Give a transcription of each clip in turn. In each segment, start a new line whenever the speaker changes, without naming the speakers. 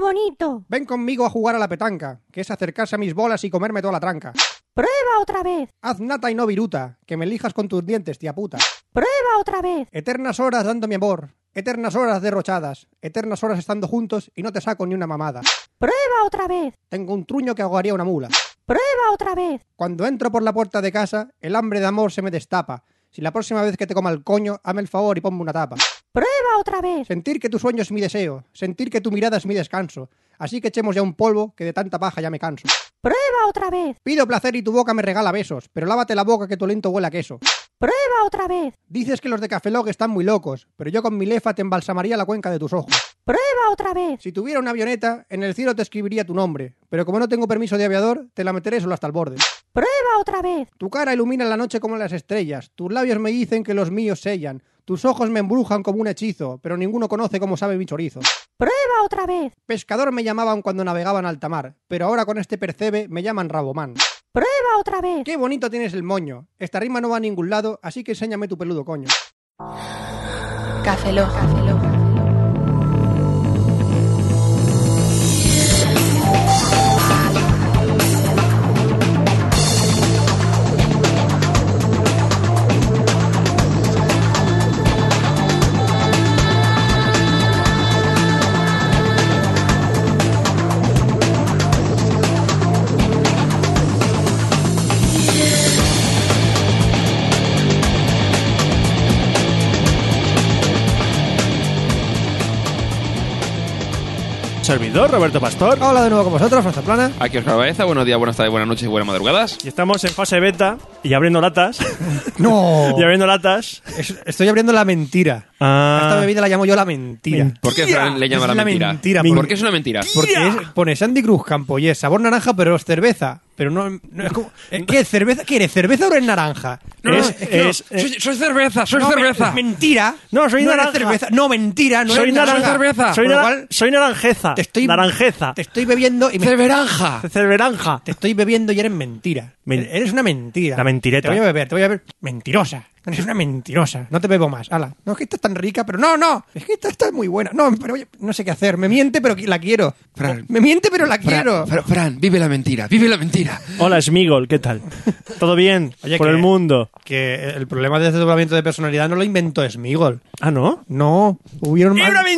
bonito.
Ven conmigo a jugar a la petanca, que es acercarse a mis bolas y comerme toda la tranca.
Prueba otra vez.
Haz nata y no viruta, que me elijas con tus dientes, tía puta.
Prueba otra vez.
Eternas horas dando mi amor, eternas horas derrochadas, eternas horas estando juntos y no te saco ni una mamada.
Prueba otra vez.
Tengo un truño que ahogaría una mula.
Prueba otra vez.
Cuando entro por la puerta de casa, el hambre de amor se me destapa. Si la próxima vez que te coma el coño, hame el favor y ponme una tapa.
Prueba otra vez.
Sentir que tu sueño es mi deseo, sentir que tu mirada es mi descanso. Así que echemos ya un polvo, que de tanta paja ya me canso.
Prueba otra vez.
Pido placer y tu boca me regala besos, pero lávate la boca que tu lento huele a queso.
Prueba otra vez.
Dices que los de Cafelog están muy locos, pero yo con mi lefa te embalsamaría la cuenca de tus ojos.
Prueba otra vez.
Si tuviera una avioneta, en el cielo te escribiría tu nombre, pero como no tengo permiso de aviador, te la meteré solo hasta el borde.
Prueba otra vez.
Tu cara ilumina la noche como las estrellas, tus labios me dicen que los míos sellan, tus ojos me embrujan como un hechizo, pero ninguno conoce cómo sabe mi chorizo.
Prueba otra vez.
Pescador me llamaban cuando navegaba en alta mar, pero ahora con este percebe me llaman Rabomán.
Prueba otra vez.
Qué bonito tienes el moño. Esta rima no va a ningún lado, así que enséñame tu peludo coño.
Café Lock.
Servidor Roberto Pastor.
Hola de nuevo con vosotros, Franza Plana.
Aquí Oscar Baeza, buenos días, buenas tardes, buenas noches y buenas madrugadas.
Y estamos en fase beta y abriendo latas.
No.
y abriendo latas.
Es- Estoy abriendo la mentira. A Esta bebida la llamo yo la mentira.
¿Por qué Fran le llama
Es
la
una
mentira?
mentira,
¿Por
porque-
qué es una mentira?
Porque es- pone Sandy Cruz Campo y es sabor naranja, pero es cerveza. Pero no, no es como. ¿Qué es cerveza? ¿Qué eres? ¿Cerveza o eres naranja?
No,
No,
es-
es que no.
es- eh,
cerveza, soy
No, me- mentira.
No, soy
eres
naranja.
cerveza. No, mentira. No
soy
eres
naran-
naranja.
Soy,
Con lo
naran-
cual,
soy naranjeza.
te estoy,
naranjeza.
Te estoy bebiendo y me-
¡Cerveranja!
cerveranja.
te estoy bebiendo y eres mentira. E-,
Men-
eres una mentira.
La mentireta.
Te voy a beber, te voy a beber. Mentirosa. Eres una mentirosa. No te bebo más. Ala. No es que esta es tan rica, pero no, no. Es que esta está muy buena. No, pero oye, no sé qué hacer. Me miente, pero qui- la quiero.
Fran.
Me miente, pero la
Fran,
quiero.
Fran, Fran, vive la mentira, vive la mentira.
Hola, Smigol, ¿qué tal? ¿Todo bien?
Oye,
Por
que-
el mundo.
Que el problema de desdoblamiento de personalidad no lo inventó Smigol.
Ah, ¿no?
No, hubieron más- Era una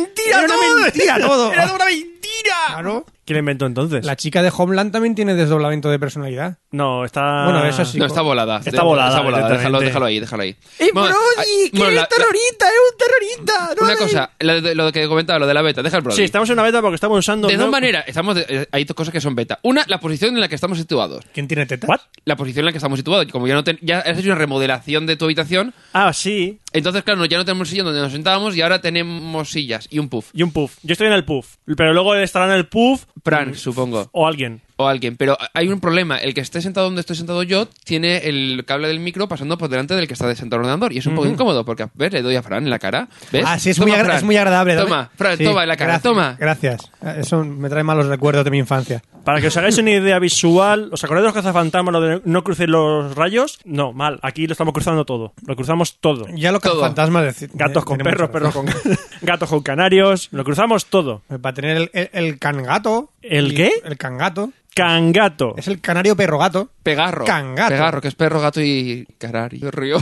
mentira todo. Ah,
mentira!
Claro.
¿Quién la inventó entonces?
La chica de Homeland también tiene desdoblamiento de personalidad.
No, está...
Bueno, esa sí.
No, está volada.
Está volada,
Está volada. Déjalo,
directamente.
déjalo ahí, déjalo ahí.
¡Eh,
Bueno, hay- bueno, la-
terrorista! ¡Es un terrorista!
la- Una cosa, lo, de- lo que comentaba, lo de la beta, deja el Brody.
Sí, estamos en una beta porque estamos usando...
De dos
¿no?
maneras, estamos de- eh, hay dos cosas que son beta. Una, la posición en la que estamos situados.
¿Quién tiene tetas?
¿What?
La posición en la que estamos situados. Como ya no ten- ya has hecho una remodelación de tu habitación,
Ah, sí.
entonces, claro, ya no tenemos sillón donde nos sentábamos y ahora tenemos sillas y un puff.
Y un puff. Yo estoy en el puff. Pero luego estará en el puff...
Pran, supongo.
O alguien.
O alguien. Pero hay un problema. El que esté sentado donde estoy sentado yo tiene el cable del micro pasando por delante del que está sentado en el ordenador. Y es un poco incómodo porque, a ver, le doy a Fran en la cara. ¿Ves?
Ah, sí, es,
Toma,
muy, agra-
Fran.
es muy agradable. ¿no?
Toma, Fran,
Sí,
toma en la cara,
gracias,
toma.
Gracias. Ah, Eso me trae malos recuerdos de mi infancia.
Para que os hagáis una idea visual, ¿os acordáis de los cazafantasmas, lo de no crucéis los rayos? No, mal, aquí lo estamos cruzando todo. Lo cruzamos todo.
Ya lo que
Todo.
fantasmas decir.
Gatos con perros, perros con gatos con canarios, lo cruzamos todo.
Eh, Para tener el, el- el cangato.
¿El
Y-
qué?
El cangato.
Cangato.
Es el canario perro gato.
Pegarro.
Cangato.
Pegarro, que es perro, gato y canario. Río.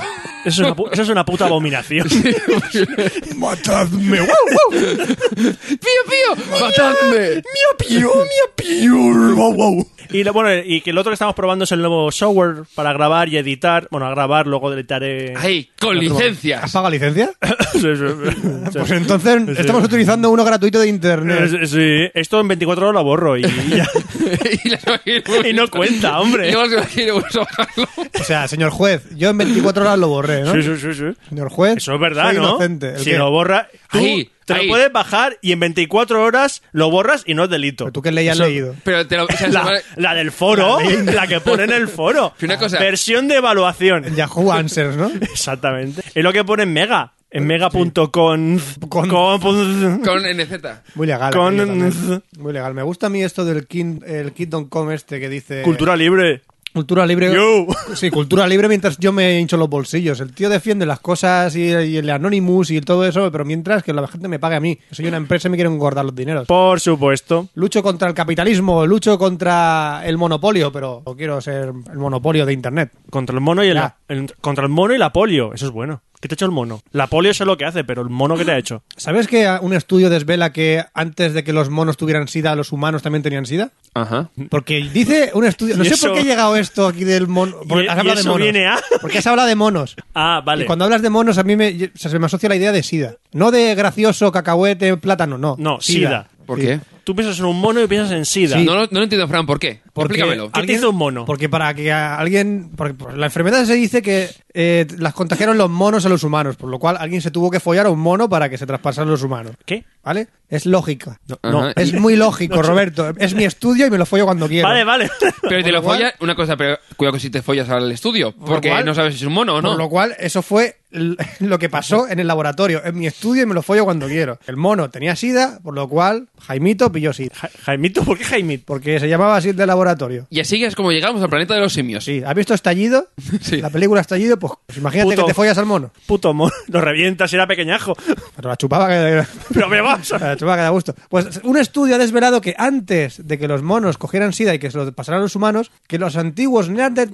Eso es una, pu- eso es una puta abominación.
¡Matadme!
¡Pío, pío! ¡Matadme!
pío, mío, pío! ¡Wow, wow!
Y lo- bueno, y que el otro que estamos probando es el nuevo software para grabar y editar. Bueno, a grabar, luego editaré.
¡Ay, con
¿Has
licencias!
pagado licencia?
Sí, sí, sí.
Pues entonces estamos utilizando uno gratuito de internet.
Eh, sí, esto en 24 horas lo borro y ya.
y, las imagino-
Y no cuenta, hombre.
Y luego las imagino vuelto a bajarlo.
O sea, señor juez, yo en 24 horas lo borré, ¿no?
Sí, sí, sí, sí.
Señor juez,
Eso es verdad,
soy
¿no?
inocente. ¿El
Si
qué?
lo borra, tú
Ahí,
te
ahí.
lo puedes bajar y en 24 horas lo borras y no es delito.
¿Pero ¿Tú qué ley has leído?
Pero te lo... o sea, se
La,
va-
la del foro,
La
la, que pone en el foro.
Y una cosa-
Versión de evaluación.
Yahoo Answers, ¿no?
Exactamente. Es lo que pone en Mega. En mega.com.
Con-
Con NZ.
Muy legal.
Con-
aquello también. Muy legal. Me gusta a mí esto del King, el Kid.com este que dice...
Cultura libre.
Cultura libre.
You.
Sí, cultura libre mientras yo me hincho los bolsillos. El tío defiende las cosas y, y el Anonymous y todo eso, pero mientras que la gente me pague a mí. Soy una empresa y me quiero engordar los dineros.
Por supuesto.
Lucho contra el capitalismo, lucho contra el monopolio, pero no quiero ser el monopolio de Internet.
Contra el mono y el,
Ya.
el- contra el mono y la polio. Eso es bueno. ¿Qué te ha hecho el mono? La polio sé lo que hace, pero el mono ¿qué te ha hecho?
¿Sabes que un estudio desvela que antes de que los monos tuvieran sida, los humanos también tenían sida?
Ajá.
Porque dice un estudio. No
Y
sé
eso-
por qué ha llegado esto aquí del mono. porque
y
has hablado de
eso
monos.
viene a-
Porque has hablado de monos.
Ah, vale.
Y cuando hablas de monos, a mí me, yo- o sea, se me asocia la idea de sida. No de gracioso, cacahuete, plátano, no.
No, sida.
¿Por
Sí.
qué?
Tú piensas en un mono y piensas en SIDA.
Sí.
No, lo- no lo entiendo, Fran, ¿por qué?
Porque
Explícamelo.
¿Qué te hizo un mono?
Porque para que a alguien. Porque pues, la enfermedad se dice que eh, las contagiaron los monos a los humanos, por lo cual alguien se tuvo que follar a un mono para que se traspasaran los humanos.
¿Qué?
¿Vale? Es lógica.
Ajá.
no,
Es muy lógico, Roberto. Es mi estudio y me lo follo cuando quiero.
Vale, vale.
Pero te
Por
lo
lo cual-
follas, una cosa, pero cuidado que si te follas al estudio, porque
cual-
no sabes si es un mono o no.
Por lo cual, eso fue l- lo que pasó en el laboratorio, en mi estudio y me lo follo cuando quiero. El mono tenía sida, por lo cual Jaimito pilló sida.
Ja- Jaimito, ¿por qué Jaimito?
Porque se llamaba así el de laboratorio.
Y así es como llegamos al planeta de los simios.
Sí, ¿has visto Estallido?
Sí.
La película Estallido, pues, pues imagínate
Puto.
que te follas al mono.
Puto mono. Lo revientas, era pequeñajo.
Pero la chupaba que...
Pero me vas. a-
la chupaba que da gusto. Pues un estudio ha desvelado que antes de que los monos cogieran sida y que se lo pasaran a los humanos, que los antiguos Neander-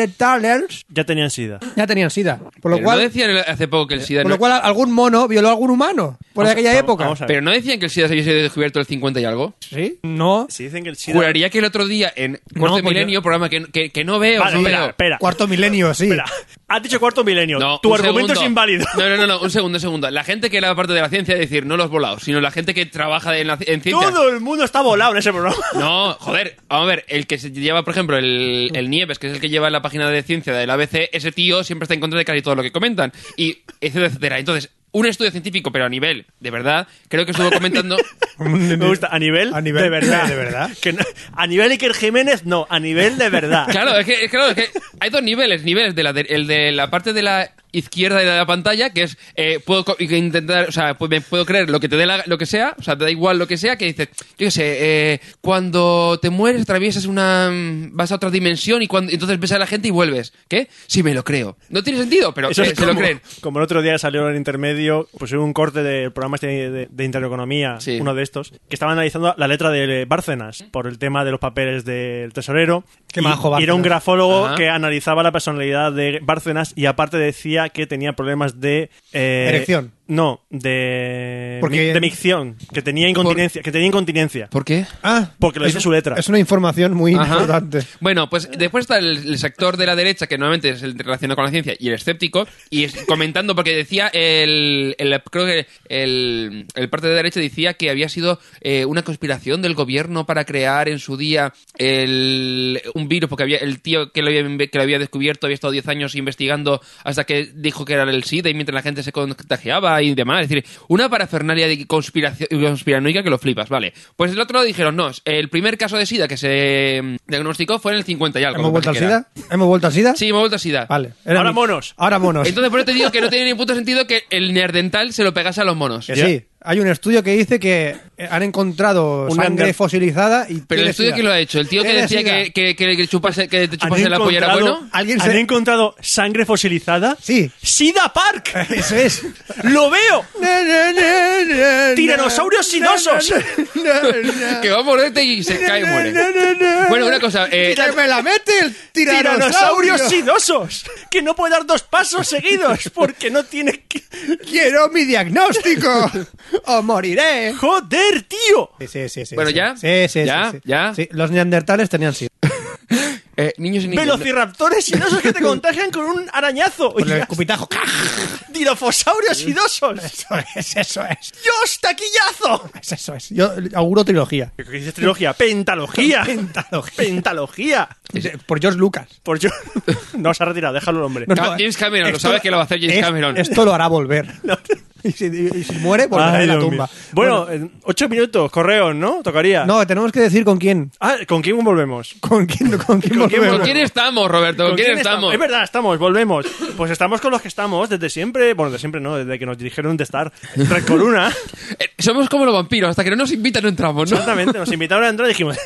neandertalers
Ya tenían SIDA.
ya tenían sida. Por lo
Pero
cual... Eh,
no decían el- hace poco que el SIDA...
Por
no-
lo cual algún mono violó a algún humano por
Vamos a-
aquella
vamos-
época.
vamos a ver.
Pero no decían que el SIDA se hubiese descubierto el 50 y algo.
¿Sí? No.
Si dicen que el SIDA.
Juraría que el otro día en Cuarto
pues yo-
Milenio, programa que, que, que no veo,
Vale,
no
espera,
veo.
espera.
Cuarto milenio, sí.
espera. Has dicho cuarto milenio.
No,
tu
un
argumento
segundo.
es inválido.
No, no, no, no, un segundo, un segundo. La gente que era parte de la ciencia, es decir, no los volados, sino la gente que trabaja en, la, en ciencia.
Todo el mundo está volado en ese programa.
No, joder, vamos a ver, el que se lleva, por ejemplo, el, el Nieves, que es el que lleva la página de ciencia del ABC, ese tío siempre está en contra de casi todo lo que comentan, y etcétera, etcétera. Entonces, un estudio científico, pero a nivel, de verdad, creo que estuvo comentando...
Me gusta. A nivel.
A nivel
De verdad.
de verdad.
Que no- a nivel Iker Jiménez, no. A nivel de verdad.
Claro, es que, es- claro, es que hay dos niveles, niveles de la, de- el de la parte de la izquierda de la pantalla, que es eh, puedo co- intentar, o sea, pues me puedo creer lo que te dé la- lo que sea, o sea, te da igual lo que sea, que dices, yo qué sé, eh, cuando te mueres atraviesas una mm, vas a otra dimensión y cuando entonces ves a la gente y vuelves. ¿Qué? Sí me lo creo. No tiene sentido, pero
Eso
eh,
es
se
como,
lo creen.
como el otro día salió en intermedio, pues hubo un corte de programas de, de- de intereconomía,
Sí.
uno de estos, que estaban analizando la letra de Bárcenas por el tema de los papeles del tesorero.
Qué
Y-
majo,
y, era un
Bárcenas.
grafólogo
Ajá.
que analizaba la personalidad de Bárcenas y aparte decía que tenía problemas de... eh,
Erección.
No, de...
Porque-
De micción, que tenía incontinencia. Que tenía incontinencia.
¿Por qué?
Ah,
Porque lo
es-
dice su letra.
Es una información muy
Ajá.
importante.
Bueno, pues después está el, el sector de la derecha, que normalmente es el relacionado con la ciencia, y el escéptico, y es- comentando, porque decía el, el- creo que el, el parte de derecha decía que había sido eh, una conspiración del gobierno para crear en su día el, un virus, porque había el tío que lo había, inve- que lo había descubierto había estado 10 años investigando hasta que dijo que era el SIDA y mientras la gente se contagiaba y demás. Es decir, una parafernalia de conspiración conspiranoica que lo flipas, vale. Pues el otro dijeron, no, el primer caso de SIDA que se mm, diagnosticó fue en el 50 y algo.
¿Hemos
me
vuelto al
parece que
SIDA? ¿Hemos vuelto al SIDA?
era. Sí, hemos vuelto a SIDA.
Vale.
Ahora monos.
Ahora monos.
Entonces, por eso te digo que no tiene ni puto sentido que el neandertal se lo pegase a los monos.
Que sí. Hay un estudio que dice que eh, han encontrado
Un
sangre
under-
fosilizada y.
Pero el
tiene
estudio
sida.
que lo ha hecho, el tío que
Tiene
decía
sida.
que, que, que, que chupase, que te chupase la polla era
encontrado-
bueno.
¿Alguien
¿Han
se-
encontrado sangre fosilizada?
Sí.
¡Sida Park!
Eso es.
¡Lo veo!
Na, na, na, na, na.
Tiranosaurios sidosos.
Na, na, na.
Que va a morderte y se cae y
Na,
muere.
na, na, na.
Bueno, una cosa, eh,
¡Que me la mete el tiranosaurio!
tiranosaurios sidosos que no puede dar dos pasos seguidos porque no tiene que...
¡Quiero mi diagnóstico! ¡O moriré!
joder tío
Sí, sí, sí, sí,
Bueno,
sí.
¿ya?
Sí, sí,
¿Ya?
sí, sí.
¿Ya?
Sí, los neandertales tenían sida.
eh, niños y niñas.
velociraptores sidosos que te contagian con un arañazo
Con el
Oiga,
escupitajo.
dinofosaurios sidosos
Eso es, eso es.
dios taquillazo
Es Eso es. Yo auguro trilogía.
¿Qué dices trilogía? Pentalogía. Pentalogía.
De- Por George Lucas.
Por yo. No se ha retirado, déjalo el hombre.
Ca- James Cameron, lo sabes que lo va a hacer James
Es-
Cameron.
Esto lo hará volver. Y, si, y si muere, volverá
Ay,
a la
Dios
tumba.
mío. Bueno, en ocho minutos, correos, ¿no? Tocaría.
No, tenemos que decir con quién.
Ah, ¿con quién volvemos?
¿Con quién, con quién
¿Con quién
volvemos?
¿Con quién estamos, Roberto? ¿Con, quién, estamos?
Es verdad, estamos, volvemos. Pues estamos con los que estamos desde siempre. Bueno, desde siempre no, desde que nos dirigieron de estar. Tres Coruna.
Eh, somos como los vampiros, hasta que no nos invitan no entramos, ¿no?
Exactamente, nos invitaron a entrar y dijimos.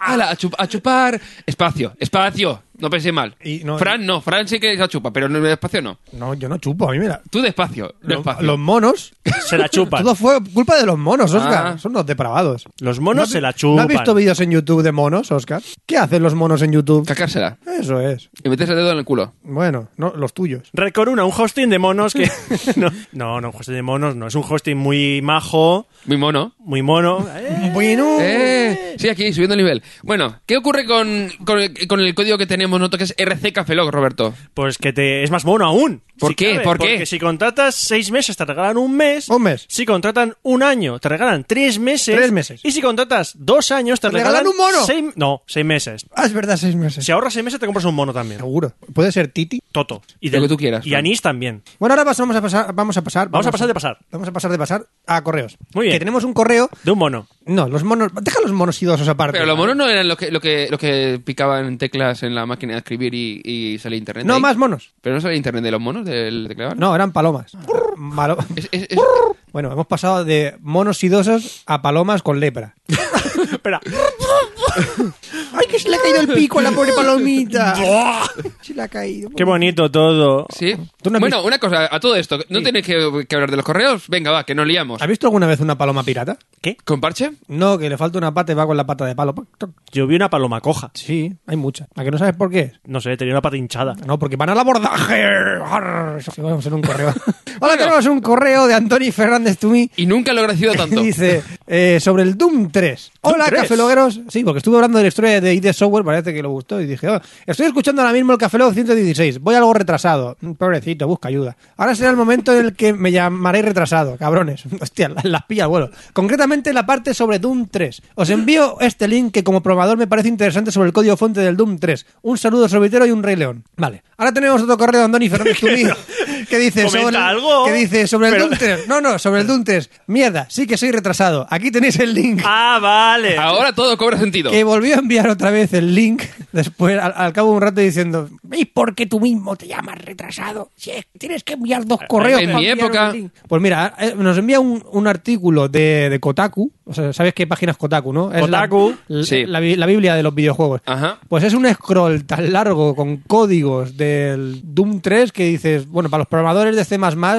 Ala, a, chup- a chupar. Espacio, espacio. No pensé mal.
Y no-
Fran no, Fran sí que se chupa, pero en el espacio no.
No, yo no chupo, a mí me la...
Tú despacio, no
Los,
espacio.
los monos.
Se la chupan.
Todo fue culpa de los monos, Oscar.
Ah.
Son los depravados.
Los monos
¿No has-
se la chupan.
¿No has visto vídeos en YouTube de monos, Oscar? ¿Qué hacen los monos en YouTube?
Cacársela
Eso es.
y meterse el dedo en el culo.
Bueno, no, los tuyos.
Red Corona, un hosting de monos que... No, no, no, un hosting de monos no. Es un hosting muy majo,
Muy mono.
muy mono. Eh,
Bueno.
Eh, sí, aquí, subiendo el nivel. Bueno, ¿qué ocurre con, con el- con el código que tenemos nosotros que es RC Cafelog, Roberto?
Pues que te es más mono aún.
¿Por
Si
qué?
cabe,
¿Por qué?
Porque si contratas seis meses te regalan un mes.
Un mes.
Si contratan un año te regalan tres meses.
Tres meses.
Y si contratas dos años te,
¿Te regalan un mono?
seis- no, seis meses.
Ah, es verdad, seis meses.
Si ahorras seis meses te compras un mono también.
Seguro. ¿Puede ser Titi?
Toto. Y
Lo que tú quieras,
Y
Fran.
anís también.
Bueno, ahora vas- vamos a pasar. Vamos a pasar.
Vamos a pasar de pasar.
Vamos a pasar de pasar a correos.
Muy bien.
Que tenemos un correo.
De un mono.
No, los monos. Deja los monos idosos aparte.
Pero los monos no eran los que, los que, los que picaban teclas en la máquina de escribir y, y salía internet.
No,
ahí.
más monos.
Pero no salía internet de los monos del teclado.
No, eran palomas. Malo-
Es- es- es-
Bueno, hemos pasado de monos idosos a palomas con lepra.
Espera.
¡Ay, que se le ha caído el pico a la pobre palomita! se le ha caído.
Qué bonito todo.
sí.
¿Tú no has
bueno, una cosa, a todo esto, ¿no tenéis que, que hablar de los correos? Venga, va, que nos liamos.
¿Has visto alguna vez una paloma pirata?
¿Con parche?
No, que le falta una pata y va con la pata de palo. Pac, toc.
Yo vi una paloma coja.
Sí, hay muchas. ¿A que no sabes por qué?
No sé, tenía una pata hinchada.
No, porque van al abordaje. Arr, eso vamos en un correo. Hola, tenemos un correo de Antoni Fernández Tumí.
Y nunca lo he agradecido tanto.
Dice eh, sobre el Doom 3.
Doom
Hola,
3.
cafelogueros. Sí, porque estuve hablando de la historia de ID Software, parece que le gustó. Y dije, "Oh, estoy escuchando ahora mismo el Cafelog 116. Voy algo retrasado. Mm, Pobrecito, busca ayuda. Ahora será el momento en el que me llamaré retrasado, cabrones. Hostia, la- las pilla al vuelo. Concretamente la parte sobre Doom 3. Os envío este link que como probador me parece interesante sobre el código fuente del Doom 3. Un saludo sorbitero y un Rey León. Vale. Ahora tenemos otro correo de Andoni Fernández Tumí que dice
Comenta
sobre,
algo.
que dice sobre el
Pero-
Doom 3. No, no, sobre el Doom 3. Mierda, sí que soy retrasado. Aquí tenéis el link.
Ah, vale.
Ahora todo cobra sentido.
Que volvió a enviar otra vez el link después, al, al cabo de un rato, diciendo: ¿Veis por qué tú mismo te llamas retrasado? Si es que tienes que enviar dos correos.
en
para
mi
enviar
época-
un link". Pues mira, eh, nos envía un, un artículo de, de Kotaku. O sea, ¿sabes qué página es Kotaku, no? Es la-
Kotaku.
la-
Sí.
la, bi- la Biblia de los videojuegos.
Ajá.
Pues es un scroll tan largo con códigos del Doom 3 que dices, bueno, para los programadores de C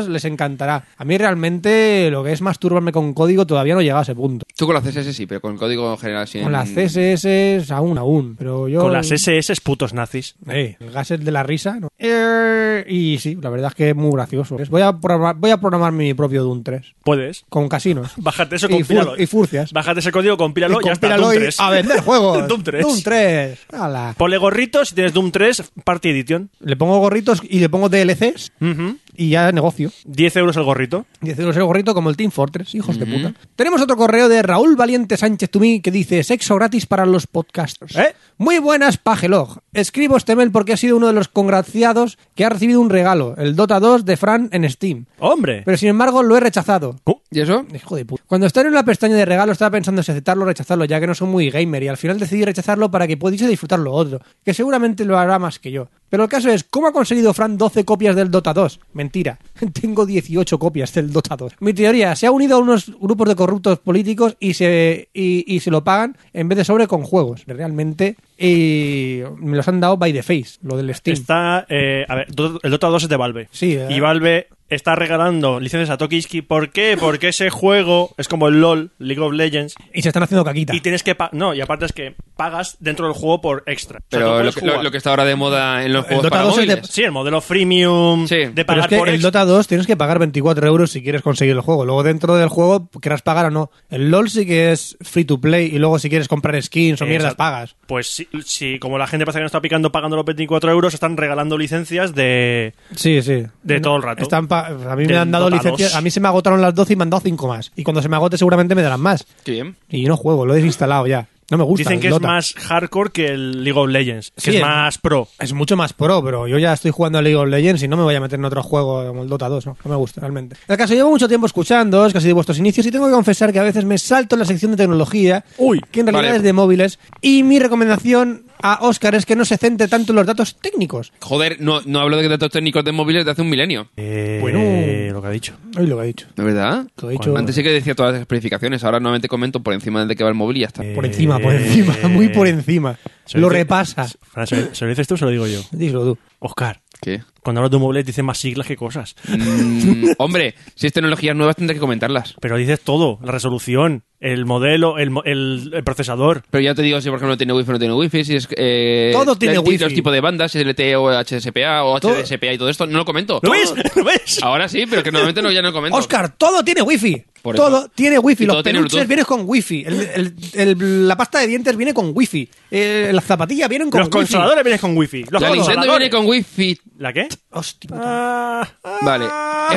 les encantará. A mí realmente lo que es masturbarme con código todavía no llega a ese punto.
Tú con la CSS sí, pero con el código general sí. Mm.
Con las CSS aún, aún. Pero yo.
Con las SS putos nazis.
Eh, el gas es de la risa. ¿no? Eh, y sí, la verdad es que es muy gracioso. Voy a, programar, voy a programar mi propio Doom 3
Puedes.
con casinos.
Bájate eso,
Y fur-
compílalo.
y furcias.
Bájate ese código, compílalo y, ya está.
compílalo
Doom
y
3.
a vender juegos.
Doom 3.
Doom 3. Hala.
Ponle gorrito si tienes Doom 3 Party Edition.
Le pongo gorritos y le pongo DLCs
Ujú.
y ya negocio.
10 euros el gorrito.
10 euros el gorrito como el Team Fortress, hijos de puta. Tenemos otro correo de Raúl Valiente Sánchez Tumí que dice sexo gratis para los podcasters.
¿Eh?
Muy buenas, Pagelog. Escribo este mail porque ha sido uno de los congraciados que ha recibido un regalo, el Dota 2 de Fran en Steam.
¡Hombre!
Pero sin embargo lo he rechazado.
Uh,
¿Y eso?
Hijo de puta. Cuando estaba en la pestaña de regalo estaba pensando si aceptarlo o rechazarlo, ya que no soy muy gamer, y al final decidí rechazarlo para que pudiese disfrutar lo otro, que seguramente lo hará más que yo. Pero el caso es, ¿cómo ha conseguido Fran 12 copias del Dota 2? Mentira, tengo 18 copias del Dota 2. Mi teoría, se ha unido a unos grupos de corruptos políticos y se, y, y se lo pagan en vez de sobre con juegos. Realmente, y me los han dado by the face, lo del Steam.
está. eh, a ver, Do- el Dota 2 es de Valve.
Sí, eh.
Y Valve está regalando licencias a Tokiski. ¿Por qué? Porque ese juego es como el LOL, League of Legends.
Y se están haciendo caquita.
Y tienes que. pa- No, y aparte es que pagas dentro del juego por extra. O sea, tú
Pero lo
puedes
que, lo-
jugar.
lo que está ahora de moda en los
El
juegos
Dota
para
2 es de-
móviles.
Sí, el modelo freemium.
Sí.
De
Pero
pagar
es que
por
el
extra.
Dota 2 tienes que pagar 24 euros si quieres conseguir el juego. Luego dentro del juego quieras pagar o no. El LOL sí que es free to play y luego si quieres comprar skins o mierdas
Exacto.
pagas.
Pues sí, sí, como la gente parece que no está picando pagando los 24 euros, están regalando licencias de...
Sí, sí.
De todo el rato.
Están pa- a mí me
Del
han dado
Dota
licencias.
2.
A mí se me agotaron las 12 y me han dado 5 más. Y cuando se me agote seguramente me darán más.
Qué bien.
Y yo no juego, lo he desinstalado ya. No me gusta.
Dicen
el
que
Dota.
es más hardcore que el League of Legends, que
Sí,
es
eh.
más pro.
Es mucho más pro, pero yo ya estoy jugando a League of Legends y no me voy a meter en otro juego como el Dota 2, no, no me gusta realmente. El caso, llevo mucho tiempo escuchando, casi de vuestros inicios, y tengo que confesar que a veces me salto en la sección de tecnología,
Uy,
que en realidad
vale.
es de móviles, y mi recomendación a Oscar es que no se centre tanto en los datos técnicos.
Joder, no, no hablo de datos técnicos de móviles de hace un milenio.
Bueno.
lo que ha dicho.
Hoy Eh, lo que ha dicho.
¿De verdad?
Lo ha dicho-
Antes sí que decía todas las especificaciones, ahora nuevamente comento por encima de qué va el móvil y ya está.
Por encima, por encima,
Eh,
muy por encima.
se
Lo
dice-
repasa.
Fran, ¿se, se lo dices tú o se lo digo yo?
Díselo tú.
Oscar,
¿Qué?
cuando hablas de un móvil dices más siglas que cosas.
Mm, hombre, si es tecnologías nuevas tendré que comentarlas.
Pero dices todo, la resolución, el modelo, el, mo- el- el procesador.
Pero ya te digo si por ejemplo no tiene wifi o no tiene wifi, si es... eh,
Todo tiene
el-
wifi.
Los tipos de bandas, si es LTE o HSPA o
Todo.
HDSPA y todo esto, no lo comento.
¿Lo ves? ¿Lo ves?
Ahora sí, pero que normalmente no, ya no comento.
Oscar, todo tiene wifi.
Por eso.
todo tiene wifi.
Y
Los
todo tiene
peluches
Bluetooth.
vienen con wifi. El- el- el- la pasta de dientes viene con wifi. Eh, las zapatillas vienen con
Los
wifi.
consoladores vienes con wifi. Los
La Nintendo
consoladores.
viene con wifi.
¿La qué?
Hostia.
Ah,
Vale.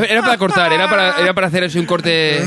Era para cortar, era para, era para hacer así un corte...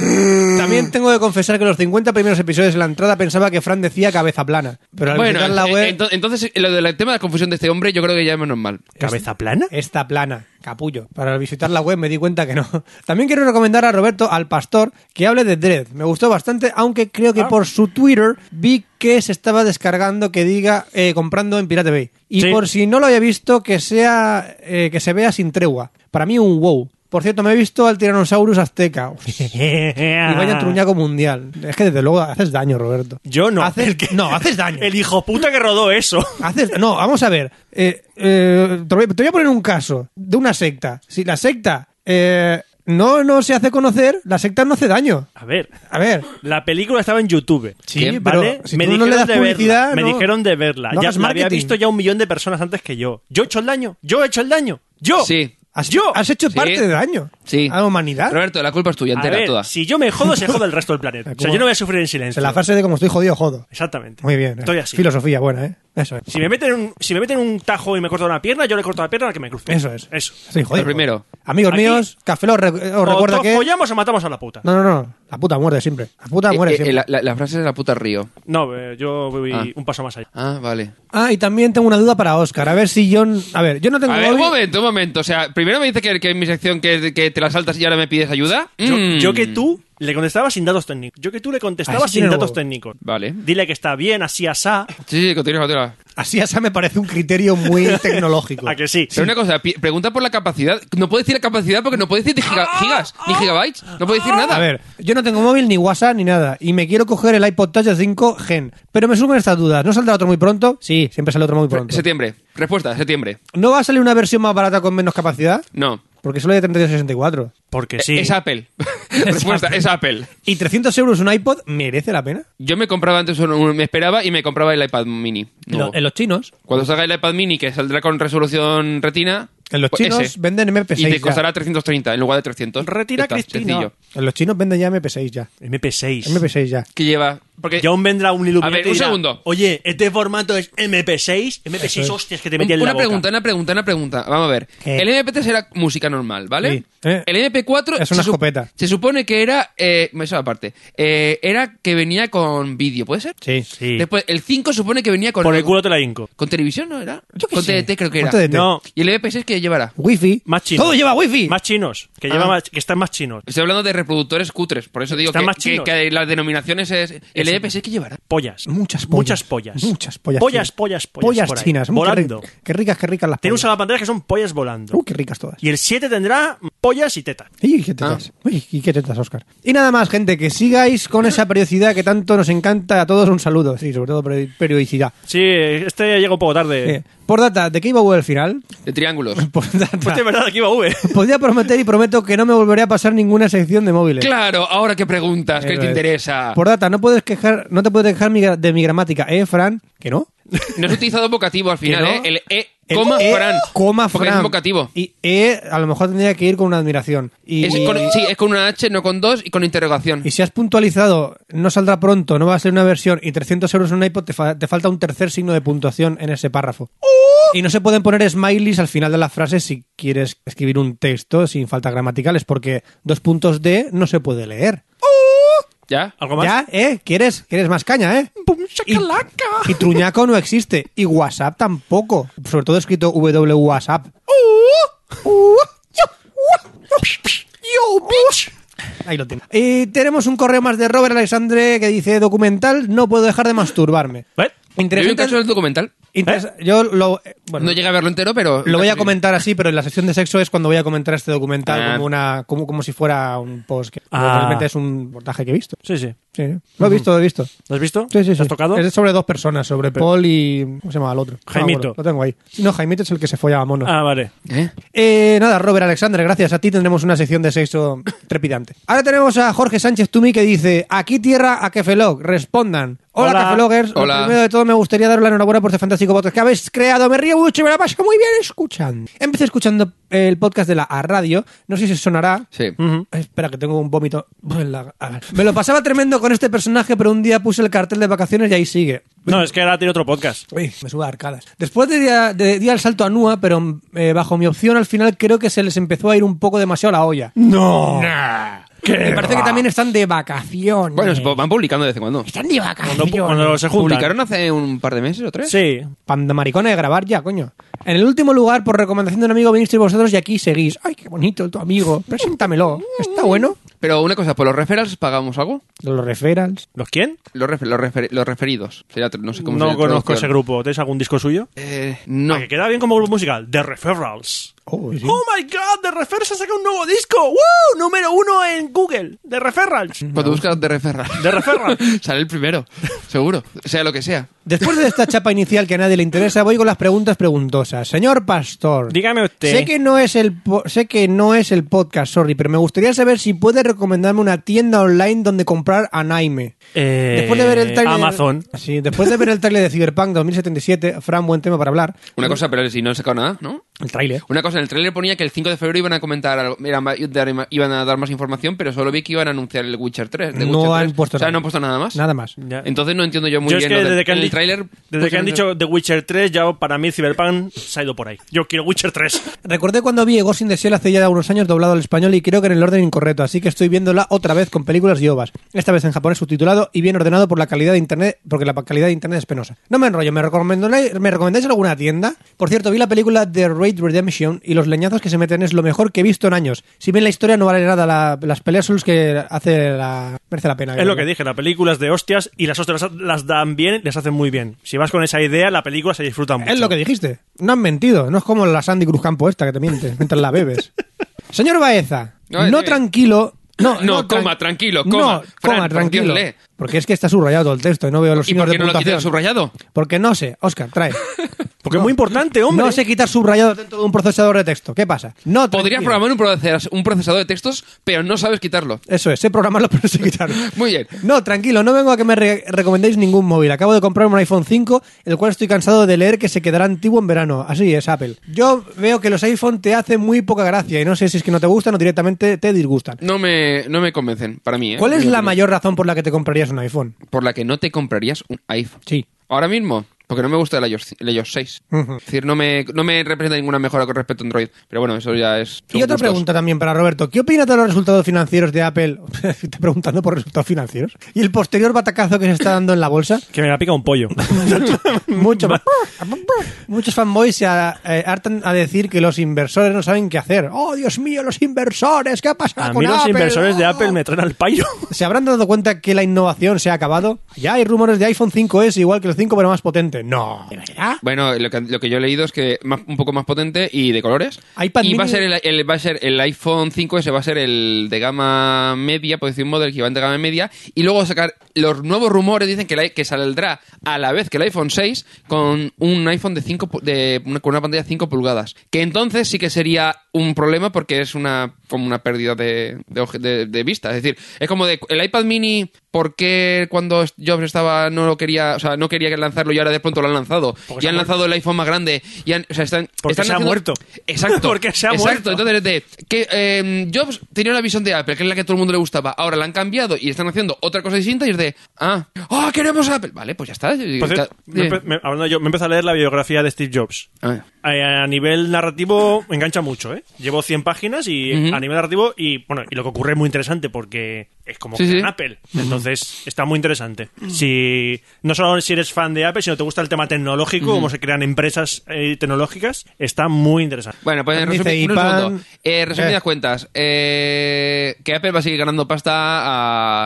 También tengo que confesar que los 50 primeros episodios de la entrada pensaba que Fran decía cabeza plana. Pero al
Bueno,
visitar la
eh,
web,
ento- entonces lo del tema de la confusión de este hombre yo creo que ya es menos mal.
¿Cabeza plana?
está plana. Capullo. Para visitar la web me di cuenta que no. También quiero recomendar a Roberto al pastor que hable de Dread. Me gustó bastante, aunque creo que por su Twitter vi que se estaba descargando que diga eh, comprando en Pirate Bay. Y
Sí.
por si no lo había visto, que sea eh, que se vea sin tregua. Para mí un wow. Por cierto, me he visto al Tyrannosaurus azteca.
Eh,
Y vaya truñaco mundial. Es que desde luego haces daño, Roberto.
Yo no.
Haces,
El que-
No, haces daño.
El hijo puta que rodó eso.
Haces- no, vamos a ver. Eh, eh, te, voy, te voy a poner un caso de una secta. Si la secta eh, no, no se hace conocer, la secta no hace daño.
A ver,
A ver.
la película estaba en YouTube.
Sí,
¿Qué?
pero
¿vale?
si tú no le
dijeron
das
de verla,
publicidad,
me
no-
dijeron de verla.
no
ya
hagas
la había
marketing.
visto ya un millón de personas antes que yo. Yo he hecho el daño. Yo he hecho el daño. Yo.
Sí.
Has,
Yo.
has hecho
Sí.
parte de daño
Sí.
a la humanidad.
Roberto, la culpa es tuya,
A
entera,
ver,
toda.
si yo me jodo, se joda el resto del planeta. O sea, yo no voy a sufrir en silencio.
En la frase de como estoy jodido, jodo.
Exactamente.
Muy bien. eh.
Estoy así.
Filosofía buena, ¿eh? Eso es.
Si me, meten en un, si me meten en un tajo y me cortan una pierna, yo le corto la pierna al que me cruce.
Eso es.
Eso.
Estoy jodido.
Lo primero.
Amigos
Aquí-
míos, Café Lock re- os
O
recuerda
todos
que.
follamos o matamos a la puta.
No, no, no. La puta muerte siempre. La puta
Eh,
muerte
eh,
siempre.
la, la- la frase es la puta río.
No, eh, yo voy
Ah.
un paso más allá.
Ah, vale.
Ah, y también tengo una duda para Oscar. A ver si yo. A ver, yo no tengo
A ver, un
móvil.
momento, un momento. O sea, primero me dice que, que en mi sección que, que te la saltas y ahora me pides ayuda.
Yo,
Mm.
yo que tú le contestaba sin datos técnicos. Yo que tú le contestaba
Así
sin
tiene
datos
huevo.
técnicos.
Vale.
Dile que está bien, así, asá.
Sí, sí, continúa, continúa.
Así, esa me parece un criterio muy tecnológico.
A que sí.
Pero una cosa, pi- pregunta por la capacidad. No puedo decir la capacidad porque no puedo decir ni giga- gigas, ni gigabytes. No puedo decir nada.
A ver, yo no tengo móvil, ni WhatsApp, ni nada. Y me quiero coger el iPod Touch de 5 Gen. Pero me surgen estas dudas. ¿No saldrá otro muy pronto? Sí, siempre sale otro muy
Re-
pronto.
Septiembre. Respuesta, septiembre.
¿No va a salir una versión más barata con menos capacidad?
No.
Porque solo hay de 3264.
Porque sí.
Es Apple. Respuesta, es Apple.
¿Y 300 euros un iPod merece la pena?
Yo me compraba antes, un- un- me esperaba y me compraba el iPad mini. nuevo.
En los chinos.
Cuando salga el iPad mini, que saldrá con resolución retina.
En los
pues
chinos
ese.
venden MP6
Y te
ya.
costará 330 en lugar de 300.
Retina
Ya está,
Cristina.
sencillo.
En los chinos venden ya MP6 ya.
MP6.
MP6 ya.
Que lleva. Porque
Y aún vendrá un iluminado.
Eh, A ver, un segundo.
Oye, este formato es MP6. MP6,
Eso es.
hostias, que te
un-
metí en la
una
boca.
pregunta, una pregunta, una pregunta. Vamos a ver.
¿Qué?
El MP3 era música normal, ¿vale?
Sí. Eh,
El MP4
es una
se sup-
escopeta.
Se supone que era. Eh, eso aparte. Eh, era que venía con vídeo, ¿puede ser?
Sí.
Sí.
Después, el 5 supone que venía con.
Por el culo te la hinco.
Con televisión, ¿no era?
Yo qué
con
sé.
TDT creo que
Con
era.
TDT.
No.
¿Y el MP6 que llevará?
Wifi.
Más chinos.
Todo lleva wifi.
Más chinos. Que,
Ah.
lleva más- que están más chinos.
Estoy hablando de reproductores cutres, por eso digo
Están
que,
más
que-
chinos.
que las denominaciones es. ¿El MP6 que llevará?
Pollas.
Muchas pollas.
Muchas pollas.
Muchas pollas.
Pollas,
chinas.
pollas, pollas. por ahí.
chinas. muy
Volando.
qué ri- Qué ricas, qué ricas las
Tiene un
pollas.
salvapantallas que son pollas volando.
Uh, qué ricas todas.
Y el 7 tendrá pollas y tetas.
Uy, qué tetas.
Ah.
Uy, y qué tetas, Oscar. Y nada más, gente, que sigáis con esa periodicidad que tanto nos encanta. A todos un saludo. Sí, sobre todo peri- periodicidad.
Sí, este llega un poco tarde.
Eh, por data, ¿de qué iba a volver al final?
De triángulos.
Por data.
Pues de verdad, aquí va V.
Podría prometer y prometo que no me volveré a pasar ninguna sección de móviles.
Claro, ahora que preguntas, que
Eso
te
es.
interesa.
Por data, no puedes quejar, no te puedes quejar mi gra- de mi gramática, ¿eh, Fran? ¿Que no?
No has utilizado vocativo al final,
no?
¿eh? El E,
El
coma,
e,
Fran.
Coma
Porque
Fran.
es un vocativo.
Y E a lo mejor tendría que ir con una admiración. Y,
Es con- sí, es con una H, no con dos y con interrogación.
y si has puntualizado, no saldrá pronto, no va a ser una versión y 300 euros en un iPod, te, fa- te falta un tercer signo de puntuación en ese párrafo. Y no se pueden poner smileys al final de las frases si quieres escribir un texto sin faltas gramaticales, porque dos puntos de no se puede leer.
¿Ya?
¿Algo más?
¿Ya? ¿Eh? ¿Quieres? ¿Quieres más caña, eh? Y, y Truñaco no existe. Y WhatsApp tampoco. Sobre todo escrito WWASAP. Ahí lo tiene. Y tenemos un correo más de Robert Alexandre que dice documental, no puedo dejar de masturbarme.
¿Ves?
Yo vi un
Interesante,
caso del documental.
Interes- Yo lo, eh, bueno,
no llega a verlo entero, pero.
lo voy a comentar así, pero en la sección de sexo es cuando voy a comentar este documental
Ah.
como, una, como, como si fuera un post. Que
Ah.
Realmente es un portaje que he visto.
Sí, sí.
Sí, ¿eh? lo he visto, lo he visto.
¿Lo has visto?
Sí, sí,
¿Lo
sí.
has tocado?
Es sobre dos personas, sobre Paul y. ¿Cómo se llama el otro? No me
Jaimito.
acuerdo, lo tengo ahí. No, Jaimito es el que se follaba a mono.
Ah, vale.
¿Eh?
Eh, nada, Robert Alexander, gracias a ti tendremos una sección de sexo trepidante. Ahora tenemos a Jorge Sánchez Tumi que dice: Aquí tierra a Kefelog, respondan. Hola,
Hola.
Kefeloggers. Lo
Hola.
Primero de todo, me gustaría daros la enhorabuena por este fantástico podcast que habéis creado. Me río mucho y me la paso muy bien escuchando. Empecé escuchando el podcast de la A Radio. No sé si os sonará.
Sí.
Ujú.
Ay, Espera, que tengo un vómito. en la- a ver. Me lo pasaba tremendo con este personaje, pero un día puse el cartel de vacaciones y ahí sigue.
No, es que ahora tiene otro podcast.
Uy, me subo a arcadas. Después de día, de día el salto a Nua, pero eh, bajo mi opción al final creo que se les empezó a ir un poco demasiado la olla.
No.
Me parece que también están de vacaciones.
Bueno, supongo- van publicando de vez en cuando.
están de
Cuando,
vacaciones.
cuando se juntan.
¿Publicaron hace un par de meses o tres?
Sí.
Panda maricones de grabar ya, coño. En el último lugar, por recomendación de un amigo, vinisteis vosotros y aquí seguís. Ay, qué bonito, tu amigo. Preséntamelo. Está bueno.
Pero una cosa, ¿por los referrals pagamos algo?
Los referrals.
¿Los quién?
Los, refer- los, refer- los referidos. Sería tr- no sé cómo
No
sería
conozco ese
traducción.
grupo. ¿Tenéis algún disco suyo?
Eh, no.
Ah, que queda bien como grupo musical. The Referrals.
Oh, sí.
¡Oh my god! The Referrals ha sacado un nuevo disco. ¡Woo! Número uno en Google. The Referrals.
Cuando buscas de referrals.
The Referrals.
Sale el primero, seguro. Sea lo que sea.
Después de esta chapa inicial que a nadie le interesa, voy con las preguntas preguntosas. Señor Pastor,
Dígame usted.
Sé que no es el po- sé que no es el podcast, sorry, pero me gustaría saber si puede recomendarme una tienda online donde comprar anime.
Eh,
Después de ver el trailer
Amazon.
Sí, después de ver el tráiler de Cyberpunk 2077, Fran, buen tema para hablar.
Una cosa, pero si no han sacado nada, ¿no?
El tráiler.
Una cosa, en el tráiler ponía que el 5 de febrero iban a comentar algo, era ma- dar- iban a dar más información, pero solo vi que iban a anunciar el Witcher 3. de
No
Witcher
han
3.
puesto
O sea,
nada.
no han puesto nada más.
Nada más.
Ya.
Entonces no entiendo yo muy
Yo es
bien.
que
lo de-
desde que
en
han,
el
di-
tráiler pues
desde que han
pusieron-
dicho The Witcher 3, ya para mí Cyberpunk se ha ido por ahí. Yo quiero Witcher 3.
Recordé cuando vi Ghost in the Shell hace ya unos años doblado al español y creo que en el orden incorrecto, así que estoy viéndola otra vez con películas y ovas. Esta vez en japonés subtitulado y bien ordenado por la calidad de internet, porque la pa- calidad de internet es penosa. No me enrollo, ¿me recomendáis, ¿me recomendáis alguna tienda? Por cierto, vi la película The Raid Redemption y los leñazos que se meten es lo mejor que he visto en años. Si bien la historia no vale nada, la- las peleas son las que hace la... merece la pena.
es lo
verla.
que dije, la película es de hostias y las hostias las- las dan bien, les hacen muy bien. Si vas con esa idea, la película se disfruta mucho.
Es lo que dijiste. No han mentido. No es como la Sandy Cruz Campo esta que te miente mientras la bebes. Señor Baeza,
Ay,
no
sí.
tranquilo. No,
No,
tran-
coma, tranquilo,
No,
coma. Fran,
coma,
por
tranquilo.
Dios, lee.
Porque es que está subrayado todo el texto y no veo los
¿Y
signos
por qué
de
no lo quitan
puntuación.
subrayado?
porque no sé. Oscar, trae.
Porque es muy importante, hombre.
No sé quitar subrayado dentro de un procesador de texto. ¿Qué pasa? No,
Podrías
tranquilo.
programar un proces- un procesador de textos, pero no sabes quitarlo.
Eso es, sé programarlo pero no sé quitarlo.
Muy bien.
No, tranquilo, no vengo a que me re- recomendéis ningún móvil. Acabo de comprar un iPhone 5, el cual estoy cansado de leer que se quedará antiguo en verano. Así es, Apple. Yo veo que los iPhone te hacen muy poca gracia y no sé si es que no te gustan o directamente te disgustan.
No me, no me convencen, para mí. ¿eh?
¿Cuál es
Mi
la
opinión.
mayor razón por la que te comprarías un iPhone?
Por la que no te comprarías un iPhone.
Sí.
Ahora mismo, porque no me gusta el iOS, el iOS 6.
Ujú.
Es decir, no me, no me representa ninguna mejora con respecto a Android. Pero bueno, eso ya es. son
Y otra
gustos.
pregunta también para Roberto. ¿Qué opinas de los resultados financieros de Apple? Estoy preguntando por resultados financieros. Y el posterior batacazo que se está dando en la bolsa.
Que me la pica un pollo.
Mucho más. Muchos fanboys se a- eh, hartan a decir que los inversores no saben qué hacer. ¡Oh, Dios mío, los inversores! ¿Qué ha pasado
A
con
mí los
Apple?
inversores de
¡Oh!
Apple me traen al payo.
¿Se habrán dado cuenta que la innovación se ha acabado? Ya hay rumores de iPhone 5S igual que el 5, pero más potente. No. ¿De verdad?
Bueno, lo que, lo que yo he leído es que más- un poco más potente y de colores.
iPad
y va a,
mini-
ser el, el- va a ser el iPhone 5S, va a ser el de gama media, por decir un modelo que va de gama media. Y luego sacar los nuevos rumores, dicen que, el i- que saldrá a la vez que el iPhone 6 con un iPhone de 5 pu- de, una- con una pantalla de 5 pulgadas. Que entonces sí que sería un problema porque es una como una pérdida de, de, oje- de- de vista. Es decir, es como de el iPad mini, ¿por qué cuando Jobs estaba no lo quería, o sea, no quería lanzarlo y ahora de pronto lo han lanzado?
Porque se
y
ha
han
muerto.
lanzado el iPhone más grande. Y han, o sea, están,
Porque
están
se ha muerto.
Exacto.
Porque se ha muerto.
Exacto. Entonces, de, que eh, Jobs tenía una visión de Apple, que es la que a todo el mundo le gustaba. Ahora la han cambiado y están haciendo otra cosa distinta y es de, ah, ah, queremos Apple. Vale, pues ya está.
Por cierto,
Está-
me empe- me- hablando yo, me empecé a leer la biografía de Steve Jobs.
Ah.
Eh, A nivel narrativo engancha mucho, ¿eh? Llevo 100 páginas y
Ujú.
a nivel narrativo y bueno, y lo que ocurre es muy interesante porque es como
Sí,
que
sí.
en Apple. Entonces, está muy interesante. Si no solo si eres fan de Apple, sino te gusta el tema tecnológico, cómo se crean empresas eh, tecnológicas, está muy interesante.
Bueno, pues en
Dice
resumi- un
Ipan-
segundo. Eh, resumidas
Eh.
cuentas, eh, que Apple va a seguir ganando pasta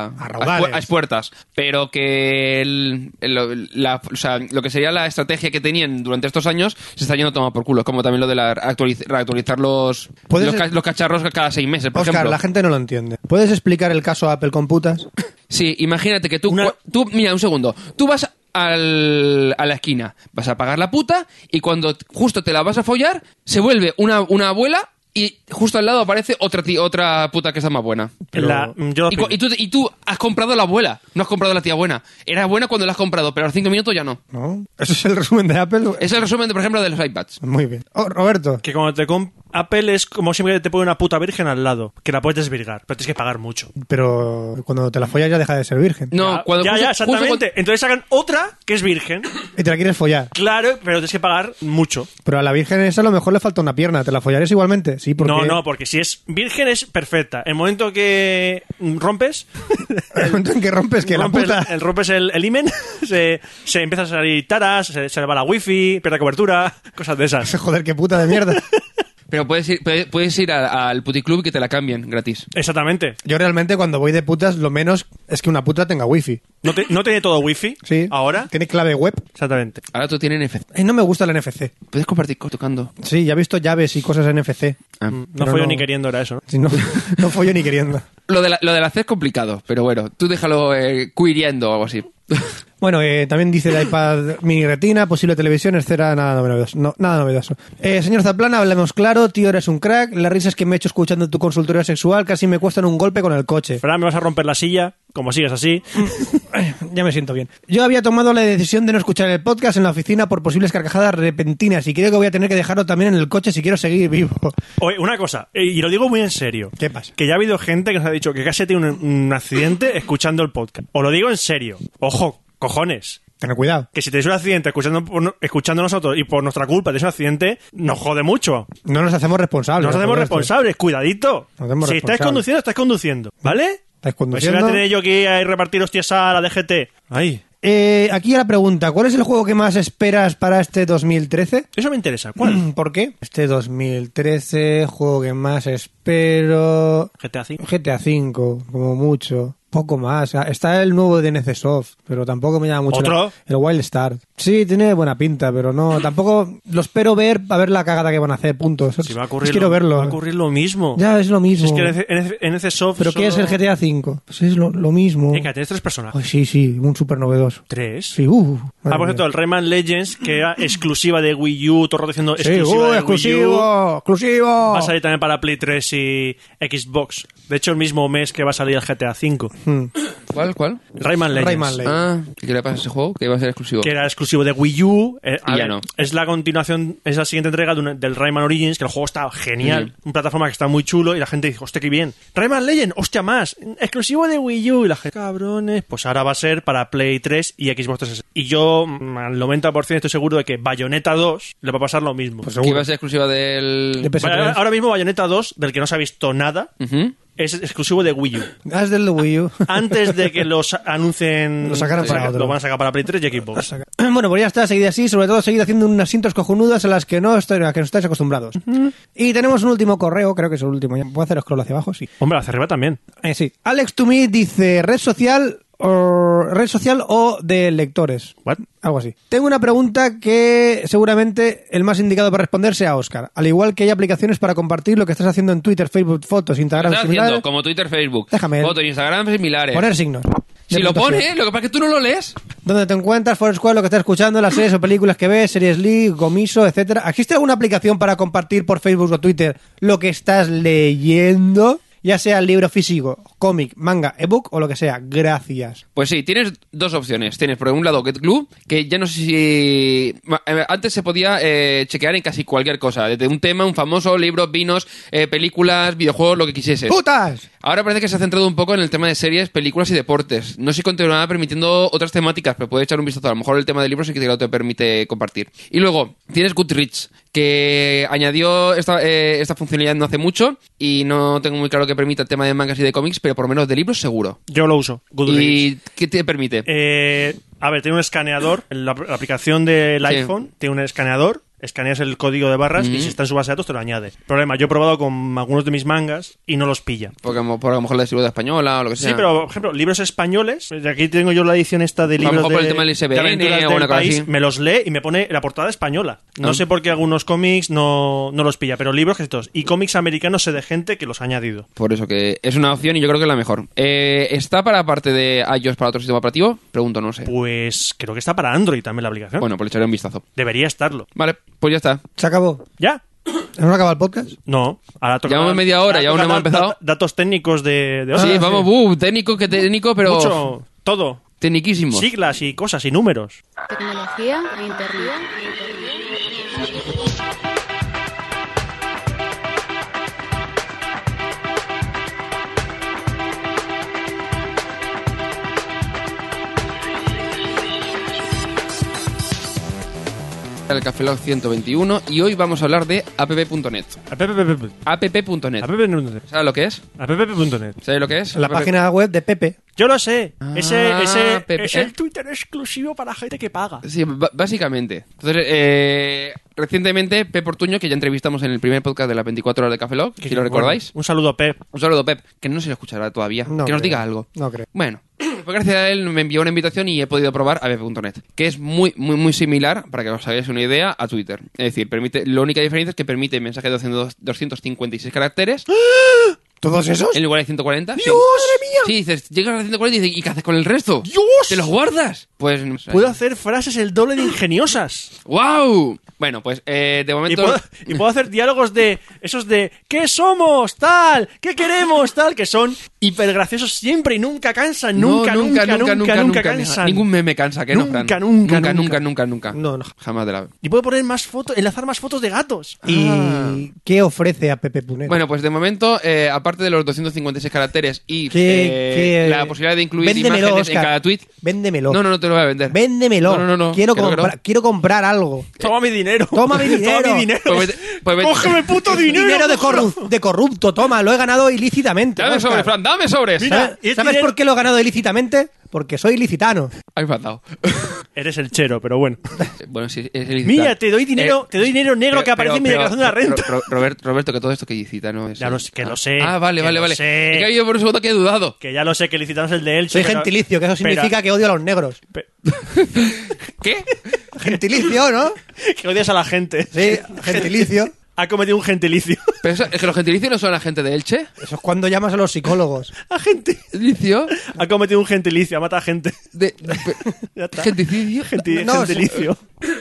a,
raudales.
espu- a espuertas, pero que el- el- lo- la- o sea, lo que sería la estrategia que tenían durante estos años se está yendo a tomar por culo, como también lo de la, actualiz- actualizar los,
¿Puedes
los,
es-
ca- los cacharros cada seis meses, por
Oscar,
ejemplo.
la gente no lo entiende. ¿Puedes explicar el caso Apple con putas?
Sí, imagínate que tú,
Una-
cua- tú, mira, un segundo, tú vas al, a la esquina, vas a pagar la puta y cuando t- justo te la vas a follar, se vuelve una, una abuela y justo al lado aparece otra, ti- otra puta que está más buena.
Pero-
La- yo
Y, cu- y tú, y tú has comprado la abuela, no has comprado la tía buena. Era buena cuando la has comprado, pero a los cinco minutos ya no.
¿No? ¿Eso es el resumen de Apple?
Es el resumen, de, por ejemplo, de los iPads.
Muy bien. Oh, Roberto.
que cuando te comp Apple es como siempre que te pone una puta virgen al lado, que la puedes desvirgar, pero tienes que pagar mucho.
Pero cuando te la follas ya deja de ser virgen.
No,
ya,
cuando
ya,
justo-
ya,
justo cuando-
exactamente. Entonces sacan otra que es virgen,
Y te la quieres follar.
claro, pero tienes que pagar mucho.
Pero a la virgen esa a lo mejor le falta una pierna. ¿Te la follarías igualmente? Sí, porque...
No, no, porque si es virgen es perfecta. El momento que rompes,
El momento en que rompes que
rompes,
la puta...
el, rompes el, el imen, se, se empieza a salir taras, se, se le va la wifi, pierde cobertura, cosas de esas.
Joder, qué puta de mierda.
Pero puedes ir, puedes, puedes ir a- al puticlub y que te la cambien gratis.
Exactamente.
Yo realmente cuando voy de putas lo menos es que una puta tenga wifi.
No, te- no tiene todo wifi
Sí.
ahora.
Tiene clave web.
Exactamente.
Ahora tú tienes NFC.
Eh, no me gusta el NFC.
Puedes compartir co- tocando.
Sí, ya he visto llaves y cosas NFC.
Ah.
No
Pero
fue yo
no-
ni queriendo era eso, ¿no?
Sí, no, no follo ni queriendo.
Lo de, la, lo de la C es complicado, pero bueno, tú déjalo eh, cuiriendo o algo así.
Bueno, eh, también dice el iPad mini retina, posible televisión, etcétera, nada novedoso. No, nada novedoso. Eh, señor Zaplana, hablemos claro, tío, eres un crack. Las risas que me he hecho escuchando tu consultorio sexual casi me cuestan un golpe con el coche.
Fran, me vas a romper la silla, como sigues así.
ya me siento bien. Yo había tomado la decisión de no escuchar el podcast en la oficina por posibles carcajadas repentinas y creo que voy a tener que dejarlo también en el coche si quiero seguir vivo.
Oye, una cosa, eh, y lo digo muy en serio.
¿Qué pasa?
Que ya ha habido gente que nos ha dicho que casi tiene un, un accidente escuchando el podcast. Os lo digo en serio. Ojo, cojones.
Ten cuidado.
Que si tenéis un accidente escuchando, por no- escuchando nosotros y por nuestra culpa tenéis un accidente, nos jode mucho.
No nos hacemos responsables.
Nos hacemos
por esto.
responsables, cuidadito.
Nos hacemos
si estáis
responsables.
conduciendo, estáis conduciendo, ¿vale?
Estáis
Pues si voy a
conduciendo.
tener yo que ir a repartir hostias a la DGT. Ay,
Eh, aquí la pregunta, ¿cuál es el juego que más esperas para este 2013?
eso me interesa. ¿Cuál?
¿Por qué? Este 2013, juego que más espero...
GTA V.
GTA V, como mucho. Poco más. Ah, Está el nuevo de NCSoft, pero tampoco me llama mucho.
¿Otro?
la- el Wild Star. Sí, tiene buena pinta, pero no... Tampoco... Lo espero ver, a ver la cagada que van a hacer, punto.
Si va a ocurrir,
Es quiero
lo,
verlo.
va a ocurrir lo mismo.
Ya, es lo
Si
mismo.
es que en NC NCSoft
¿Pero qué es el
solo-
GTA V? Pues es lo, lo mismo.
Venga, tienes tres personajes.
Ay, sí, sí, un súper novedoso.
¿Tres?
Sí, uh,
Ah,
madre
por cierto,
mía.
el Rayman Legends, que era exclusiva de Wii U, todo el rato diciendo
Sí,
exclusiva
uh,
de Wii U.
exclusivo, exclusivo.
Va a salir también para Play 3 y Xbox. De hecho, el mismo mes que va a salir el GTA V.
Hmm.
¿Cuál? ¿Cuál?
Rayman Legends.
Rayman Legends.
Ah, ¿y ¿qué le pasa a ese juego? Que va a ser exclusivo.
Que era exclusivo de Wii U. Eh,
Y
a
ya
ver,
no.
Es la continuación, es la siguiente entrega de una- del Rayman Origins, que el juego está genial. Una plataforma que está muy chulo y la gente dice, hostia, qué bien. Rayman Legends, hostia más. Exclusivo de Wii U. Y la gente, cabrones. Pues ahora va a ser para Play 3 y Xbox 360. Y yo, mm, al 90% estoy seguro de que Bayonetta 2 le va a pasar lo mismo.
Pues
Que
seguro.
va a ser exclusiva del...
De PS3.
Vale, ahora- ahora mismo Bayonetta 2, del que no se ha visto nada,
Ujú.
es exclusivo de Wii U.
Ah, es del de Wii U.
Antes de que los anuncien,
Lo sacaran para otro.
lo van a sacar para Play 3 y Xbox.
bueno, pues ya está, seguid así, sobre todo seguid haciendo unas cintas cojonudas a las que no, estoy, a las que no estáis acostumbrados. Y tenemos un último correo, creo que es el último. ya. ¿Puedo hacer scroll hacia abajo? Sí.
Hombre, hacia arriba también.
Eh, sí. Alex Tumi dice red social o red social o de lectores.
What?
Algo así. Tengo una pregunta que seguramente el más indicado para responder sea Oscar. Al igual que hay aplicaciones para compartir lo que estás haciendo en Twitter, Facebook, fotos, Instagram,
Estás
similares.
haciendo como Twitter, Facebook,
Déjame.
foto y Instagram similares.
Poner signos.
si
De
lo
puntuación.
pone, lo que pasa es que tú no lo lees.
Donde te encuentras, Foursquare, lo que estás escuchando, las series o películas que ves, series League, Gomiso, etcétera. ¿Existe alguna aplicación para compartir por Facebook o Twitter lo que estás leyendo? Ya sea libro físico, cómic, manga, ebook o lo que sea. Gracias.
Pues sí, tienes dos opciones. Tienes por un lado GetGlue, que ya no sé si... ma- eh, Antes se podía eh, chequear en casi cualquier cosa, desde un tema, un famoso, libros, vinos, eh, películas, videojuegos, lo que quisieses.
¡Putas!
Ahora parece que se ha centrado un poco en el tema de series, películas y deportes. No sé si continuará permitiendo otras temáticas, pero puede echar un vistazo. A lo mejor el tema de libros sí que te lo te permite compartir. Y luego, tienes Goodreads, que añadió esta, eh, esta funcionalidad no hace mucho y no tengo muy claro que permita el tema de mangas y de cómics, pero por lo menos de libros seguro.
Yo lo uso. Goodreads.
¿Y qué te permite?
Eh, a ver, tiene un escaneador. La, la aplicación del
Sí.
iPhone tiene un escaneador. Escaneas el código de barras y si está en su base de datos te lo añade. Problema, yo he probado con algunos de mis mangas y no los pilla.
Porque a lo por a lo mejor la distribuidora española o lo que
Sí,
sea.
pero por ejemplo, libros españoles, de aquí tengo yo la edición esta de
lo
libros
mejor
de,
por el tema del ISBN
de aventuras
o
del
una cosa
país,
así.
me los lee y me pone la portada española. No
Ah.
sé por qué algunos cómics no, no los pilla, pero libros que estos y cómics americanos sé de gente que los ha añadido.
Por eso que es una opción y yo creo que es la mejor. Eh, ¿Está para parte de iOS para otro sistema operativo? Pregunto, no sé.
Pues creo que está para Android también la aplicación.
Bueno, pues le echaré un vistazo.
Debería estarlo.
Vale, pues ya está.
Se acabó.
¿Ya?
¿Hemos acabado el podcast?
No, ahora toca.
Llevamos media hora
ahora
y aún
toca
no hemos
dar-
empezado.
da- datos técnicos de,
Ah,
de
sí,
Oculus.
vamos, buh, técnico que técnico, pero
Mucho, todo.
tecniquísimo.
Siglas y cosas y números.
Tecnología e internet.
El Café Lock 121 y hoy vamos a hablar de app.net.
app.net.
app.net. ¿Sabes lo que es?
app.net.
¿Sabes lo que es?
La
App.
página web de Pepe.
Yo lo sé. Ese,
Ah,
ese
Pepe.
es el Twitter exclusivo para gente que paga.
Sí, b- básicamente. Entonces, eh, recientemente Pep Portuño, que ya entrevistamos en el primer podcast de las 24 horas de Café Lock, si lo recordáis.
Un saludo, Pep.
Un saludo, Pep, que no se lo escuchará todavía.
No
que nos
creo.
diga algo.
No creo.
Bueno, pues gracias a él me envió una invitación y he podido probar app.net, que es muy, muy, muy similar, para que os hagáis una idea, a Twitter. Es decir, permite, la única diferencia es que permite mensajes de 200 256 caracteres
¡Ah!
¿Todos esos?
en lugar de 140. ¡Dios!
¡Madre
Sí, dices, llegas a 140 y dices, ¿y qué haces con el resto?
¡Dios!
¿Te los guardas? Pues...
Puedo hacer frases el doble de ingeniosas.
¡Wow! Bueno, pues eh, de
Y
momento...
puedo, y puedo hacer diálogos de esos de ¿qué somos? Tal, ¿qué queremos? Tal, que son hipergraciosos siempre y nunca cansan.
No,
Nunca, nunca, nunca, nunca, nunca, cansan.
Ningún meme cansa, que no,
Nunca,
Fran?
nunca,
nunca,
nunca.
nunca, nunca, nunca.
No, no.
Jamás de la...
Y puedo poner más fotos, enlazar más fotos de gatos.
¿Y
Ah.
qué ofrece a Pepe Punet?
Bueno, pues de momento, eh, aparte de los 256 caracteres y
¿Qué-
eh,
qué-
la posibilidad de incluir
Véndemelo,
imágenes en
Oscar.
cada tweet.
Véndemelo.
No, no, no te lo voy a vender.
Véndemelo.
No, no, no.
Quiero,
que no, que no.
compra- quiero comprar algo.
Toma mi dinero.
Toma mi dinero.
Toma mi dinero.
Pues vete- pues vete-
Cógeme puto dinero.
Dinero de,
cojo.
corru- de corrupto, toma, lo he ganado ilícitamente.
Dame
Óscar.
sobres, Fran, dame sobres.
Mira.
¿Sabes,
y este
sabes
dinero-
por qué lo he ganado ilícitamente? Porque soy ilicitano.
Ay, me has dado.
Eres el chero, pero bueno.
bueno, sí, es ilícita.
Mira, te doy dinero,
Eh,
te doy dinero negro
pero-
que aparece en mi
pero-
declaración de la
pero-
renta.
Ro- Ro- Robert- Roberto, que todo esto que ilícita no es.
Ya lo sé, que
ah,
lo sé,
Ah, vale,
que
vale,
lo
vale.
sé.
Es que yo por un segundo que he dudado.
Que ya lo sé, que licitano es el de él.
Soy gentilicio, que eso significa que odio a los negros.
¿Qué?
Gentilicio, ¿no?
que odias a la gente.
Sí, gentilicio.
Ha cometido un gentilicio.
Pero eso- es que los gentilicios no son la gente de Elche.
Eso es cuando llamas a los psicólogos.
A gente.
Licio.
Ha cometido un gentilicio, ha matado a gente.
De,
Ya está.
Gentilicio. Eh,
Genti-
No,
gentilicio.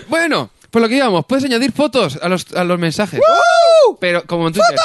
Bueno, por lo que íbamos, puedes añadir fotos a los, a los mensajes. Pero como en Twitter.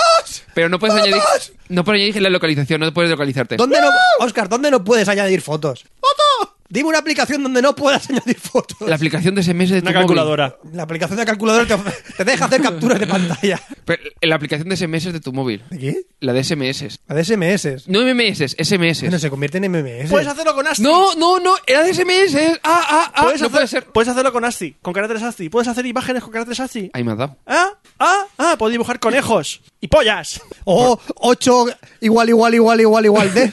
Pero no puedes añadir no puedes añadir la localización, no puedes localizarte.
¿Dónde no, Oscar, ¿dónde no puedes añadir fotos? ¡Foto! Dime una aplicación donde no puedas añadir fotos.
La
La,
aplicación de SMS de tu
Una
este móvil.
calculadora.
aplicación de calculadora te, of- te deja hacer capturas de pantalla.
Pero eh, la aplicación de SMS de tu móvil.
¿De qué?
La de SMS.
La de SMS.
No MMS, SMS.
Bueno, se convierte en MMS.
Puedes hacerlo con ASCII.
No, no, no, era de SMS. Ah, ah, ah,
puedes,
no
hacer-
puede ser.
puedes hacerlo con ASCII, con caracteres ASCII. Puedes hacer imágenes con caracteres ASCII.
Ahí me has dado.
Ah, ah, ah, puedo dibujar conejos y pollas.
O 8 igual, igual, igual, igual, igual de.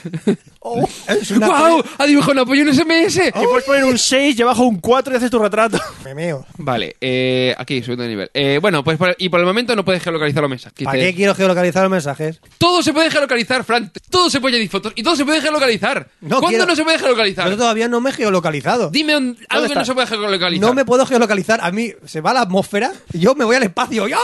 Oh, es una
¡Wow!
cosa-
Ha dibujado un apoyo en SMS.
Oh.
Y puedes poner un 6 y abajo un 4 y haces tu retrato.
Me meo.
Vale, eh, aquí, subiendo de nivel. Eh, bueno, pues por- y por el momento no puedes geolocalizar los mensajes.
¿Para
Dices,
qué quiero geolocalizar los mensajes?
Todo se puede geolocalizar, Fran. Todo se puede añadir fotos y todo se puede geolocalizar.
No
¿Cuándo
quiero-
no se puede geolocalizar?
Yo todavía no me he geolocalizado.
Dime un- algo que
está?
no se puede geolocalizar.
No me puedo geolocalizar. A mí se va la atmósfera y yo me voy al espacio. ¡Ya!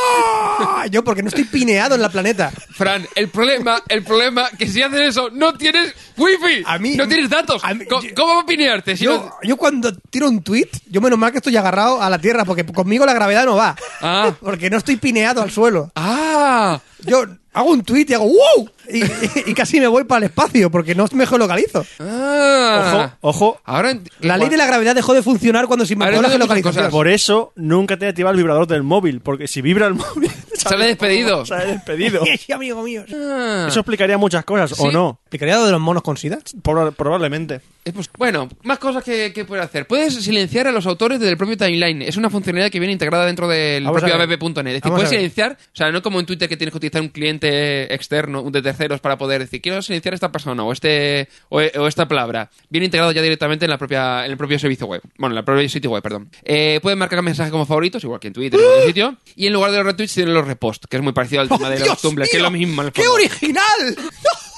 Yo porque no estoy pineado en la planeta.
Fran, el problema, el problema que si haces eso no tienes wifi,
A mí-
no tienes datos.
a mí-
Co-
yo-
¿Cómo va a pinearte? Si
Yo,
no-
yo cuando tiro un tweet, yo menos mal que estoy agarrado a la tierra porque conmigo la gravedad no va.
Ah.
Porque no estoy pineado al suelo.
Ah,
Yo hago un tweet y hago ¡wow! Y, y- y casi me voy para el espacio porque no me geolocalizo.
ah.
Ojo, ojo.
Ahora ent-
La ley de la gravedad dejó de funcionar cuando se inventó
Ahora
la
entiendo muchas
geolocalización.
cosas.
Por eso nunca te activa el vibrador del móvil, porque si vibra el móvil.
Sale despedido.
Sale despedido.
Sí, amigo mío.
Ah.
Eso explicaría muchas cosas,
Sí.
¿o no?
¿Explicaría lo de los monos con sida?
Por- probablemente.
Eh, pues, bueno, más cosas que, que puedes hacer. Puedes silenciar a los autores del propio timeline. Es una funcionalidad que viene integrada dentro del
Vamos
propio
a ver.
app.net. Es decir,
Vamos
puedes
a ver.
silenciar, o sea, no como en Twitter que tienes que utilizar un cliente externo, un de terceros, para poder decir, quiero silenciar a esta persona o este o, o esta palabra. Viene integrado ya directamente en la propia en el propio servicio web. Bueno, en el propio sitio web, perdón. Eh, puedes marcar mensajes como favoritos, igual que en Twitter, en cualquier sitio. Y en lugar de los retweets, tienen los reposts, que es muy parecido al tema de los
¡Oh, Dios
Tumblr, que es
mío!
lo mismo. en el
¡Qué
fondo.
original! No,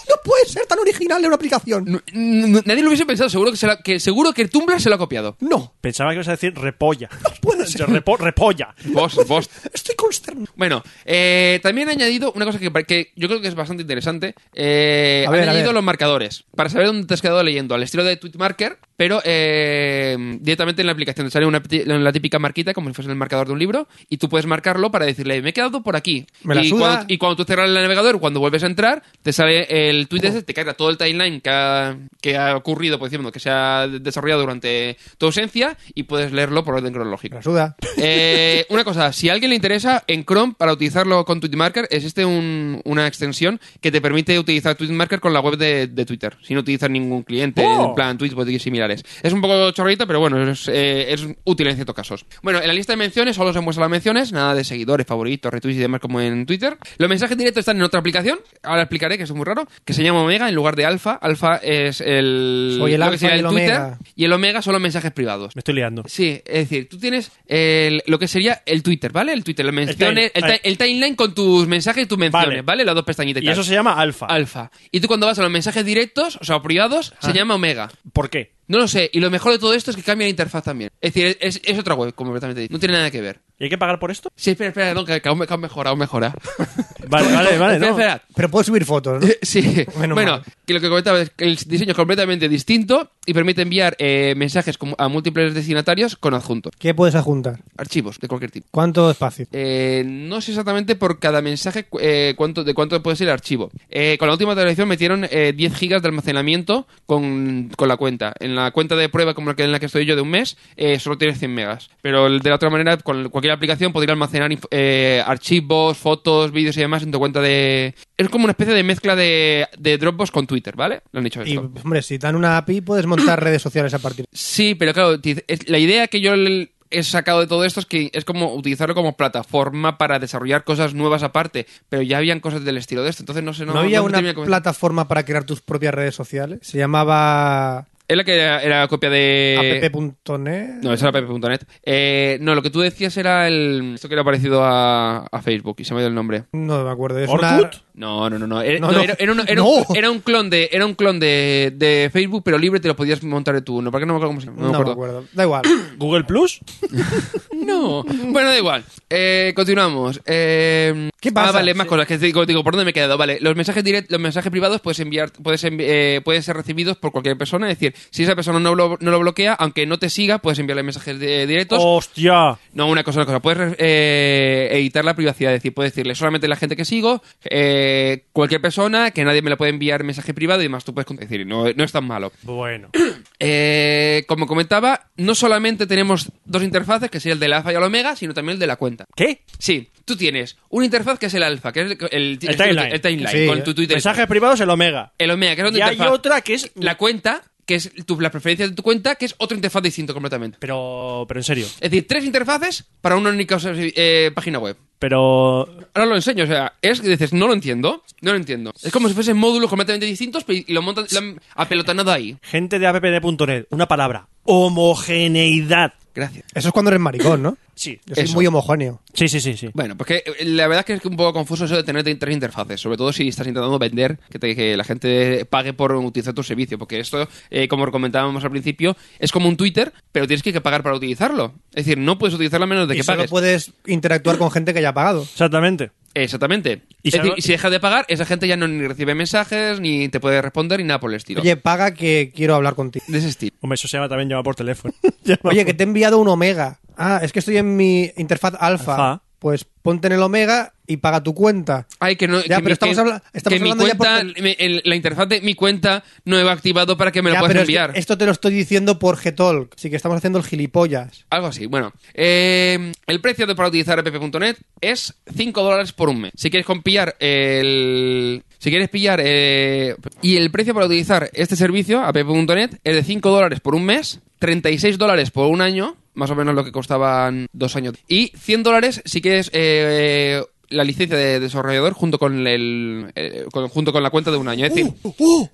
no puede ser tan original en una aplicación.
N- n- Nadie lo hubiese pensado, seguro que, se la- que seguro que Tumblr se lo ha copiado.
No,
Pensaba que ibas a decir repolla.
puede ser.
Repo- repolla.
Vos, vos.
estoy consternado.
Bueno, eh, también he añadido una cosa que, pare- que yo creo que es bastante interesante. Eh,
A
han
ver, a
añadido
ver.
los marcadores para saber dónde te has quedado leyendo, al estilo de Tweetmarker, pero eh, directamente en la aplicación. Te sale una, pti- la típica marquita como si fuese el marcador de un libro y tú puedes marcarlo para decirle, me he quedado por aquí.
Me la
y,
suda.
Cuando, y cuando tú cerras el navegador, cuando vuelves a entrar, te sale el tweet ese, te carga todo el timeline que ha, que ha ocurrido, por decirlo, que se ha desarrollado durante tu ausencia y puedes leerlo por orden cronológico.
Me la suda.
Eh, una cosa, si a alguien le interesa, en Chrome, para utilizarlo con Tweetmarker, existe un- una extensión que te permite utilizar Tweetmarker con la web de, de Twitter, sin utilizar ningún cliente,
¡Oh!
en plan tweets y similares. Es un poco chorrita, pero bueno, es, eh, es útil en ciertos casos. Bueno, en la lista de menciones solo se muestran las menciones, nada de seguidores, favoritos, retweets y demás como en Twitter. Los mensajes directos están en otra aplicación, ahora explicaré que eso es muy raro, que se llama Omega en lugar de Alfa. Alfa es el,
Soy el
lo que
alfa
sería
y
el
el
Twitter
omega.
y el Omega son los mensajes privados.
Me estoy liando.
Sí, es decir, tú tienes el- lo que sería el Twitter, ¿vale? El Twitter, las menciones- el,
time-
ti- el timeline con tus mensajes y tus menciones,
Vale.
¿vale? Las dos pestañitas. y
Y
tal.
eso se llama alfa.
alfa. Y tú cuando vas a los mensajes directos, o sea, privados, se llama omega.
¿Por qué?
No lo sé. Y lo mejor de todo esto es que cambia la interfaz también. Es decir, es, es otra web completamente distinta. No tiene nada que ver.
¿Y hay que pagar por esto?
Sí, espera, espera, no, que, que aún, que aún mejora, aún mejora.
Vale, vale, vale.
espera,
no.
espera.
Pero puedo subir fotos, ¿no?
Eh, Sí,
Menos
bueno,
mal.
que lo que comentaba es que el diseño es completamente distinto y permite enviar eh, mensajes como- a múltiples destinatarios con adjuntos,
¿Qué puedes adjuntar?
archivos de cualquier tipo.
¿Cuánto espacio?
Eh, no sé exactamente por cada mensaje cu- eh, cuánto, de cuánto puede ser el archivo. Eh, con la última actualización metieron eh, 10 gigas de almacenamiento con, con la cuenta. En la cuenta de prueba como la que, en la que estoy yo de un mes, eh, solo tiene 100 megas. Pero el- de la otra manera, con cualquier aplicación podría almacenar inf- eh, archivos, fotos, vídeos y demás en tu cuenta de... Es como una especie de mezcla de, de Dropbox con Twitter, ¿vale? Lo han dicho
Y,
esto.
hombre, si dan una API, puedes montar redes sociales a partir.
Sí, pero claro, ti- es- la idea que yo l- he sacado de todo esto es que es como utilizarlo como plataforma para desarrollar cosas nuevas aparte, pero ya habían cosas del estilo de esto, entonces no sé, no,
¿No, había
no me
una
termina de convencer.
plataforma para crear tus propias redes sociales? Se llamaba
Es la que era, era copia de...
app.net.
Eh. No, esa era app.net. Eh, no, lo que tú decías era el... Esto que era parecido a, a Facebook y se me dio el nombre.
No me acuerdo. Es una-
¿Orkut?
No, no, no, no. Era,
No,
no,
no.
era- era un, era un-
No.
era un clon de, era un clon de, de Facebook, pero libre te lo podías montar tú. No, ¿para qué no me acuerdo cómo se llama?
No, me acuerdo. Da igual.
¿Google Plus?
No. Bueno, da igual. Eh, continuamos. Eh,
¿Qué pasa?
Ah, vale, más
Sí.
cosas. Que digo, digo, ¿por dónde me he quedado? Vale, los mensajes direct, los mensajes privados puedes enviar, puedes envi- eh, pueden ser recibidos por cualquier persona. Es decir, si esa persona no lo, no lo bloquea, aunque no te siga, puedes enviarle mensajes eh, directos.
Oh.
¡Hostia!
No, una cosa, una cosa. Puedes eh, editar la privacidad, es decir, puedes decirle solamente la gente que sigo, eh, cualquier persona, que nadie me la puede enviar mensaje privado y demás. Tú puedes con- es decir, no, no es tan malo.
Bueno.
Eh, como comentaba, no solamente tenemos dos interfaces, que sería el del alfa y el omega, sino también el de la cuenta.
¿Qué?
Sí, tú tienes una interfaz que es el alfa, que es el, el-
El timeline.
el timeline,
Sí,
con tu Twitter.
Mensajes privados el Omega.
El omega, que es otra
Y hay
interfaz.
otra que es...
La cuenta, que es tu- las preferencias de tu cuenta, que es otra interfaz distinto completamente.
Pero, pero en serio.
Es decir, tres interfaces para una única eh, página web.
Pero...
Ahora lo enseño, o sea, es que dices, no lo entiendo, no lo entiendo. Es como si fuesen módulos completamente distintos pero- y lo montan, lo han apelotanado ahí.
Gente de appd.net. Una palabra. Homogeneidad.
Gracias.
Eso es cuando eres maricón, ¿no?
Sí.
Yo soy
Eso.
muy homogéneo.
Sí, sí, sí, sí.
Bueno, porque eh, la verdad es que es un poco confuso eso de tener tres interfaces, sobre todo si estás intentando vender, que, te- que la gente pague por utilizar tu servicio, porque esto, eh, como comentábamos al principio, es como un Twitter, pero tienes que pagar para utilizarlo. Es decir, no puedes utilizarlo a menos de
Y
que
solo
pagues.
puedes interactuar con gente que haya pagado.
Exactamente.
Exactamente.
Y
es
solo-
decir, y si dejas de pagar, esa gente ya no ni recibe mensajes, ni te puede responder, ni nada por el estilo.
Oye, paga que quiero hablar contigo.
De ese estilo.
Hombre, eso se llama también llamar por teléfono. Llama
Oye,
por-
que te he enviado un omega. Ah, es que estoy en mi interfaz alfa.
Alfa.
pues ponte en el Omega y paga tu cuenta.
Ay, que no.
Ya,
que
pero
mi-
estamos
que-
habla- estamos
que mi
hablando ya por
cuenta,
tel-
me- el- la interfaz de mi cuenta no va activado para que me lo
Ya,
puedas
pero es que
enviar.
esto te lo estoy diciendo por G-Talk, así que estamos haciendo el gilipollas.
Algo así. Bueno, eh, el precio de, para utilizar app.net es 5 dólares por un mes. Si quieres con pillar el. Si quieres pillar. eh, y el precio para utilizar este servicio, app.net, es de 5 dólares por un mes, 36 dólares por un año, más o menos lo que costaban dos años. Y 100 dólares si quieres. eh, la licencia de desarrollador junto con el, el- con- junto con la cuenta de un año. Es decir,
¡Uh! ¡Uh!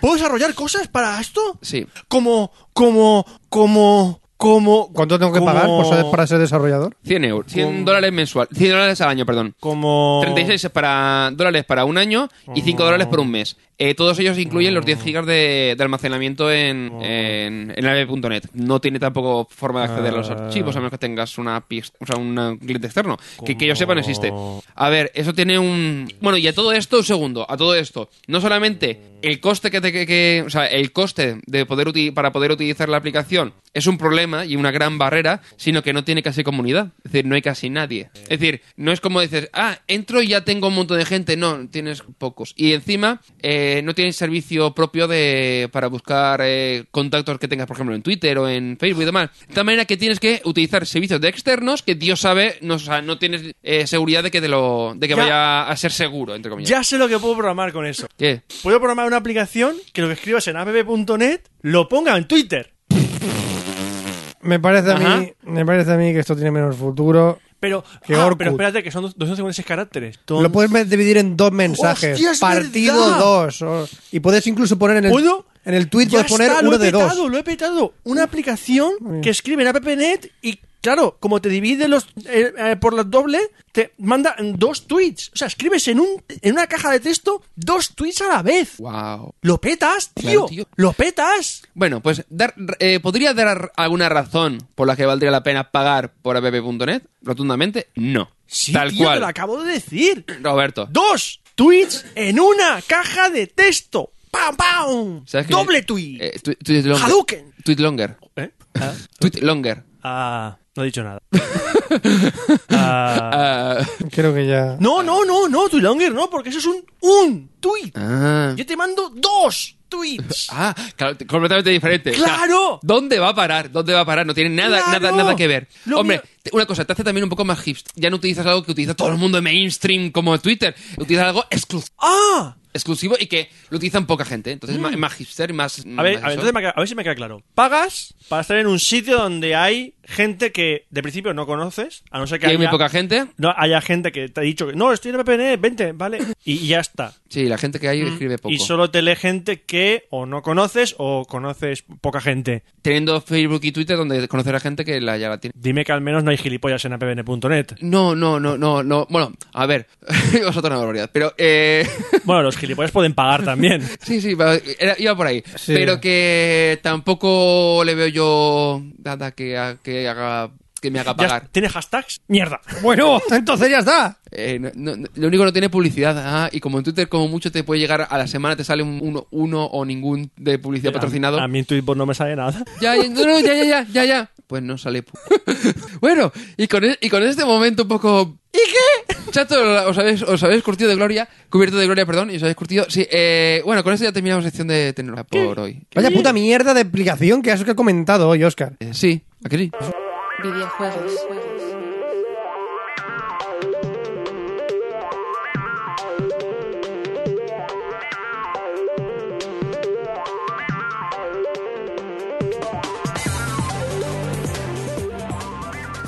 ¿Puedo desarrollar cosas para esto?
sí.
Como, como, como, como.
¿Cuánto tengo que
como-
pagar por ser, para ser desarrollador?
100 euros. 100
Como-
dólares mensual. 100 dólares al año, perdón.
Como.
36 es para, dólares para un año y 5 dólares por un mes. Eh, todos ellos incluyen los 10 gigas de, de almacenamiento en, en, en app.net. No tiene tampoco forma de acceder a los archivos a menos que tengas una pis- o sea, un cliente externo. Que, que yo sepa no existe. A ver, eso tiene un... Bueno, y a todo esto, un segundo, a todo esto. No solamente el coste que, te- que- que- o sea, el coste de poder uti- para poder utilizar la aplicación es un problema y una gran barrera, sino que no tiene casi comunidad. Es decir, no hay casi nadie. Es decir, no es como dices, ah, entro y ya tengo un montón de gente. No, tienes pocos. Y encima, eh, no tienes servicio propio de para buscar eh, contactos que tengas, por ejemplo, en Twitter o en Facebook y demás. De tal manera que tienes que utilizar servicios de externos que Dios sabe, no, o sea, no tienes eh, seguridad de que, te lo, de que
Ya.
vaya a ser seguro, entre comillas.
Ya sé lo que puedo programar con eso.
¿Qué?
Puedo programar una aplicación que lo que escribas en app.net lo ponga en Twitter.
Me parece, a
Ajá.
mí, me parece a mí que esto tiene menos futuro.
Pero,
Que
ah,
Orkut.
pero espérate, que son dos- 256 caracteres.
Lo puedes me- dividir en dos mensajes.
¡Hostia, es
partido
verdad!
2. y puedes incluso poner en el,
¿Puedo?
en el tweet
Ya
puedes poner
está,
uno
lo he
de
petado,
dos.
Lo he petado. Una aplicación que escribe en app.net y, claro, como te divide los, eh, eh, por los doble, te manda dos tweets. O sea, escribes en, un, en una caja de texto dos tweets a la vez.
Wow.
Lo petas, tío.
Claro, tío.
Lo petas.
Bueno, pues dar, eh, podría dar alguna razón por la que valdría la pena pagar por app.net. Rotundamente, no.
Sí,
Tal
tío,
cual.
te lo acabo de decir.
Roberto.
Dos tweets en una caja de texto. ¡Pam, pam!
¿sabes qué?
Doble tweet.
Eh, tu- tweet longer.
Hadouken.
Tweet longer.
¿Eh?
Tweet longer.
Ah, no he dicho nada. Ah.
Ah,
Creo que ya.
No, no, no, no, tweet longer, no, porque eso es un, un tweet.
ah.
Yo te mando dos tweets.
Ah, claro, t- completamente diferente. O sea,
¡Claro!
¿Dónde va a parar? ¿Dónde va a parar? No tiene nada,
¡Claro!
nada, nada que ver.
Lo
Hombre,
mío-
te- una cosa, te hace también un poco más hipster. Ya no utilizas algo que utiliza todo el mundo en mainstream como Twitter. Utilizas algo exclu-
¡Ah!
exclusivo y que lo utilizan poca gente.
Mm.
Entonces es más, más hipster y más.
A ver,
más
a ver,
Mm, eso.
entonces me ha quedado- a ver si me queda claro. Pagas para estar en un sitio donde hay gente que de principio no conoces, a no ser que
Y hay
haya,
muy poca gente.
no haya gente que te ha dicho que no, estoy en PPN, vente, vale, y, y ya está.
Sí, la gente que hay escribe poco.
Mm. Y solo te lee gente que o no conoces o conoces poca gente.
Teniendo Facebook y Twitter donde conocer a gente que la, ya la tiene.
Dime que al menos no hay gilipollas en appn.net.
No, no, no, no, no. Bueno, a ver, iba a soltar una barbaridad, pero eh,
Bueno, los gilipollas pueden pagar también.
sí, sí, va- era- iba por ahí.
Sí.
Pero que tampoco le veo yo nada que, ha- que haga que me haga
Ya-
pagar.
¿Tienes hashtags? Mierda.
Bueno, entonces ya está.
Eh, no- no- no- lo único que no tiene publicidad. Ah, y como en Twitter como mucho te puede llegar a la semana te sale un- uno, uno o ningún de publicidad patrocinado.
A, a mí en Tweetbot no me sale nada.
Ya, ya, no, no, ya, ya, ya, ya, ya. Pues no sale. pu- bueno, y con, e- y con este momento un poco... ¿Y qué? Chato, os habéis, os habéis curtido de gloria, cubierto de gloria, perdón, y os habéis curtido... Sí, eh, bueno, con esto ya terminamos la sección de Tenora por hoy.
Vaya puta mierda de aplicación que has que ha comentado hoy, Oscar.
Eh, sí, ¿a que sí?
videojuegos,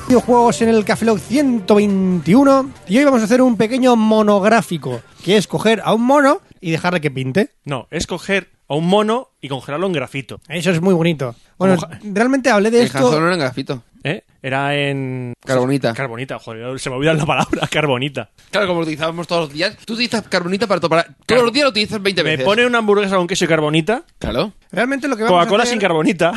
Videojuegos en el Café Lock 121. Y hoy vamos a hacer un pequeño monográfico, que es coger a un mono y dejarle que pinte.
No, es coger a un mono y congelarlo en grafito.
Eso es muy bonito. Bueno,
Como ja-
realmente hablé de
El Han
esto.
Solo era un grafito.
¿Eh? Era en.
Carbonita.
Carbonita, joder, se me olvidó la palabra, carbonita.
Claro, como lo utilizábamos todos los días. Tú utilizas carbonita para topar... Todos los días lo utilizas 20
Me
veces.
pone una hamburguesa con queso y carbonita,
Claro.
Realmente lo que vamos a
Coca-Cola
hacer-
sin carbonita.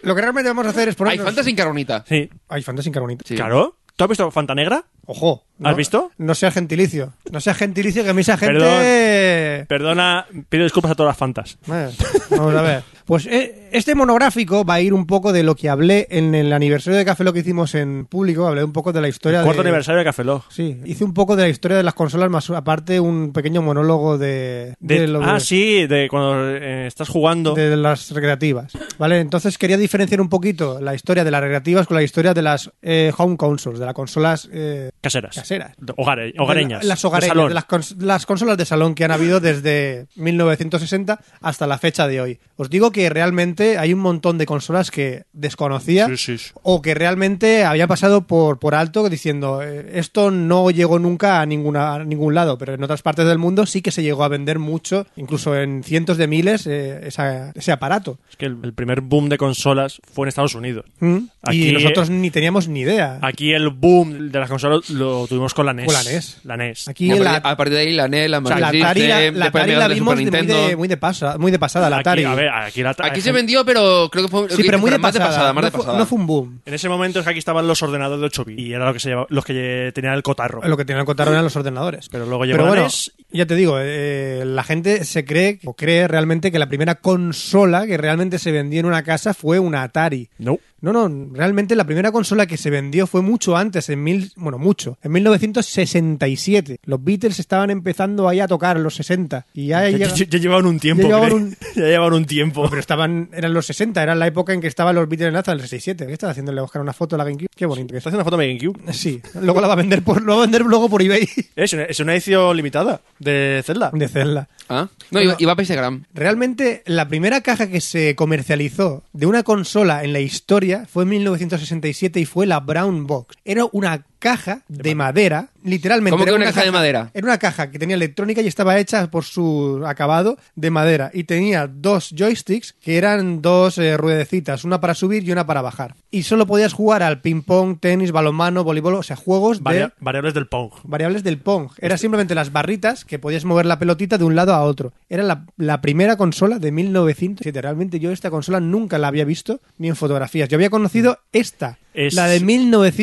Lo que realmente vamos a hacer es poner.
Hay Fanta sin carbonita.
Sí,
Hay Fanta sin carbonita.
Sí.
claro. ¿Tú has visto Fanta Negra?
Ojo.
¿Has visto?
No sea gentilicio. No sea gentilicio que a mí esa gente...
Perdona, pido disculpas a todas las fantas.
Bueno, Eh, vamos a ver. Pues eh, este monográfico va a ir un poco de lo que hablé en el aniversario de Café lo que hicimos en público. Hablé un poco de la historia
Cuarto
de...
aniversario de Café Lock.
Sí, hice un poco de la historia de las consolas, más aparte un pequeño monólogo de...
De-
de lo
ah,
de-
sí, de cuando eh, estás jugando.
de las recreativas. Vale, entonces quería diferenciar un poquito la historia de las recreativas con la historia de las eh, home consoles, de las consolas eh,
Caseras.
caseras.
De- hogare- hogareñas.
De la- las
de
hogareñas,
salón.
de las, cons- las consolas de salón que han habido desde 1960 hasta la fecha de hoy. Os digo que realmente hay un montón de consolas que desconocía
Sí, sí, sí.
o que realmente había pasado por, por alto diciendo eh, esto no llegó nunca a, ninguna, a ningún lado, pero en otras partes del mundo sí que se llegó a vender mucho, incluso en cientos de miles, eh, esa- ese aparato.
Es que el, el primer boom de consolas fue en Estados Unidos.
¿Mm?
Aquí-
y nosotros ni teníamos ni idea.
Aquí el boom de las consolas lo tuvimos con la NES.
Con la NES.
La E NES.
Aquí
Bueno,
la,
pero a partir de ahí la NES, la
o sea,
Master
la Atari la,
System,
la
después
Atari
me
la
hablas de
vimos
Super
de muy,
Nintendo.
de, muy de pasa- muy de pasada, la
Aquí-
Atari.
a ver, aquí la
Aquí se vendió, pero creo que fue,
sí, pero muy de
más
pasada.
de pasada, más
no,
de
fue,
pasada.
no fue un boom.
En ese momento es que aquí estaban los ordenadores de 8 bits y era lo que se llevaba- los que tenían el cotarro.
Lo que tenían que contar eran los ordenadores.
Pero luego llegó la E
bueno,
NES.
ya te digo, eh, la gente se cree o cree realmente que la primera consola que realmente se vendió en una casa fue una Atari.
No.
No, no, realmente la primera consola que se vendió fue mucho antes, en mil, bueno, mucho, en 1967. Los Beatles estaban empezando ahí a tocar los 60 y ya,
Ya,
llega-
ya- ya llevaban un tiempo.
ya llevaban
creo.
un-
Ya llevaban un tiempo.
pero estaban eran los 60, era la época en que estaban los Beatles en hasta el 67. ¿Qué estás haciéndole buscar una foto a la GameCube? Qué bonito que está.
Está haciendo una foto de GameCube.
Sí, luego la va a vender por lo va a vender luego por eBay
Eh, Es una, es una edición limitada de Zelda.
de Zelda.
Ah, No, iba, iba a Paisegram.
Eh, Realmente, la primera caja que se comercializó de una consola en la historia fue en 1967 y fue la Brown Box. Era una caja de madera, literalmente.
¿Cómo que
era
una caja de madera?
Era una caja que tenía electrónica y estaba hecha por su acabado de madera. Y tenía dos joysticks que eran dos eh, ruedecitas, una para subir y una para bajar. Y solo podías jugar al ping-pong, tenis, balonmano, voleibol, o sea, juegos de
Varia- variables del Pong.
variables del Pong. Era
Este-
simplemente las barritas que podías mover la pelotita de un lado a otro. Era la, la primera consola de 1907. Realmente yo esta consola nunca la había visto ni en fotografías. Yo había conocido esta,
Mm. Es-
la de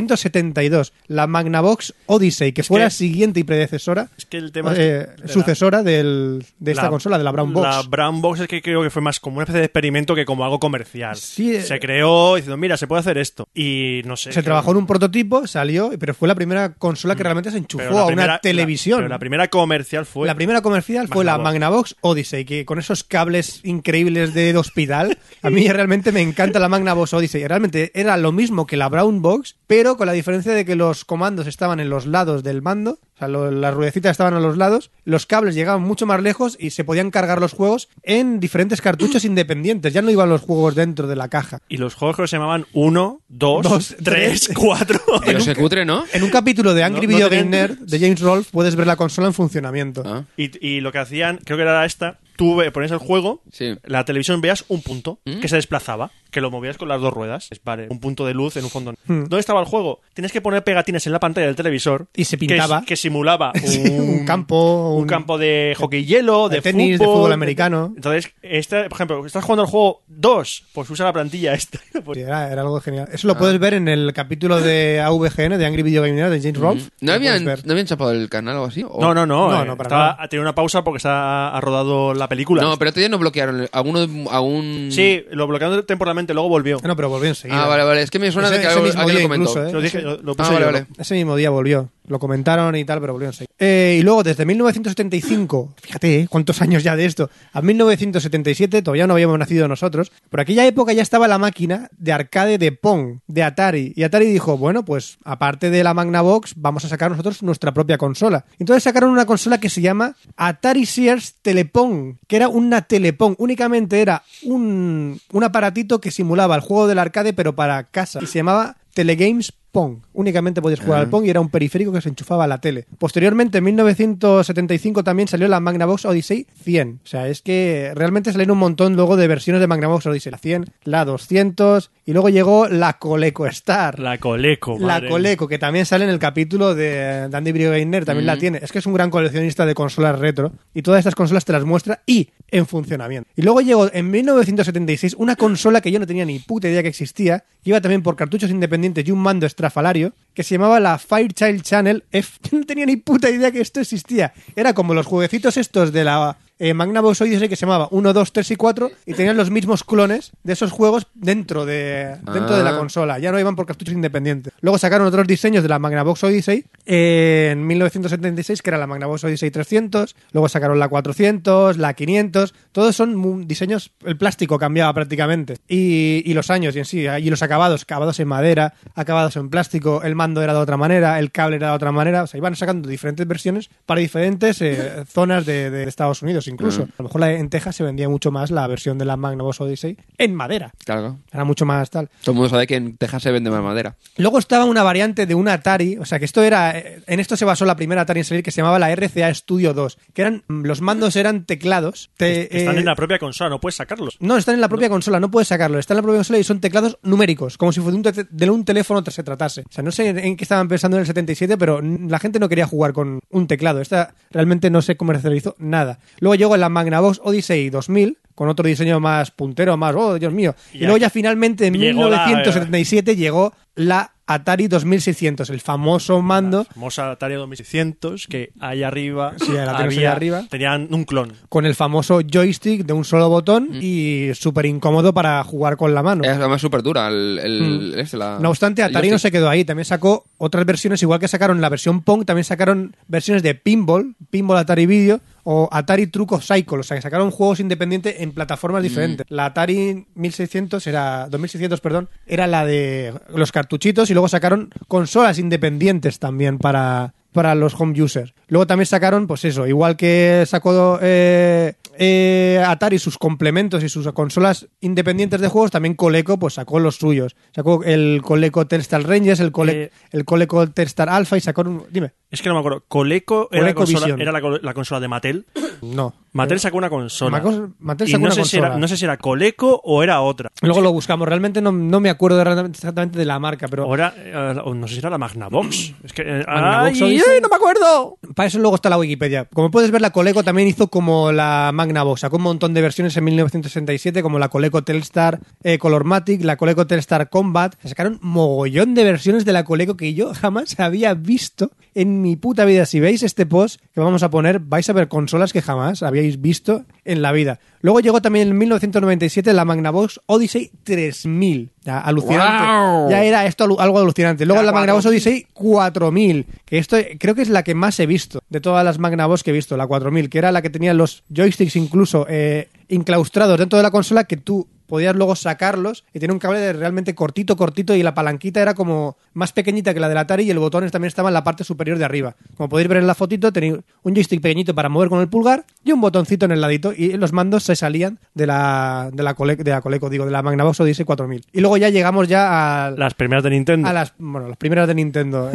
1972, la Magnavox Odyssey, que fue
que-
la siguiente y predecesora,
Es que el tema es-
eh,
de la-
sucesora del- de esta
La-
consola, de la Brown Box.
La Brown Box es que creo que fue más como una especie de experimento que como algo comercial.
Sí, eh.
Se creó diciendo, mira, se puede hacer esto. Y no sé.
Se
creo-
trabajó en un prototipo, salió, pero fue la primera consola que realmente se
Mm. pero
enchufó
la
a
primera-
una
la-
televisión.
pero la primera comercial fue.
la primera comercial fue la
Pues Magnavox.
Magnavox Odyssey, que con esos cables increíbles de hospital, a mí realmente me encanta la Magnavox Odyssey. Realmente era lo mismo que la Brown Box, pero con la diferencia de que los comandos estaban en los lados del mando, o sea, lo- las ruedecitas estaban a los lados, los cables llegaban mucho más lejos y se podían cargar los juegos en diferentes cartuchos independientes. Ya no iban los juegos dentro de la caja.
Y los juegos creo que se llamaban 1, 2,
Dos,
3,
tres.
4.
Pero se cutre, ¿no?
En un capítulo de Angry
No- no
Video Game
tenían-
Nerd de James Rolfe puedes ver la consola en funcionamiento.
Ah,
Y, y lo que hacían, creo que era esta, tú eh, ponías el juego,
Sí. ¿Mm?
la televisión veías un punto que se desplazaba, que lo movías con las dos ruedas, es, vale, un punto de luz en un fondo.
Hmm.
¿Dónde estaba el juego? Tienes que poner pegatines en la pantalla del televisor
Y se
que-
pintaba.
que, simulaba un,
Sí, un campo,
un
un-
campo de hockey hielo, de,
de tenis, de
fútbol,
fútbol americano.
Entonces, esta, por ejemplo, estás jugando al juego 2, pues usa la plantilla esta. Pues,
Sí, Era, era algo genial. Eso lo
Ah.
puedes ver en el capítulo de AVGN, de Angry Video Game Nerd, de James Rolfe.
Mm. ¿No
Lo
habían,
puedes ver.
¿No habían chapado el canal o algo así? ¿O-
No, no, no.
No,
eh,
no, para
estaba-
nada.
ha tenido una pausa porque está, ha rodado la película.
No, pero todavía no bloquearon el- alguno aún.
Sí, lo bloquearon temporalmente, luego volvió.
Ah, No, pero volvió enseguida.
Ah, vale, vale. Es que me suena
Ese-
de que
ese
algo,
mismo
alguien
día
lo comentó.
incluso, ¿eh?
Lo dije, lo, lo
Ah,
puse
vale,
yo,
vale.
¿no?
Ese mismo día volvió. Lo comentaron y tal, pero volvió enseguida. Eh, y luego, desde 1975, fíjate, ¿eh? cuántos años ya de esto, a 1977, todavía no habíamos nacido nosotros, por aquella época ya estaba la máquina de arcade de Pong, de Atari. Y Atari dijo, bueno, pues aparte de la Magnavox, vamos a sacar nosotros nuestra propia consola. Entonces sacaron una consola que se llama Atari Sears Telepong, que era una Telepong. Únicamente era un, un aparatito que simulaba el juego del arcade, pero para casa. Y se llamaba Telegames Pong. Únicamente podías jugar al Pong y era un periférico que se enchufaba a la tele. Posteriormente, en 1975 también salió la Magnavox Odyssey 100. O sea, es que realmente salieron un montón luego de versiones de Magnavox Odyssey. La 100, la 200 y luego llegó la Coleco Star.
La Coleco,
La
madre.
Coleco, que también sale en el capítulo de Dandy Gainer, también la tiene. Es que es un gran coleccionista de consolas retro y todas estas consolas te las muestra y en funcionamiento. Y luego llegó en 1976 una consola que yo no tenía ni puta idea que existía, que iba también por cartuchos independientes y un mando extra estrafalario que se llamaba la Firechild Channel F. Yo no tenía ni puta idea que esto existía. Era como los jueguecitos estos de la eh, Magnavox Odyssey que se llamaba 1, 2, 3 y 4 y tenían los mismos clones de esos juegos dentro de, dentro de la consola
Ah.
consola, ya no iban por cartuchos independientes. Luego sacaron otros diseños de la Magnavox Odyssey eh, en 1976, que era la Magnavox Odyssey 300, luego sacaron la 400, la 500, todos son mu- diseños, el plástico cambiaba prácticamente, y, y los años y en sí, y los acabados, acabados en madera, acabados en plástico, el mando era de otra manera, el cable era de otra manera, o sea, iban sacando diferentes versiones para diferentes eh, zonas de, de Estados Unidos incluso. A lo mejor la- en Texas se vendía mucho más la versión de la Magnavox Odyssey en madera.
Claro.
Era mucho más tal.
Todo el mundo sabe que en Texas se vende más madera.
Luego estaba una variante de un Atari, o sea que esto era, eh, en esto se basó la primera Atari en salir que se llamaba la RCA Studio 2, que eran mm, los mandos eran teclados. te-
Que Están
eh,
en la propia consola, no puedes sacarlos.
no, están en la propia consola, no puedes sacarlo. Están en la propia consola y son teclados numéricos, como si fuera un te- de un teléfono se tratase. O sea, no sé en- en qué estaban pensando en el 77, pero n- la gente no quería jugar con un teclado. Esta realmente no se comercializó nada. Luego llegó la Magnavox Odyssey 2000 con otro diseño más puntero, más, oh, Dios mío. Y,
Y
luego
aquí
ya finalmente en
llegó la-
1977 llegó la Atari 2600, el famoso mando
Famosa Atari 2600, que ahí arriba.
Sí, la tenemos ahí arriba.
Tenían un clon.
con el famoso joystick de un solo botón
Mm.
y súper incómodo para jugar con la mano.
Es además súper dura. El, el- este, la-
Mm. No obstante,
el
Atari no se
joystick.
quedó ahí. También sacó otras versiones, igual que sacaron la versión Pong, también sacaron versiones de Pinball, Pinball Atari Video o Atari Truco Cycle. O sea, que sacaron juegos independientes en plataformas diferentes. La Atari 1600 era, 2600, perdón, era la de los cartuchitos y luego sacaron consolas independientes también para, para los home users. Luego también sacaron, pues eso, igual que sacó eh, eh, Atari sus complementos y sus consolas independientes de juegos, también Coleco pues sacó los suyos. Sacó el Coleco Telstar Rangers, el, Cole-
Eh,
el Coleco Telstar Alpha y sacaron... un- Dime,
Es que no me acuerdo. Coleco era, la
ColecoVision.
consola, era la, col- la consola de Mattel.
no.
Mattel sacó una consola.
Macos- Mattel
Y
sacó
no
una
sé si
consola.
era- no sé si era Coleco o era otra.
Luego lo buscamos. Realmente no, no me acuerdo realmente exactamente de la marca, pero...
Ahora, eh, o no sé si era la Magnavox. Es que. eh,
Magnavox
¡ay,
Odyssey.
ay, no me acuerdo!
Para eso luego está la Wikipedia. Como puedes ver, la Coleco también hizo como la Magnavox. Sacó un montón de versiones en 1967, como la Coleco Telstar eh, Colormatic, la Coleco Telstar Combat. Se sacaron mogollón de versiones de la Coleco que yo jamás había visto en mi puta vida. Si veis este post que vamos a poner, vais a ver consolas que jamás habíais visto en la vida. Luego llegó también en 1997 la Magnavox Odyssey 3000. Ya, alucinante.
¡Guau!
Ya era esto alu- algo alucinante. Luego la Magnavox Odyssey 4000, que esto creo que es la que más he visto de todas las Magnavox que he visto, la 4000, que era la que tenía los joysticks incluso eh, inclaustrados dentro de la consola que tú podías luego sacarlos y tenía un cable de realmente cortito, cortito y la palanquita era como más pequeñita que la del Atari y el botón también estaba en la parte superior de arriba. Como podéis ver en la fotito, tenía un joystick pequeñito para mover con el pulgar y un botoncito en el ladito y los mandos se salían de la, de la, Cole- de la Coleco, digo, de la Magnavox Odyssey 4000. Y luego ya llegamos ya al
Las primeras de Nintendo.
a las, bueno, las primeras de Nintendo.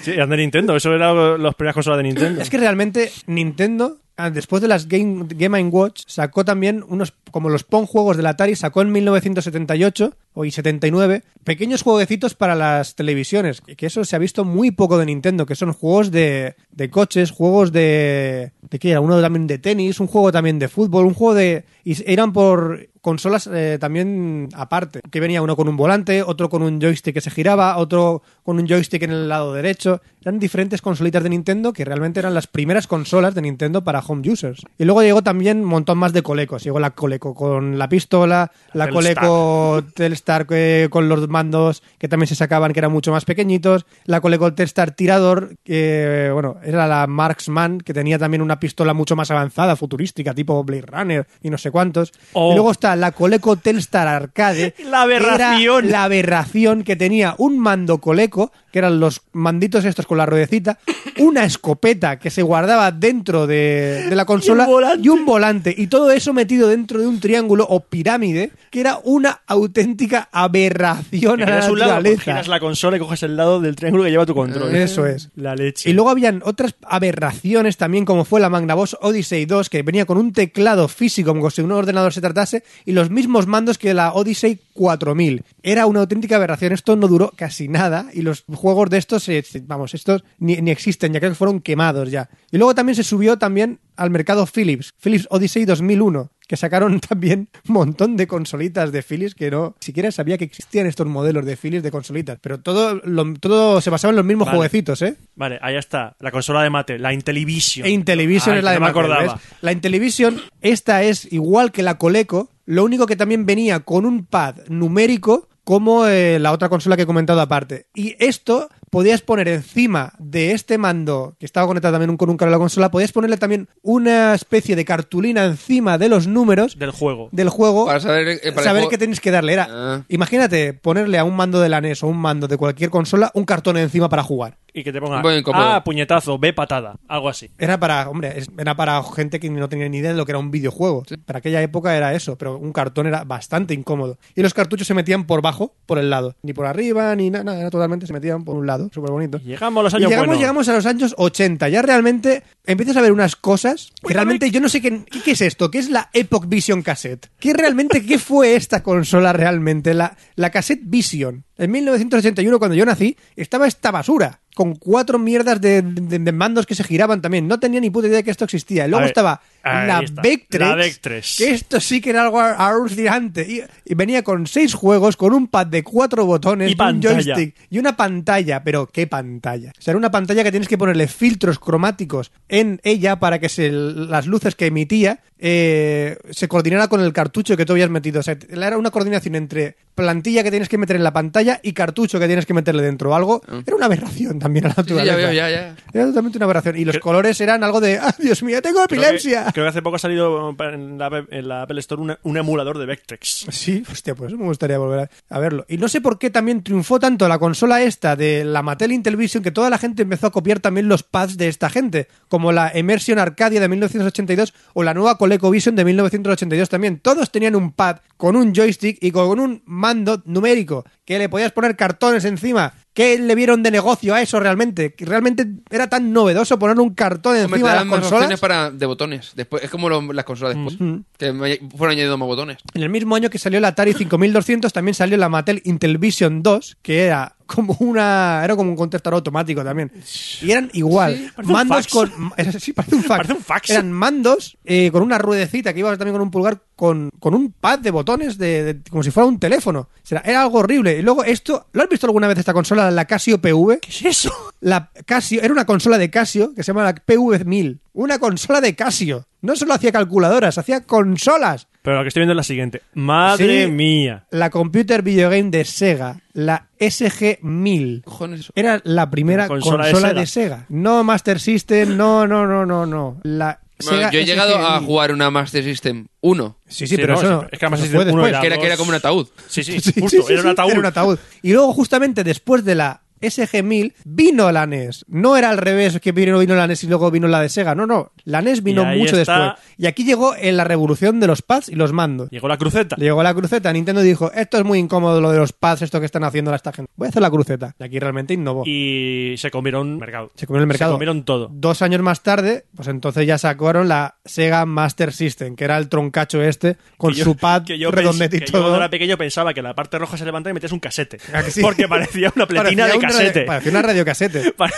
Sí, eran de Nintendo. Eso eran las primeras consolas de Nintendo.
es que realmente Nintendo, ah, después de las Game, Game and Watch, sacó también unos, como los Pong juegos del Atari, sacó en 1978 o y 79, pequeños jueguecitos para las televisiones, que que eso se ha visto muy poco de Nintendo, que son juegos de, de coches, juegos de... ¿De qué era? Uno también de tenis, un juego también de fútbol, un juego de... Y eran por consolas eh, también aparte, que venía uno con un volante, otro con un joystick que se giraba, otro con un joystick en el lado derecho. Eran diferentes consolitas de Nintendo que realmente eran las primeras consolas de Nintendo para home users. Y luego llegó también un montón más de colecos. Llegó la coleco con la pistola, la
Telstar.
coleco Telstar eh, con los mandos que también se sacaban, que eran mucho más pequeñitos, la coleco Telstar tirador, que bueno, era la Marksman, que tenía también una pistola mucho más avanzada, futurística, tipo Blade Runner y no sé cuántos.
Oh.
Y luego está la Coleco Telstar Arcade.
La aberración.
que era La aberración que tenía un mando Coleco, que eran los manditos estos con la ruedecita, una escopeta que se guardaba dentro de, de la consola
volante.
y un volante. Y todo eso metido dentro de un triángulo o pirámide, que era una auténtica aberración a la
Giras un lado, pues,
naturaleza.
giras la consola y coges el lado del triángulo que lleva tu control.
Eso es.
La leche.
Y luego habían otras aberraciones también, como fue la Magnavox Odyssey 2, que venía con un teclado físico, como si un ordenador se tratase, y los mismos mandos que la Odyssey 4000. Era una auténtica aberración. Esto no duró casi nada, y los juegos de estos, eh, vamos, estos ni, ni existen, ya creo que fueron quemados ya. Y luego también se subió también al mercado Philips, Philips Odyssey 2001, que que sacaron también un montón de consolitas de Philips que no siquiera sabía que existían estos modelos de Philips de consolitas. Pero todo, lo- todo se basaba en los mismos
Vale.
jueguecitos, ¿eh?
Vale, ahí está. La consola de mate, la Intellivision.
E Intellivision
Ay,
es la
Ah,
de
no me
Mattel,
acordaba.
¿ves? La Intellivision, esta es igual que la Coleco, lo único que también venía con un pad numérico como eh, la otra consola que he comentado aparte. Y esto podías poner encima de este mando, que estaba conectado también con un cable a la consola, podías ponerle también una especie de cartulina encima de los números
Del juego.
del juego
Para saber, eh, para el
saber
juego-
qué tienes que darle. Era,
Ah.
imagínate ponerle a un mando de la NES o un mando de cualquier consola un cartón encima para jugar.
Y que te ponga.
Un poco incómodo.
Ah, puñetazo, B patada. Algo así.
Era para, hombre, es- era para gente que no tenía ni idea de lo que era un videojuego. Para aquella época era eso, pero un cartón era bastante incómodo. Y los cartuchos se metían por bajo, por el lado. Ni por arriba, ni na- nada, era totalmente se metían por un lado. Súper bonito.
Y Llegamos a los
Y
años
llegamos,
buenos.
llegamos a los años 80. Ya realmente empiezas a ver unas cosas que realmente yo no sé qué, qué, qué es esto. ¿Qué es la Epoch Vision Cassette? ¿Qué realmente, qué fue esta consola realmente? La, la Cassette Vision. En 1981, cuando yo nací, estaba esta basura. Con cuatro mierdas de, de- de mandos que se giraban también. No tenía ni puta idea que esto existía. Y luego
ver,
estaba
ahí
la
está,
Vectrex.
la Vectrex.
que esto sí que era algo alucinante. Y, y venía con seis juegos, con un pad de cuatro botones,
Y
y un
pantalla.
joystick y una pantalla, pero ¿qué pantalla? O sea, era una pantalla que tienes que ponerle filtros cromáticos en ella para que se, las luces que emitía eh, se coordinara con el cartucho que tú habías metido. O sea, era una coordinación entre plantilla que tienes que meter en la pantalla y cartucho que tienes que meterle dentro. Algo era una aberración también a la
Ah. Sí, sí, ya
naturaleza.
veo, ya, ya.
Era totalmente una aberración. Y los colores eran algo de, ¡ah, Dios mío, tengo
Creo que-
epilepsia!
Creo que, hace poco ha salido en la, en la Apple Store una- un emulador de Vectrex.
Sí, hostia, pues me gustaría volver a, a verlo. Y no sé por qué también triunfó tanto la consola esta de la Mattel Intellivision que toda la gente empezó a copiar también los pads de esta gente, como la Immersion Arcadia de 1982 o la nueva ColecoVision de 1982 también. Todos tenían un pad con un joystick y con un mando numérico que le podías poner cartones encima. ¿Qué le vieron de negocio a eso realmente? Que Realmente era tan novedoso poner un cartón
Hombre,
encima
te
de las
dan más opciones
consolas.
para, de botones. Después, es como lo- las consolas después. Que me- fueron añadiendo más botones.
En el mismo año que salió la Atari 5200 también salió la Mattel Intellivision 2, que era como una era como un contestador automático también. Y eran igual,
un
mandos
fax.
con m- sí, parece un fax.
Parece un fax.
Eran mandos eh, con una ruedecita que iba también con un pulgar con, con un pad de botones de, de- como si fuera un teléfono. O sea, era algo horrible. Y luego esto, ¿lo has visto alguna vez esta consola la Casio PV?
¿Qué es eso?
la Casio, era una consola de Casio que se llama la PV1000, una consola de Casio. No solo hacía calculadoras, hacía consolas.
Pero lo que estoy viendo es la siguiente. Madre
Sí.
mía.
la Computer Video Game de Sega, la SG-1000.
Cojones, eso.
Era la primera
La
consola,
consola de Sega.
de, Sega. No Master System, no, no, no, no, no. La
Bueno,
Sega
yo he llegado a
SG-1000.
jugar una Master System 1.
Sí, sí, pero
no,
eso no-
Es que además
eso
es
fue
uno
después.
era
Que era, que era
dos.
como un ataúd.
Sí, sí,
Sí, sí,
justo. era un
sí,
ataúd.
era un ataúd. Y luego, justamente después de la SG-1000, vino la NES. No era al revés que vino, vino la NES y luego vino la de Sega. No, no. La NES vino
Y ahí
mucho
está-
después. Y aquí llegó en la revolución de los pads y los mandos.
Llegó la cruceta.
Le llegó la cruceta. Nintendo dijo: Esto es muy incómodo lo de los pads, esto que están haciendo a esta gente. Voy a hacer la cruceta. Y aquí realmente innovó.
Y se comieron mercado.
Se comieron el mercado.
Se comieron todo.
Dos años más tarde, pues entonces ya sacaron la Sega Master System, que era el troncacho este, con
Que yo-
su pad
que yo pens-
redondete y
que yo
todo.
cuando era pequeño pensaba que la parte roja se levantaba y metías un casete.
¿A que sí?
Porque parecía una pletina
Parecía
de
un radio-
casete.
parecía una radiocasete.
Pare-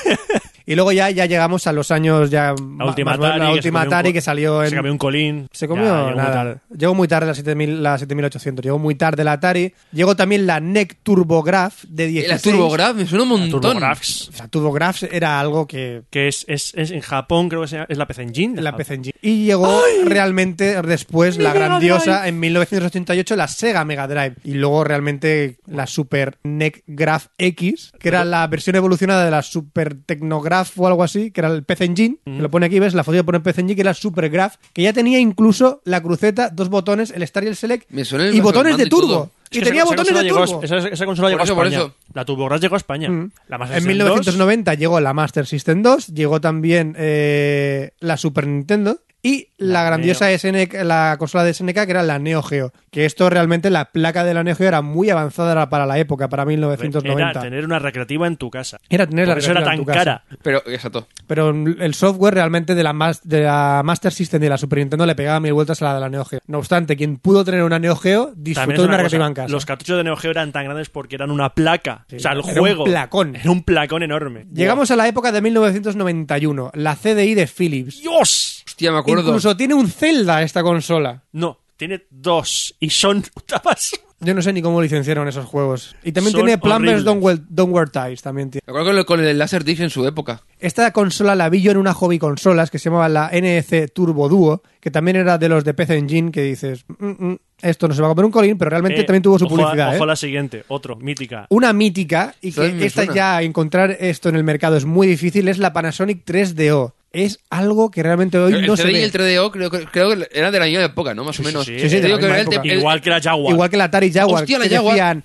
y luego ya, ya llegamos a los años ya
La
ma-
última
más modernos,
Atari,
la
que se
última
comió un
Atari
co-
que salió en
Se comió un colín.
Se
Ya, llegó
comió
muy tarde.
nada. Llegó muy tarde la, 7000, la 7800. Llegó muy tarde la Atari. Llegó también la NEC TurboGraf de 16.
La TurboGraf me suena un montón.
TurboGrafx.
O sea, TurboGraf era algo que
Que es, es, es en Japón, creo que se llama- es la PC Engine. Ah. de
la
Japón.
PC Engine. Y llegó realmente después la grandiosa en 1988 la Sega Mega Drive y luego realmente la Super NEC Graph X, que era la versión evolucionada de la Super Tecnograph o algo así, que era el PC Engine,
Mm.
que lo pone aquí, ves, la foto que pone PC Engine que era Super Graph, que ya tenía incluso la cruceta, dos botones, el Start y el Select
Me suena el
y botones
mando
de
y todo.
turbo.
Es
Y
que
tenía
esa- esa
botones de
consola llegó a-
turbo. Mm.
esa, esa consola llegó
Por eso,
a
por
España.
eso.
La TurboGrafx llegó a España. La Master
En
System
1990 llegó la Master System 2, llegó también eh, la Super Nintendo y la,
La
grandiosa SNK, la consola de SNK que era la Neo Geo. Que esto realmente, la placa de la Neo Geo era muy avanzada era para la época, para 1990.
Era tener una recreativa en tu casa.
Era tener la
Por eso era
recreativa
tan
en tu casa.
cara.
Pero, exacto.
Pero mm, el software realmente de la, Mas- de la Master System y de la Super Nintendo le pegaba mil vueltas a la de la Neo Geo. No obstante, quien pudo tener una Neo Geo
También
disfrutó
es
de una
una
recreativa
cosa,
en casa.
Los cartuchos de Neo Geo eran tan grandes porque eran una placa. o sea, el
era un
juego.
placón.
Era un placón enorme.
Llegamos a la época de 1991, la CDI de Philips.
¡Dios!
Hostia, me acuerdo.
Incluso tiene un Zelda esta consola.
No, Tiene dos y son una basura.
Yo no sé ni cómo licenciaron esos juegos. Y también
Son
tiene Plumbers
horribles.
Don't Wear, Don't Wear Ties. También tiene.
Me acuerdo con el, con el Laserdisc en su época.
Esta consola la vi yo en una hobby consolas que se llamaba la NEC Turbo Duo, que también era de los de PC Engine, que dices, "Mm, mm, esto no se va a comer un colín, pero realmente
Eh,
también tuvo su
ojo a-
publicidad.
Ojo
¿eh?
a la siguiente, otro, mítica.
Una mítica, y
Eso
que
a mí me
esta
suena.
ya encontrar esto en el mercado es muy difícil, es la Panasonic 3DO. Es algo que realmente hoy
el
no se
CD y
ve.
el 3DO creo, que- creo que era de la misma época, ¿no? Más o menos.
sí,
sí, sí, de
Te digo
la
que
misma
era el
época.
te- el-
Igual que la Jaguar.
Igual que la Atari Jaguar,
Hostia, la
que
Jaguar.
decían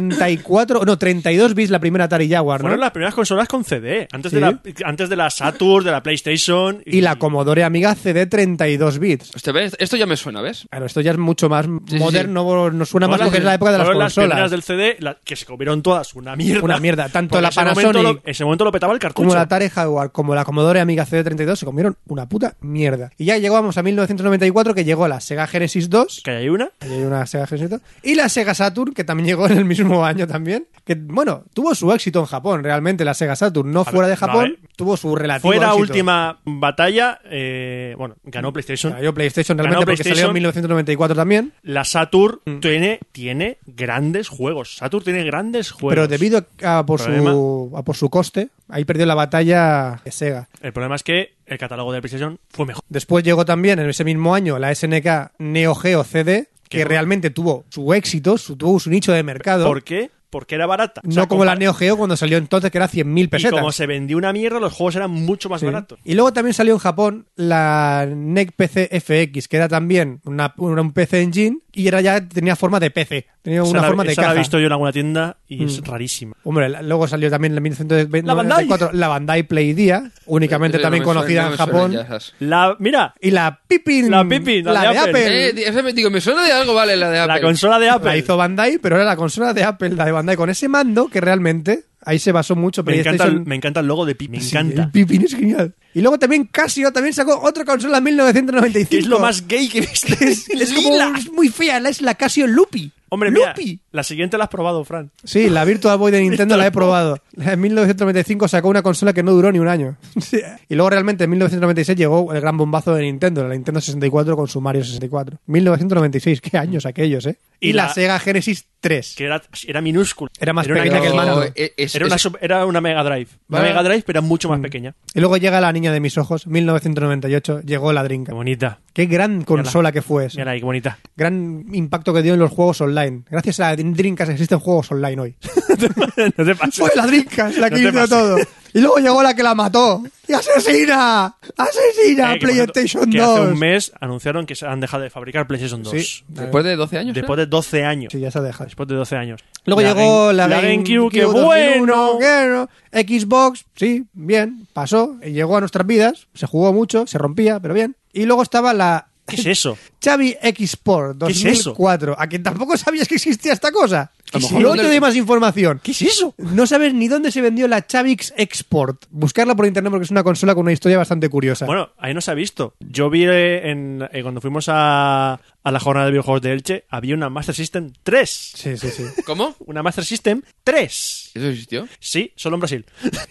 64, no, 32 bits la primera Atari Jaguar, ¿no?
Fueron las primeras consolas con CD. Antes,
Sí.
de, la, antes de la Saturn, de la PlayStation.
Y la Commodore Amiga CD 32 bits.
Hostia, ¿ves? Esto ya me suena, ¿ves?
Claro, esto ya es mucho más
sí,
moderno, nos suena más
Fueron
lo que
las-
es la época de las
fueron las
consolas.
primeras del CD, la- que se comieron todas una mierda.
Una mierda. Tanto
Porque
la
ese momento
Panasonic
lo- ese momento lo petaba el cartucho.
Como la Atari Jaguar, como la Commodore Amiga CD32 se comieron una puta mierda. Y ya llegamos a 1994 que llegó la Sega Genesis 2.
que hay una.
Ahí hay una Sega Genesis 2. Y la Sega Saturn, que también llegó en el mismo año también. Que, bueno, tuvo su éxito en Japón, realmente, la Sega Saturn. No fuera de
no,
Japón,
eh.
tuvo su relativo
Fue la
éxito.
última batalla. eh, bueno,
Mm.
ganó PlayStation.
Yo PlayStation
Ganó
realmente, porque
PlayStation.
salió en 1994 también.
La Saturn
Mm.
tiene, tiene grandes juegos. Saturn tiene grandes juegos.
Pero debido a, a por
pues,
su,
Problema.
a por su coste, ahí perdió la batalla de Sega.
El problema es que el catálogo de PlayStation fue mejor.
Después llegó también en ese mismo año la SNK Neo Geo CD, que
Qué bueno.
realmente tuvo su éxito, su, tuvo su nicho de mercado.
¿Por qué? Porque era barata. O
no
sea,
como la
compar-
Neo Geo cuando salió entonces, que era 100.000
Y
pesetas.
como se vendió una mierda, los juegos eran mucho más
Sí.
baratos.
Y luego también salió en Japón la NEC PC FX, que era también una, una- un PC Engine y era ya tenía forma de PC, tenía
Esa
una
la-
forma de
esa
caja. Mm.
la he visto yo en alguna tienda y es rarísima.
Hombre, la- luego salió también en 1994
La
la
Bandai.
Bandai, Playdia, únicamente
Eh,
también
no me
conocida
suena-
en
no me
Japón.
suena ya esas.
La, mira,
Y la Pippin.
La Pippin, la de
de
Apple.
Apple.
Eh, esa me digo, me suena de algo, vale, la de Apple.
la consola de Apple.
La hizo Bandai, pero era la consola de Apple, la de Bandai, con ese mando que realmente ahí se basó mucho.
me, encanta
PlayStation.
el, me encanta el logo de Pi. Me
Sí,
encanta.
el Pippin es genial. Y luego también Casio también sacó otra consola en 1995.
es lo más gay que viste.
Es, es como un- es muy fea, es la Casio Lupi.
Hombre, mira,
Lupi.
la siguiente la has probado, Fran.
Sí, la Virtual Boy de Nintendo la he probado. En 1995 sacó una consola que no duró ni un año. Sí. Y luego realmente en 1996 llegó el gran bombazo de Nintendo, la Nintendo 64 con su Mario 64. 1996, qué años aquellos, ¿eh? Y,
Y
la,
la-
Sega Genesis 3.
Que era, era minúscula.
Era más
una
pequeña que el
Xbox.
mando.
eh, es-
Era una,
es-
sub- era una Mega Drive. Una
Vale.
Mega Drive, pero mucho
Mm.
más pequeña.
Y luego llega la niña de mis ojos, 1998, llegó la
Qué
Dreamcast.
bonita.
Qué gran consola que fue esa.
Mira ahí, qué bonita.
Gran impacto que dio en los juegos online. Gracias a la Dreamcast existen juegos online hoy.
no te pases.
Fue la Dreamcast la que
No te
hizo
pases.
todo. Y luego llegó la que la mató. ¡Y asesina! ¡Asesina!
Eh, que, por cierto,
PlayStation
que
2.
hace un mes anunciaron que se han dejado de fabricar PlayStation 2.
Sí,
Después de 12 años. ¿eh?
Después de 12 años.
sí, ya se ha dejado.
Después de 12 años.
Luego llegó
Game-
la,
la
Game-
GameCube, qué
2001,
bueno.
qué no. Xbox, sí, bien, pasó. y Llegó a nuestras vidas, se jugó mucho, se rompía, pero bien. Y luego estaba la
¿Qué es eso?
Xavi Xport
¿Qué es eso?
2004, a quien tampoco sabías que existía esta cosa.
A lo
Y
mejor
luego
no
te
le-
doy más información.
¿Qué es eso?
No sabes ni dónde se vendió la Chavix Export. Buscarla por internet porque es una consola con una historia bastante curiosa.
Bueno, ahí no se ha visto. Yo vi eh, en, eh, cuando fuimos a, a la jornada de videojuegos de Elche, había una Master System 3.
Sí, sí, sí.
¿Cómo?
Una Master System 3.
¿Eso existió?
Sí, solo en Brasil.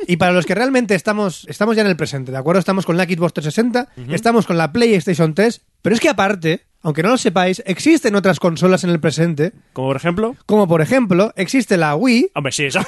Y para los que realmente estamos, estamos ya en el presente, ¿de acuerdo? Estamos con la Xbox 360, estamos con la PlayStation 3, pero es que aparte, aunque no lo sepáis, existen otras consolas en el presente,
Como por ejemplo.
como por ejemplo, existe la Wii.
Hombre, sí, esa.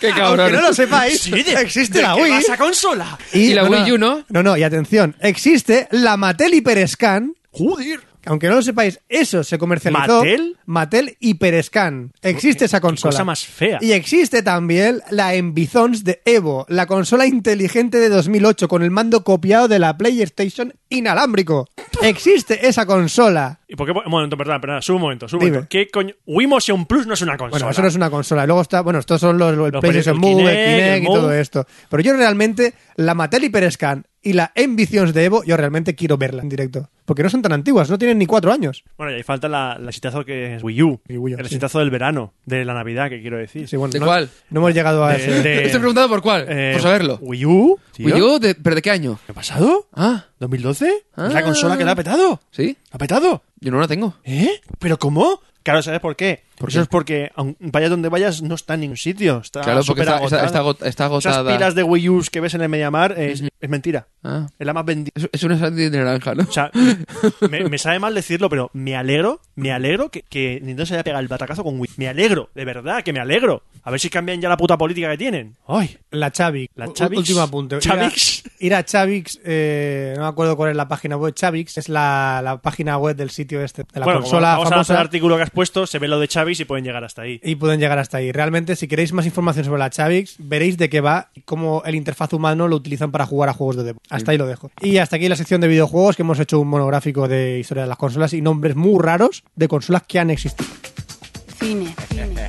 ¡Qué
Aunque
cabrón!
no lo sepáis,
Ah, Sí, de-
existe
¿de
la
qué
Wii.
va esa consola?
¿Y la Wii U, no?
No, no, y atención, existe la Mattel HyperScan.
Joder.
Aunque no lo sepáis, eso se comercializó.
¿Mattel?
Mattel HyperScan. Existe esa consola.
cosa más fea.
Y existe también la Envizons de Evo, la consola inteligente de 2008 con el mando copiado de la PlayStation inalámbrico. Existe esa consola.
¿Y por qué? Un momento, perdón, perdón, sube un momento, sube un
Dime.
momento. ¿Qué coño? Wii Motion Plus no es una consola.
Bueno, eso no es una consola. Luego está, bueno, estos son los, los
Los
PlayStation
el
Move, el
Kinect, el
Kinect y
Move.
todo esto. Pero yo realmente, la Mattel HyperScan y la Envizons de Evo, yo realmente quiero verla en directo. Porque no son tan antiguas, no tienen ni cuatro años.
Bueno, y ahí falta la, la exitazo que es Wii U.
Y Wii U,
el
sí.
exitazo del verano, de la Navidad, que quiero decir.
Sí, bueno,
¿De
no,
cuál?
no hemos llegado a
De-
ese-
de-
Estoy preguntado por cuál,
eh,
por saberlo.
¿Wii U? tío.
Wii U, de- ¿pero de qué año?
¿Qué ha pasado?
Ah,
¿2012? ¿Es la
Ah.
consola que la ha petado?
¿sí?
¿La ha petado?
Yo no la tengo.
¿Eh? ¿Pero cómo? Claro, ¿sabes por qué? Eso es porque, aun- vayas donde vayas, no está en ningún sitio. Está
Claro, porque está, está,
superagotada.
está agot- está
Esas
agotada.
pilas de Wii U que ves en el Mediamar es, es mentira.
Ah.
Es la más vendida.
Es, es una sandía de naranja, ¿no?
O sea, me, me sabe mal decirlo, pero me alegro, me alegro que, que Nintendo se haya pegado el batacazo con Wii. Me alegro, de verdad, que me alegro. A ver si cambian ya la puta política que tienen. ¡Ay!
La Chavix.
La
U-
Chavix.
Último apunte. Ir a-
Chavix.
Ir a, Chavix, eh, no me acuerdo cuál es la página web. Chavix es la, la página web del sitio este, de la
bueno, como
consola
vamos al
famosa.
artículo que has puesto, se ve lo de Chavis y pueden llegar hasta ahí.
Y pueden llegar hasta ahí. Realmente, si queréis más información sobre la Chavix, veréis de qué va y cómo el interfaz humano lo utilizan para jugar a juegos de demo. Hasta ahí lo dejo. Y hasta aquí la sección de videojuegos, que hemos hecho un monográfico de historia de las consolas y nombres muy raros de consolas que han existido.
Cine. Cine.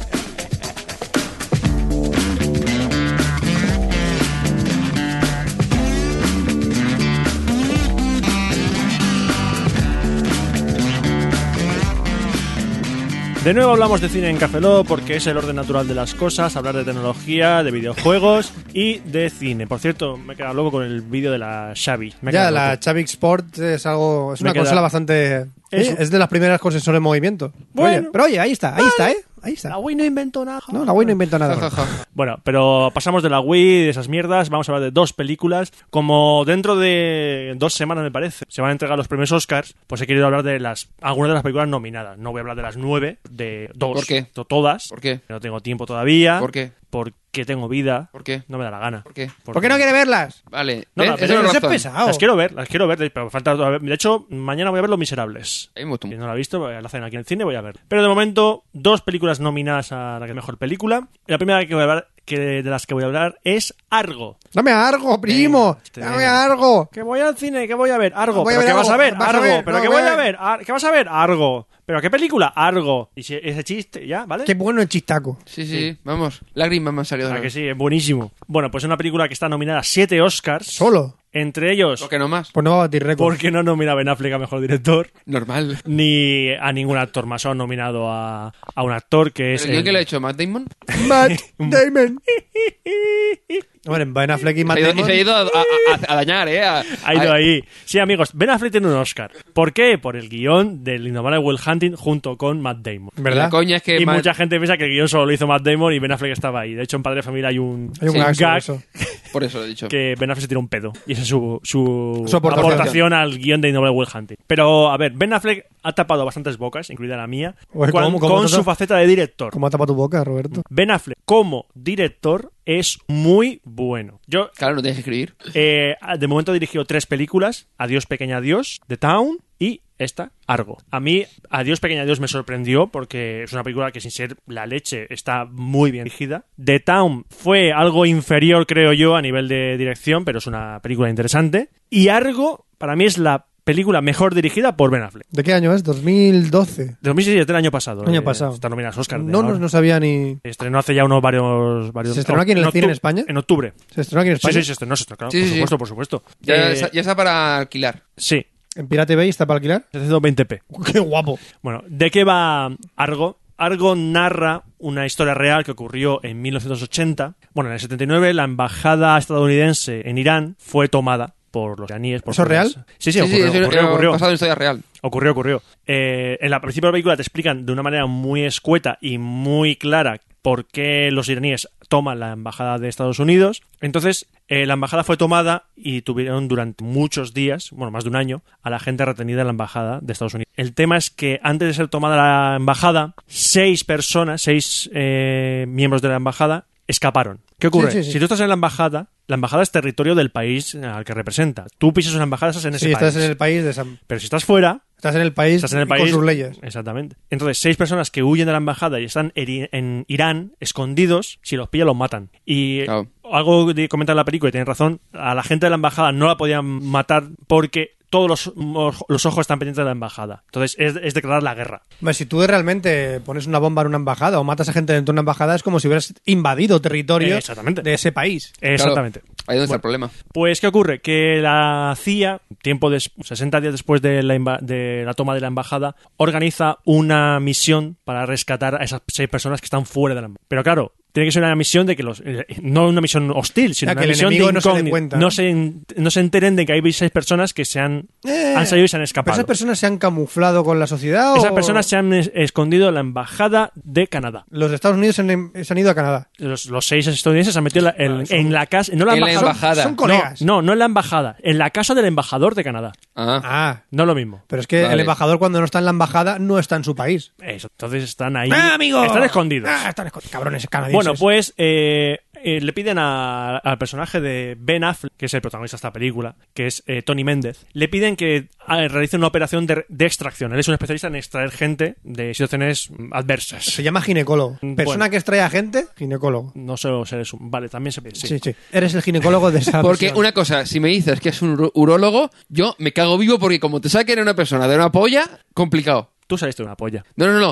De nuevo hablamos de cine en Cafeló porque es el orden natural de las cosas, hablar de tecnología, de videojuegos y de cine. Por cierto, me he quedado loco con el vídeo de la Xavi. Me he
Ya,
quedado
la
loco.
Chavix Sport es algo. Es
Me
una
queda-
consola bastante.
Es-
Es, es de las primeras con sensor en movimiento.
Bueno.
Oye, pero oye, ahí está, ahí está, ¿eh? Ahí
La
está.
Wii no inventó nada.
No, la Wii no inventa nada.
Ja, ja, ja.
Bueno, pero pasamos de la Wii, de esas mierdas, vamos a hablar de dos películas. Como dentro de dos semanas, me parece, se van a entregar los premios Oscars, pues he querido hablar de las algunas de las películas nominadas. No voy a hablar de las nueve, de dos.
¿Por qué?
de todas.
¿Por qué?
No tengo tiempo todavía.
¿Por qué?
Porque tengo vida.
¿Por qué?
No me da la gana.
¿Por qué?
¿Por qué no quiere verlas?
Vale.
No,
¿Ves?
no,
Esa
pero
es la
ese es
razón.
pesado.
Las quiero ver, las quiero ver, de- pero falta todavía- De hecho, mañana voy a ver Los Miserables.
A mí me gustó
Si
mucho.
no la he visto, la hacen aquí en el cine, voy a ver. Pero de momento, dos películas nominadas a la que mejor película. La primera que voy a hablar, que de las que voy a hablar es Argo.
No me argo, primo.
Venga,
no me argo.
Que voy al cine, que voy a ver Argo.
Voy a
¿Pero
ver
qué
Argo,
vas a ver?
vas a
Argo.
ver,
¿Pero
no,
qué
voy
voy
a
a
ver.
ver? Ar- ¿Qué vas a ver? Argo. ¿Pero qué película? Argo. Y si- ese chiste, ¿ya? ¿Vale?
Qué bueno el chistaco.
Sí, sí, vamos. Lágrimas me han salido. de
Ah,
la-
que sí, es buenísimo. Bueno, pues es una película que está nominada a siete Oscars.
Solo.
Entre ellos,
Lo que no más.
Pues no va a batir récord.
porque no nomina a Ben Affleck a Mejor Director.
Normal.
ni a ningún actor más. Han nominado a, a un actor que es.
¿El guión
el-
que le ha hecho Matt Damon?
Matt Damon. Hombre, Ben Affleck y Matt
Se ha ido-
Damon.
se ha ido a, a- a- a dañar, ¿eh? A-
Ha ido
a-
ahí. Sí, amigos, Ben Affleck tiene un Oscar. ¿Por qué? Por el guión del Indomable Will Hunting junto con Matt Damon.
La
¿Verdad?
coña es que
y
Matt-
mucha gente piensa que el guión solo lo hizo Matt Damon y Ben Affleck estaba ahí. De hecho, en Padre de Familia hay un,
Hay un
Sí,
gag sobre
gag
eso.
Por eso lo he dicho.
que Ben Affleck se tira un pedo. Y esa es su, su,
Su
aportación.
aportación.
al guión de Indomable Will Hunting. Pero, a ver, Ben Affleck ha tapado bastantes bocas, incluida la mía,
Oye,
con,
¿cómo- cómo
con
te
su
tapa-
faceta de director.
¿Cómo tapa tu boca, Roberto?
Ben Affleck, como director, es muy bueno. Yo
Claro, no tienes que escribir.
Eh, de momento ha dirigido tres películas: Adiós, Pequeña Adiós, The Town y esta, Argo. A mí, Adiós, Pequeña Adiós me sorprendió porque es una película que, sin ser la leche, está muy bien dirigida. The Town fue algo inferior, creo yo, a nivel de dirección, pero es una película interesante. Y Argo, para mí, es la película mejor dirigida por Ben Affleck.
¿De qué año es? 2012.
De 2017 del año pasado. eh,
Año pasado.
Está nominada a los Oscar. de
No, no,
ahora.
no sabía ni.
Estrenó hace ya unos varios. varios
¿Se estrenó aquí en el cine en
octu-
España?
En octubre.
¿Se estrenó aquí en
Sí,
España?
sí, se estrenó, se estrenó, claro,
Sí,
por
sí, sí.
supuesto, por supuesto.
Ya,
Eh,
está, ya está para alquilar.
sí,
¿En Pirate Bay está para alquilar?
720p.
¡Qué guapo!
Bueno, ¿de qué va Argo? Argo narra una historia real que ocurrió en 1980. Bueno, en el 79 la embajada estadounidense en Irán fue tomada por los iraníes. Por
¿Eso es real?
Sí, sí, ocurrió,
eso
ocurrió,
era
ocurrió.
basado en historia real.
Ocurrió, ocurrió. Eh, en la al principio de la película te explican de una manera muy escueta y muy clara por qué los iraníes toman la embajada de Estados Unidos. Entonces, eh, la embajada fue tomada y tuvieron durante muchos días, bueno, más de un año, a la gente retenida en la embajada de Estados Unidos. El tema es que antes de ser tomada la embajada, seis personas, seis eh, miembros de la embajada, escaparon. ¿Qué ocurre?
Sí, sí, sí.
Si tú estás en la embajada, la embajada es territorio del país al que representa. Tú pisas una embajada, estás en ese
Sí,
país.
estás en el país de San...
Pero si estás fuera,
Estás en el país,
Estás en el país.
con sus leyes.
Exactamente. Entonces, seis personas que huyen de la embajada y están eri- en Irán, escondidos, si los pillan, los matan. Y eh,
Claro.
algo que comenta en la película, y tienen razón, a la gente de la embajada no la podían matar porque todos los, los ojos están pendientes de la embajada. Entonces, es, es declarar la guerra.
Hombre, si tú realmente pones una bomba en una embajada o matas a gente dentro de una embajada, es como si hubieras invadido territorio
Eh, exactamente.
de ese país.
Exactamente.
Claro, ahí donde está el problema.
Pues, ¿qué ocurre? Que la CIA, tiempo des- 60 días después de la, imba- de la toma de la embajada, organiza una misión para rescatar a esas seis personas que están fuera de la embajada. Pero claro, Tiene que ser una misión de que los. eh, no una misión hostil, sino
Ya,
una
que el
misión de
enemigo no se dé
incógnito.
cuenta,
No
¿no?
se, en- no se enteren de que hay seis personas que se han,
Eh,
han salido y se han
¿Pero
escapado.
esas Oh. personas se han camuflado con la sociedad
Esas
o
personas se han es- escondido en la embajada de Canadá.
los de Estados Unidos se han, em, se han ido a Canadá?
Los, los seis estadounidenses se han metido en la-
Ah,
en, en la casa. No la
En la
embajada.
embajada.
Son colegas.
No, no en la embajada. En la casa del embajador de Canadá.
Ah,
Ah,
No es lo mismo.
pero es que
Vale.
el embajador cuando no está en la embajada no está en su país.
Eso, entonces están ahí.
¡Ah, amigo!
Están escondidos.
Ah, están escondidos. Cabrones canadienses.
Bueno, pues eh, eh, le piden a- al personaje de Ben Affleck, que es el protagonista de esta película, que es eh, Tony Méndez, le piden que ah, realice una operación de, de extracción. Él es un especialista en extraer gente de situaciones mm, adversas.
Se llama ginecólogo.
Mm, Bueno.
Persona que extrae a gente, ginecólogo.
No solo seres humanos. Vale, también se pide.
Sí. sí, Eres el ginecólogo de esa
porque
misión.
una cosa, si me dices que es un uro- urólogo, yo me cago vivo porque como te saquen a una persona de una polla, complicado.
Tú saliste de una polla.
No, no, no.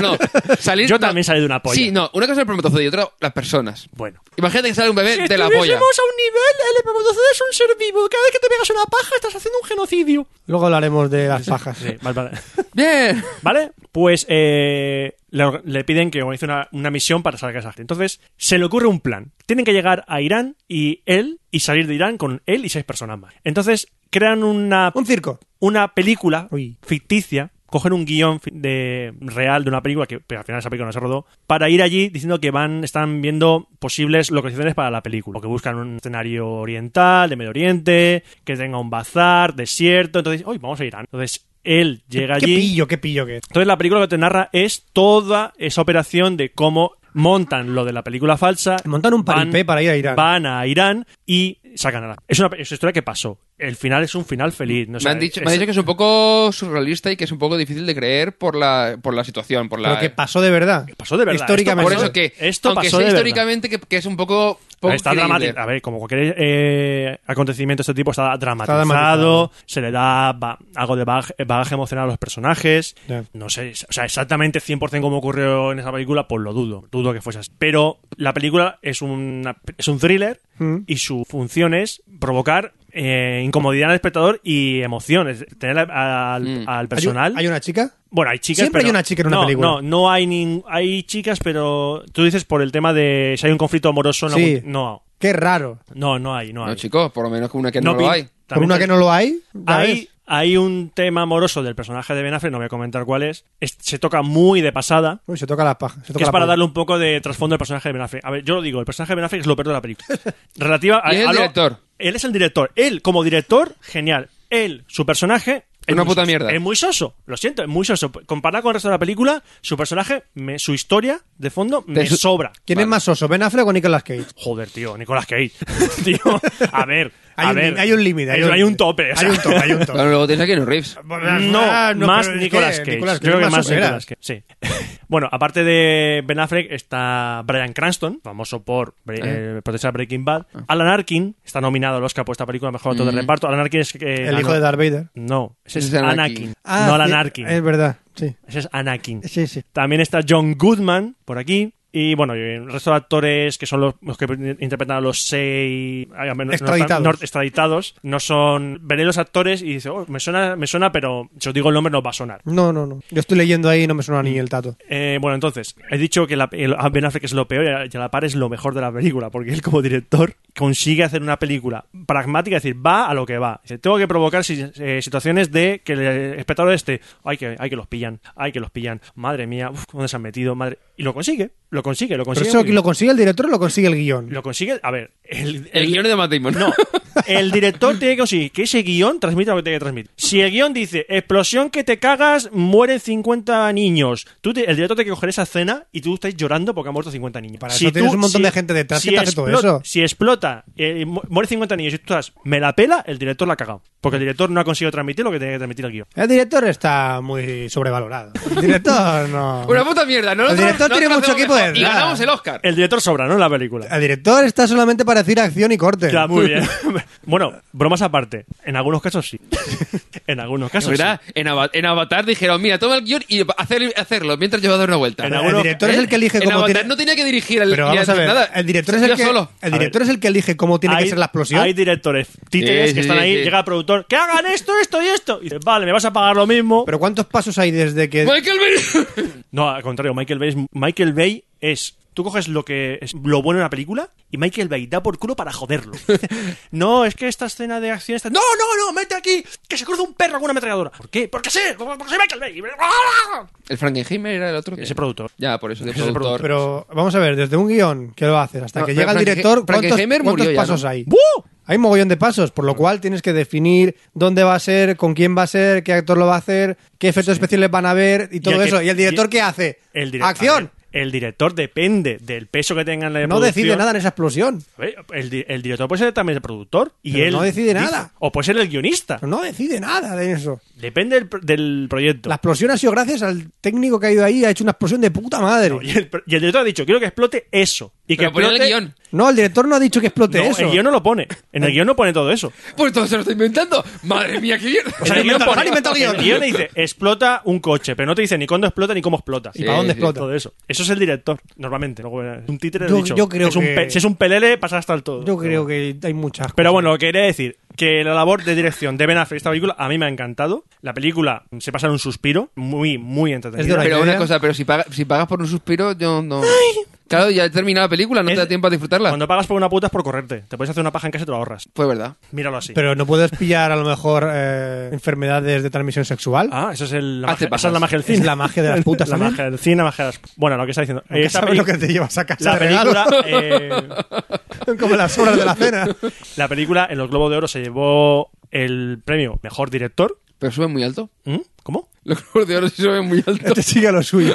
no. Salir,
Yo
no.
también salí de una polla.
Sí, no. Una cosa es el prometazo y otra las personas.
Bueno.
Imagínate que sale un bebé
Si
de la polla.
estuviésemos a un nivel, el hepatozoide es un ser vivo. Cada vez que te pegas una paja, estás haciendo un genocidio.
Luego hablaremos de las pajas.
Sí, vale, vale.
Bien.
¿Vale? Pues eh, le, le piden que organice una, una misión para salvar a esa gente. Entonces, se le ocurre un plan. Tienen que llegar a Irán y él, y salir de Irán con él y seis personas más. Entonces, crean una,
Un circo.
una película
Uy.
ficticia, cogen un guión fi- de, real de una película, que pero al final esa película no se rodó, para ir allí diciendo que van están viendo posibles localizaciones para la película. O que buscan un escenario oriental, de Medio Oriente, que tenga un bazar, desierto. Entonces, hoy vamos a Irán. Entonces, él llega
Qué
allí.
pillo, qué pillo que es.
Entonces la película lo que te narra es toda esa operación de cómo montan lo de la película falsa.
Montan un paripé para ir a Irán.
Van a Irán y sacan a la... Es una, es una historia que pasó. El final es un final feliz. No sé,
me, han dicho,
es-
me han dicho que es un poco surrealista y que es un poco difícil de creer por la, por la situación. Por la,
Pero que pasó de verdad.
pasó de verdad.
Históricamente.
por
Esto pasó-
eso que,
esto
aunque
pasó
sea
de verdad.
históricamente, que, que es un poco, poco
está
creíble.
dramático. A ver, como cualquier eh, acontecimiento de este tipo está dramatizado,
dramatizado.
se le da ba- algo de bagaje, bagaje emocional a los personajes.
Ya.
No sé, o sea, exactamente 100% como ocurrió en esa película, pues lo dudo, dudo que fuese así. Pero la película es, una- es un thriller
Mm.
y su función es provocar eh, incomodidad al espectador y emociones, tener a- al,
Mm.
al personal.
¿Hay, un- hay una chica?
Bueno, hay chicas,
Siempre
pero-
hay una chica en una
no,
película.
No, no hay nin- hay chicas, pero tú dices por el tema de si hay un conflicto amoroso en
Sí.
algún- No,
Qué raro.
no, no hay, no hay.
No, chicos, por lo menos que una que no,
pin-
lo hay.
Por
también
una
te-
que no lo hay. ya
hay,
ves.
hay un tema amoroso del personaje de Ben Affleck, no voy a comentar cuál es, es- se toca muy de pasada.
Uy, se toca las pajas. Se toca
Que es
la
para
polla.
darle un poco de trasfondo al personaje de Ben Affleck. A ver, yo lo digo, el personaje de Ben Affleck es lo peor de la película. Relativa a,
Y es el
a lo-
director.
Él es el director. Él, como director, genial. Él, su personaje. es
Una
muy
puta
soso.
mierda.
Es muy soso, lo siento, es muy soso. Comparado con el resto de la película, su personaje, me- su historia de fondo, me
su-
sobra.
¿Quién es
Vale.
más soso, Ben Affleck o Nicolas Cage?
Joder, tío, Nicolas Cage. tío, a ver.
Hay
a
un-
ver.
hay un límite, hay
Hay,
un-
un tope. o
Hay
sea.
un toque, hay un toque.
Pero luego tienes a Keanu Reeves.
No,
Ah, no,
más
pero es
Nicolas
que
Cage.
Nicolas Cage
Creo que
es
más
soso, era.
Nicolas Cage. Sí. bueno, aparte de Ben Affleck está Brian Cranston, famoso por Bre-
Eh.
Ah.
eh, protagonista de Breaking Bad. Alan Arkin está nominado al Oscar por esta película mejor actor
Mm.
de reparto. Alan Arkin es eh,
El
ah,
hijo
no.
de Darth Vader.
No, ese
Ese
es
es Anakin.
Anakin,
Ah,
no Alan
sí,
Arkin.
Es verdad, sí.
Ese es Anakin.
Sí, sí.
También está John Goodman por aquí. Y bueno, y el resto de actores que son los, los que interpretan a los seis ay, no- no están-
Extraditados.
no- extraditados, no son. Veré los actores y dice, oh, me suena, me suena, pero si os digo el nombre no os va a sonar.
No, no, no. Yo estoy leyendo ahí y no me suena ni el tato.
Eh, bueno, entonces, he dicho que la, el- a Ben Affleck es lo peor y a, y a la par es lo mejor de la película, porque él como director consigue hacer una película pragmática, es decir, va a lo que va. Dice, tengo que provocar si- eh, situaciones de que el espectador esté, ay que, ay que los pillan, ay que los pillan, madre mía, uf, ¿dónde se han metido? Madre... Y lo consigue, lo consigue,
¿Pero
lo consigue.
eso
muy bien.
lo consigue el director o lo consigue el guión?
Lo consigue, a ver, el,
El
el-
guion de Matt Damon.
no, el director tiene que conseguir que ese guión transmita lo que tiene que transmitir. Si el guión dice explosión que te cagas, mueren 50 niños, tú te- el director tiene que coger esa escena y tú estás llorando porque han muerto 50 niños.
Para eso tienes un montón de gente detrás que te hace todo eso.
Si explota, eh, mu- muere 50 niños y tú estás, me la pela, el director la ha cagado. Porque el director no ha conseguido transmitir lo que tenía que transmitir el guión.
El director está muy sobrevalorado. El director no.
Una puta mierda. No
El director tiene mucho equipo de
Y
edad.
ganamos el Oscar.
El director sobra, ¿no? En la película.
El director está solamente para decir acción y corte.
Ya, muy bien. bueno, bromas aparte. En algunos casos sí. en algunos
Es
casos sí.
verdad, en, Ava- en Avatar dijeron, mira, toma el guión y hacer- hacerlo mientras yo voy a dar una vuelta.
En
El
alguno-
director es
¿Eh?
el que elige
En
cómo
Avatar
tiene.
no tenía que dirigir el,
Pero
ni
vamos a
hacer
ver.
nada.
El director es el
Yo
que
solo.
el
A
director
ver.
es el que elige cómo tiene que ser la explosión.
Hay directores títeres
Sí,
que
sí,
están ahí,
sí.
llega el productor, que hagan esto, esto y esto. Y dices, vale, me vas a pagar lo mismo.
Pero ¿cuántos pasos hay desde que
Michael Bay.
no, al contrario, Michael Bay es, Michael Bay es Tú coges lo que es lo bueno de la película y Michael Bay da por culo para joderlo. no, es que esta escena de acción está. ¡No, no, no! ¡Mete aquí! ¡Que se cruza un perro con una ametralladora! ¿Por qué? ¡Porque sí! ¡Porque soy Michael Bay!
El Frankenheimer era el otro. que-
Ese productor.
Ya, por eso, de
Ese productor,
productor.
Pero vamos a ver, desde un guión, ¿qué lo haces? Hasta
No,
que
pero
llega el
Frank-
director, ¿cuántos,
Frankenheimer
cuántos
murió ya,
pasos
¿no?
hay? Hay mogollón de pasos, por lo cual tienes que definir dónde va a ser, con quién va a ser, qué actor lo va a hacer, qué efectos especiales van a ver y todo
el que-
eso. ¿Y el director
y-
qué hace?
El director.
¡Acción!
El director depende del peso que tenga en la
No
producción.
decide nada en esa explosión.
A ver, El, di- el director puede ser también el productor y
Pero
él
no decide nada.
O puede ser el guionista.
No decide nada de eso.
Depende del, pro- del proyecto.
La explosión ha sido gracias al técnico que ha ido ahí, ha hecho una explosión de puta madre.
No, y, el, pro- y el director ha dicho, quiero que explote eso. Y que
Pero ponía el
explote-
guión.
No, el director no ha dicho que explote
No,
eso. Eh.
el guión no lo pone. En el guión no pone todo eso.
Pues todo se lo está inventando. Madre mía, qué mierda.
O sea,
El
el guión
inventado-
pone-
han inventado guión.
El guión dice, explota un coche, pero no te dice ni cuándo explota ni cómo explota.
¿Y para dónde
Sí, sí.
explota?
Todo eso. Eso es el director, normalmente. Luego, eh, un títere,
Yo-
he dicho.
yo creo
Es un
que-
pe- Si es un pelele, pasa hasta el todo.
Yo creo que hay muchas
Pero
cosas.
bueno, lo que quería decir, que la labor de dirección de Ben Affleck, esta película, a mí me ha encantado. La película se pasa en un suspiro, muy, muy
Es de
entretenida.
hora y
Pero una
media.
cosa, pero si, paga- si pagas por un suspiro, yo no. Claro, ya he terminado la película, no
Es-
te da tiempo a disfrutarla.
Cuando pagas por una puta es por correrte. Te puedes hacer una paja en casa y te lo ahorras.
Fue verdad.
Míralo así.
Pero no puedes pillar a lo mejor eh, enfermedades de transmisión sexual.
Ah, eso es el, la
Hace
magia,
pajas.
esa es la magia del
Es
cine.
la magia de las putas
La
también.
magia del cine, la magia de las... Bueno, lo que está diciendo.
Que
Esta
sabes
peli-
lo que te llevas a casa
la
de regalo.
película, eh,
como las horas de la cena.
la película en los Globos de Oro se llevó el premio Mejor Director.
Pero sube muy alto.
¿Mm? ¿Cómo?
Los globos de oro sí suben muy alto.
Este sigue a lo suyo.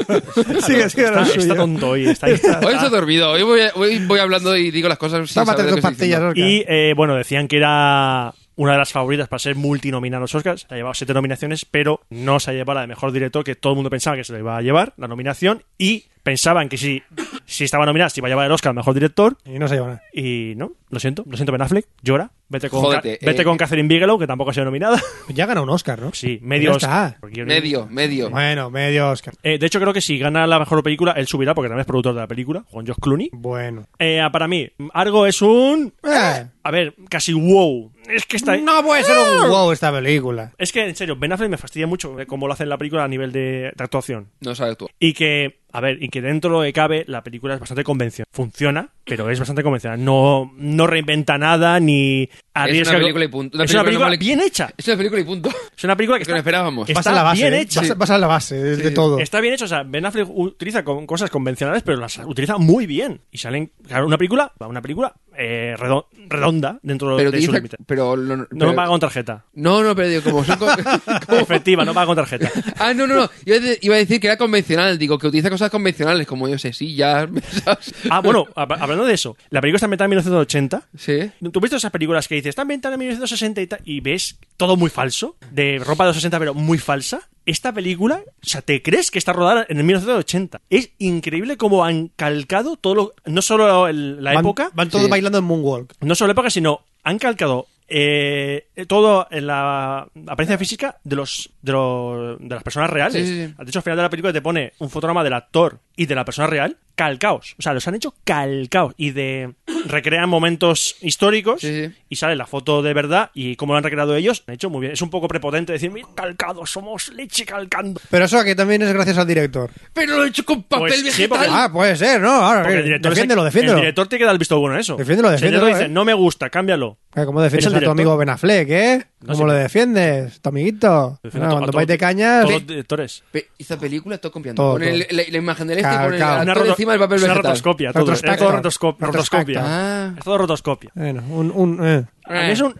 Sigue, sigue a
Está,
lo suyo.
está tonto hoy. Está,
Hoy se ha dormido. Hoy voy, hoy voy hablando y digo las cosas. Sin
Tómate
saber
tus
lo que estoy
pastillas,
diciendo.
Orca.
Y eh, bueno, decían que era una de las favoritas para ser multinominada a los Oscars. Ha llevado siete nominaciones, pero no se ha llevado la de mejor director, que todo el mundo pensaba que se lo iba a llevar, la nominación. Y pensaban que si, si estaba nominada, se iba a llevar el Oscar al mejor director.
Y no se lleva nada.
Y no, lo siento, lo siento, Ben Affleck, llora. Vete con,
Jódete,
Ca- vete
eh.
con Catherine Bigelow, que tampoco ha sido nominada.
Ya gana un Oscar, ¿no?
sí, medio
Ya
Oscar.
está.
Porque yo-
Medio, medio.
Bueno, medio Oscar.
Eh, de hecho, creo que si gana la mejor película, él subirá, porque también es productor de la película, Juan Josh Clooney.
Bueno.
Eh, para mí, Argo es un.
Eh,
A ver, casi wow. Es que está. Eh.
no puede ser un wow esta película.
Es que, en serio, Ben Affleck me fastidia mucho eh, cómo lo hace en la película a nivel de, de actuación.
No sabes tú.
Y que, a ver, y que dentro de lo que cabe, la película es bastante convencional. Funciona, pero es bastante convencional. No, no reinventa nada ni
Es
arriesga.
una película y punto.
Es una película
normal.
bien hecha.
Es una película y punto.
Es una película que
Es que no
está,
esperábamos.
Está
Vas a la base.
bien
¿eh?
hecha.
Vas, vas a la base de, de
sí.
todo.
está bien hecha. O sea, Ben Affleck utiliza con- cosas convencionales, pero las utiliza muy bien. Y salen, claro, una película, una película eh, redo- redonda dentro
Pero,
de su
dice-
límite.
pero, lo-
No
pero-
paga con tarjeta.
no, no, pero digo, como son. co- como-
Efectiva, no paga con tarjeta.
Ah, no, no, no. Iba a, de- iba a decir que era convencional. Digo, que utiliza cosas convencionales, como yo sé, sí, ya. mesas.
Ah, bueno, hab- hablando de eso, la película está ambientada en 1980.
Sí.
¿Tú has visto esas películas que dices, están ambientada en 1960 y tal? Y ves todo muy falso, de ropa de los 60 pero muy falsa. Esta película, o sea, te crees que está rodada en el 1980. Es increíble cómo han calcado todo lo, no solo el- la
van,
época,
Van todos
Sí.
bailando en Moonwalk.
no solo la época, sino han calcado eh, todo en la apariencia física de los de, los- de las personas reales.
Sí, sí, sí.
De hecho, al final de la película te pone un fotograma del actor y de la persona real calcaos. O sea, los han hecho calcaos y de recrean momentos históricos
Sí, sí.
y sale la foto de verdad y cómo lo han recreado ellos. Han hecho muy bien. Es un poco prepotente decir, mira, calcados, somos leche calcando.
Pero eso que también es gracias al director.
Pero lo he hecho con papel
Pues sí, porque-
vegetal.
Ah, puede ser, ¿no? Ahora,
Porque
eh,
el director,
defiéndelo,
se-
defiéndelo.
el director te queda el visto bueno en eso.
Defiéndelo,
Si el
defiéndelo,
director dice,
eh.
no me gusta, cámbialo.
Eh, ¿Cómo
Es el
defiendes a tu
director.
amigo Ben Affleck, eh?
No,
¿Cómo
sí,
lo
pero-
defiendes, tu amiguito? No,
Defiende a to- a
cuando
todos-
vais de cañas...
todos los directores.
Pe- Esta película todo copiando.
Todo,
Pone
todo.
el- La, la imagen del este y
Claro,
pone el
claro.
actor
roto-
encima del papel
es una
vegetal.
rotoscopia. Todo, es
Retrospecto.
todo rotosco-
Retrospecto.
rotoscopia.
Ah.
Es todo rotoscopia.
Bueno, un... un eh.
A mí es un-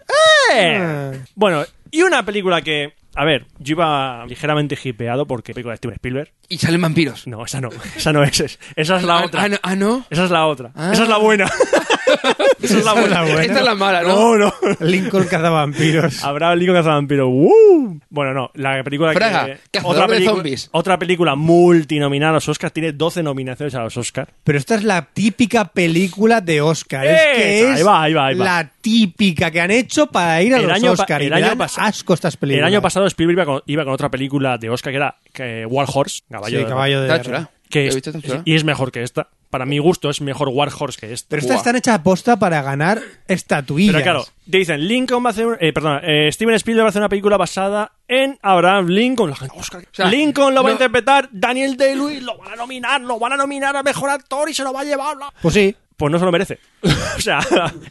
¡Eh! Bueno, y una película que. A ver, yo iba ligeramente hipeado porque película de Steven Spielberg.
Y salen vampiros.
No, esa no. Esa no es. es- Esa es la
Ah,
otra.
ah, no- ah, no.
Esa es la otra.
Ah.
Esa es la buena. Esa es la buena.
Esta es la mala,
No,
¿no?
no.
Lincoln cazavampiros.
Habrá Lincoln cazavampiro. ¡Uh! Bueno, no. La película
Fraga,
que.
cazador de zombies.
otra película multinominada a los Oscars. Tiene 12 nominaciones a los Oscars.
Pero esta es la típica película de Oscar.
Esa,
Es que es
ahí va, ahí va, ahí va.
la típica que han hecho para ir a los
pa-
Oscar. y
el
me
año
dan
pas-
asco estas películas.
El año pasado Spielberg iba con, iba con otra película de Oscar que era que, War Horse,
Sí,
Caballo de-
caballo de...
Está chula.
que
¿Lo
es-
he visto? Está chula.
y es mejor que esta. para mi gusto, es mejor Warhorse que este.
Pero estas
Buah.
están hechas a posta para ganar estatuillas.
Pero claro, te dicen, Lincoln va a hacer, un- eh, perdona, eh, Steven Spielberg va a hacer una película basada en Abraham Lincoln. La gente, "Oscar,
sea,
Lincoln lo va a
no-
interpretar Daniel Day-Lewis, lo van a nominar, lo van a nominar a mejor actor y se lo va a llevar. bla".
Pues sí.
Pues no se lo merece. o sea,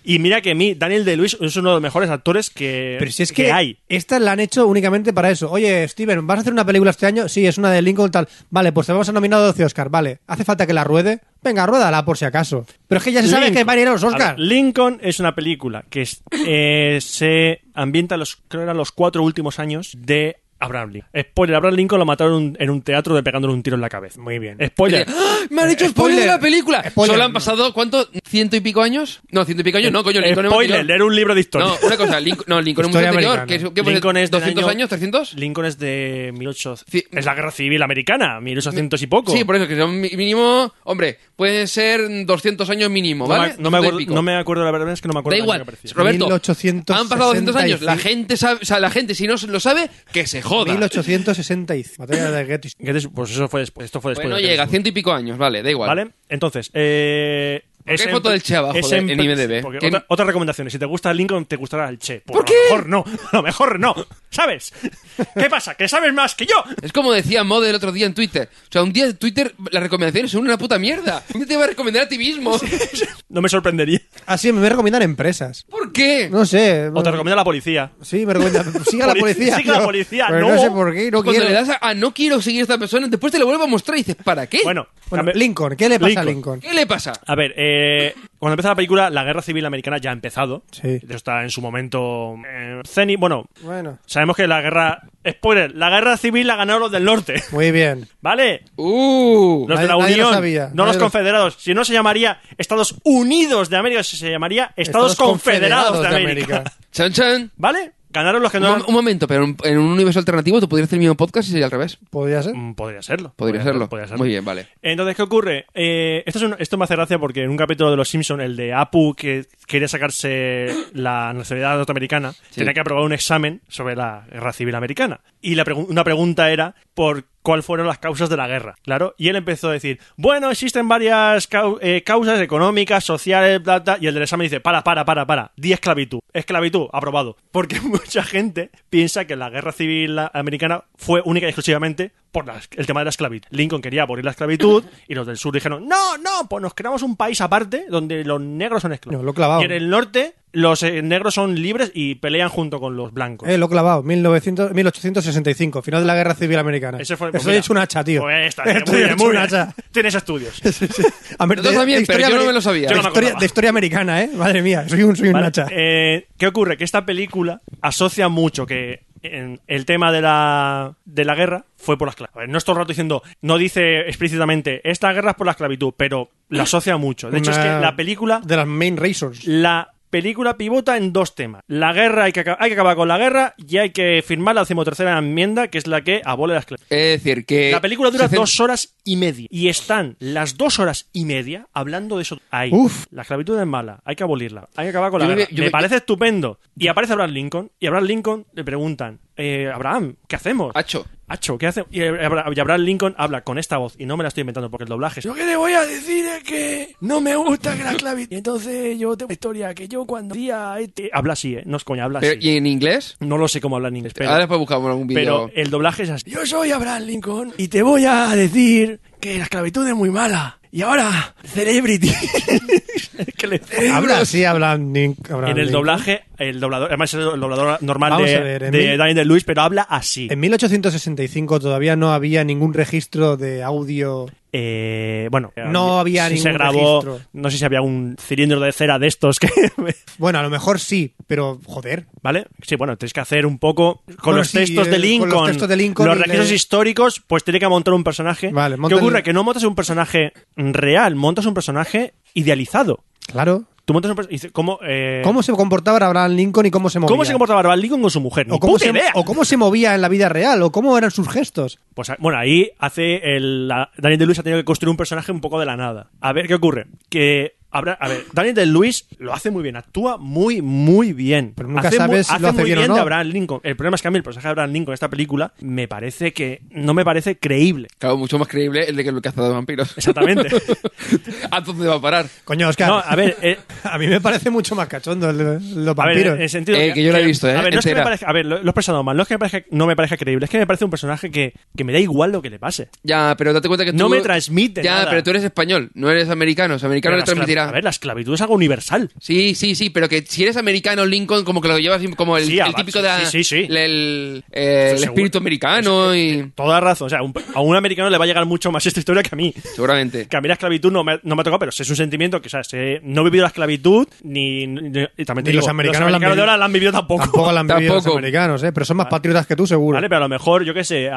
y mira que a mí, Daniel Day-Lewis es uno de los mejores actores que,
Pero si es que,
hay.
Estas la han hecho únicamente para eso. Oye, Steven, ¿vas a hacer una película este año? Sí, es una de Lincoln tal. Vale, pues te vamos a nominar a 12 Oscar. Vale, ¿hace falta que la ruede? Venga, ruédala por si acaso. Pero es que ya se sabe
Lincoln.
que van a ir a los
A
Oscar.
ver, Lincoln es una película que es- eh, se ambienta en los, creo eran los cuatro últimos años de Abraham Lincoln. Spoiler, Abraham Lincoln lo mataron en un- en un teatro de pegándole un tiro en la cabeza. Muy bien. Spoiler.
¡Ah! ¡Me han hecho spoiler de la película!
Spoiler.
Solo han pasado, ¿cuánto? ¿Ciento y pico años? No, ciento y pico años, no, coño, Lincoln es
Spoiler,
anterior.
leer un libro de historia.
No, una cosa, Lincoln, no, Lincoln es mucho
Historia
anterior. ¿Qué,
americana.
qué fue?
Lincoln es del
¿200
año-
años? ¿300?
Lincoln es de 1800.
Ci-
Es la guerra civil americana, 1800 y poco.
Sí, por eso, que son mi- mínimo, hombre, pueden ser 200 años mínimo,
no,
¿vale?
me, no, me
200 y
acuerdo,
pico.
no me acuerdo, la verdad es que no me acuerdo.
Da
el año que
igual,
apareció.
Roberto.
1865.
Han pasado 200 años. La gente sabe, o sea, la gente si no lo sabe, que se joda.
1865. Batalla de Gettysburg.
Entonces, Pues eso fue después. Esto fue después.
Bueno,
de la
llega,
guerra civil.
ciento y pico años, vale, da igual.
¿Vale? Entonces, eh.
qué hay foto del Che abajo de- en IMDb?
Porque
¿Qué-
otra, otra recomendación, si te gusta Lincoln, te gustará el Che. Pues a
¿Por qué?
lo mejor no, a lo mejor no. ¿Sabes? ¿Qué pasa? ¿Que sabes más que yo?
Es como decía Mode el otro día en Twitter. O sea, un día en Twitter las recomendaciones son una puta mierda. ¿Quién te va a recomendar a ti mismo?
No me sorprendería.
Así Ah, me recomiendan empresas.
¿Por qué?
No sé.
O te recomienda la policía.
Sí, me recomiendan. Siga la
Polic-
policía.
siga la
pero-
policía,
pero
no.
sé por qué. No
Cuando
quiero.
le das a, a no quiero seguir a esta persona, después te lo vuelvo a mostrar y dices, ¿para qué?
Bueno,
Bueno,
cambi-
Lincoln. ¿Qué le pasa a
Lincoln.
Lincoln?
¿Qué le pasa?
A ver, eh, cuando empieza la película, la guerra civil americana ya ha empezado.
Sí.
Eso está en su momento. Eh, ceni- bueno,
Bueno.
sabemos que la guerra. Spoiler, la guerra civil la ganaron los del norte.
Muy bien.
¿Vale?
Uh,
Los de la
Nadie- nadie lo
Unión.
sabía.
no los
Nadie lo-
confederados. Si no se llamaría Estados Unidos de América, se llamaría Estados,
Estados
Confederados, de,
Confederados de
América.
América.
chan chan.
¿Vale? Ganaron los que
Un,
no.
mo- un momento, pero en, en un universo alternativo tú podrías hacer el mismo podcast y sería al revés.
Podría ser.
Mm, Podría serlo.
Podría serlo.
podría
Muy bien, vale.
Entonces, ¿qué ocurre? Eh, esto, es un- esto me hace gracia porque en un capítulo de Los Simpson el de Apu, que quería sacarse la nacionalidad norteamericana, tenía que aprobar un examen sobre la guerra civil americana. Y la pregu- una pregunta era por cuál fueron las causas de la guerra, claro. Y él empezó a decir, bueno, existen varias cau- eh, causas económicas, sociales, bla, bla", y el del examen dice, para, para, para, para, di esclavitud. Esclavitud, aprobado. Porque mucha gente piensa que la guerra civil americana fue única y exclusivamente por la- el tema de la esclavitud. Lincoln quería abolir la esclavitud y los del sur dijeron, no, no, pues nos creamos un país aparte donde los negros son esclavos.
No, lo clavaban.
Y en el norte los eh, negros son libres y pelean junto con los blancos.
Eh, lo he clavado. 1900, 1865. Final de la Guerra Civil Americana.
Ese fue, pues
Estoy
mira.
hecho un hacha, tío.
Pues está, tío,
Estoy
muy bien,
hecho
muy
un
bien.
hacha.
Tienes estudios.
Sí, sí. A ver,
Yo también,
de
pero
historia
yo no
ameri-
me lo sabía.
De,
Yo no
me
historia,
acordaba.
de historia americana, ¿eh? Madre mía, soy un, soy un
Vale,
hacha.
eh, ¿Qué ocurre? Que esta película asocia mucho que en el tema de la, de la guerra fue por la esclavitud. A ver, No es todo el rato diciendo, no dice explícitamente, esta guerra es por la esclavitud, pero la asocia mucho. De hecho, es
Una-
que la película,
De las main reasons.
la película pivota en dos temas. La guerra, hay que, aca- hay que acabar con la guerra y hay que firmar la decimotercera enmienda, que es la que abole la esclavitud.
Es decir, que.
Eh,
La película dura
se cen-
dos horas y media. Y están las dos horas y media hablando de eso. Ahí.
Uf.
La esclavitud es mala. Hay que abolirla. Hay que acabar con la
Yo me-
guerra.
yo
me
me-
parece estupendo. Y aparece Abraham Lincoln. Y a Abraham Lincoln le preguntan, eh, Abraham, ¿qué hacemos?
Hacho.
Hacho, ¿qué hacemos? Y eh, Abra- y Abraham Lincoln habla con esta voz. Y no me la estoy inventando porque el doblaje es...
Lo que le voy a decir es que no me gusta que la esclavitud. Y entonces yo tengo una historia que yo cuando vi a este...
Habla así, ¿eh? No es coña, habla
Pero,
así.
¿Y en inglés?
No lo sé cómo habla en inglés, pero,
Ahora después buscamos algún vídeo.
pero eh, el doblaje es así.
Yo soy Abraham Lincoln y te voy a decir que la esclavitud es muy mala. Y ahora, celebrity.
Es que le-
Habla, sí, habla. Nick, habla
En el
Nick.
doblaje, el doblador, además es el doblador normal
Vamos
de,
a ver, en
de
mil-
Daniel Luis, pero habla así.
En 1865 todavía no había ningún registro de audio.
Eh, bueno,
No había
si
ningún
se grabó,
registro.
no sé si había un cilindro de cera de estos que,
Bueno, a lo mejor sí, pero joder.
¿vale? Sí, bueno, tienes que hacer un poco con
Bueno,
los
sí,
textos
eh,
de
con los
Lincoln,
textos de Lincoln
los
y
registros
le-
históricos, pues tiene que montar un personaje.
Vale,
¿Qué
monta el-
ocurre? Que no montas un personaje real, montas un personaje idealizado.
Claro.
Tú montas un personaje, ¿cómo, eh,
¿Cómo se comportaba Abraham Lincoln y cómo se movía?
cómo se comportaba Abraham Lincoln con su mujer? Ni
o cómo,
puta
se,
idea.
o cómo se movía en la vida real, o cómo eran sus gestos.
Pues a- bueno, ahí hace el la- Daniel de Lewis ha tenido que construir un personaje un poco de la nada. A ver qué ocurre. Que habrá- a ver, Daniel del Luis lo hace muy bien, actúa muy, muy bien.
Pero nunca
hace mu-
sabes si lo hace
muy
bien o no.
de Abraham Lincoln. El problema es que a mí el personaje de Abraham Lincoln en esta película me parece que no me parece creíble.
Claro, mucho más creíble el de que lo que ha de vampiros.
Exactamente.
¿A dónde va a parar?
Coño, Oscar.
No, a ver, eh,
A mí me parece mucho más cachondo el, el- los
A ver,
vampiros.
en el sentido
Eh, que yo la he visto, ¿eh?
A ver, no es que me
Entera.
parezca, a ver, lo, lo he expresado mal. No es que me parezca- no me parezca creíble, es que me parece un personaje que, que me da igual lo que le pase.
Ya, pero date cuenta que tú...
No me transmite
Ya,
nada.
pero tú eres español, no eres americano. Los
Pero
americanos le
la esclav-
transmitirá...
A ver, la esclavitud es algo universal.
Sí, sí, sí, pero que si eres americano, Lincoln, como que lo llevas como el,
Sí,
el
abajo,
típico de la-
sí, sí, sí.
el, eh, el
Seguro.
espíritu americano y...
Toda razón. O sea, un- a un americano le va a llegar mucho más esta historia que a mí.
Seguramente.
Que a mí la esclavitud no me, no me ha tocado, pero es un sentimiento que, o sea, sé- no he vivido la esclavitud ni. ni- y también
Ni
te digo,
los americanos, la han
de
vivido.
ahora la han vivido tampoco.
Tampoco la han vivido los
Tampoco.
americanos, ¿eh? Pero son más patriotas que tú, seguro.
Vale, pero a lo mejor, yo qué sé,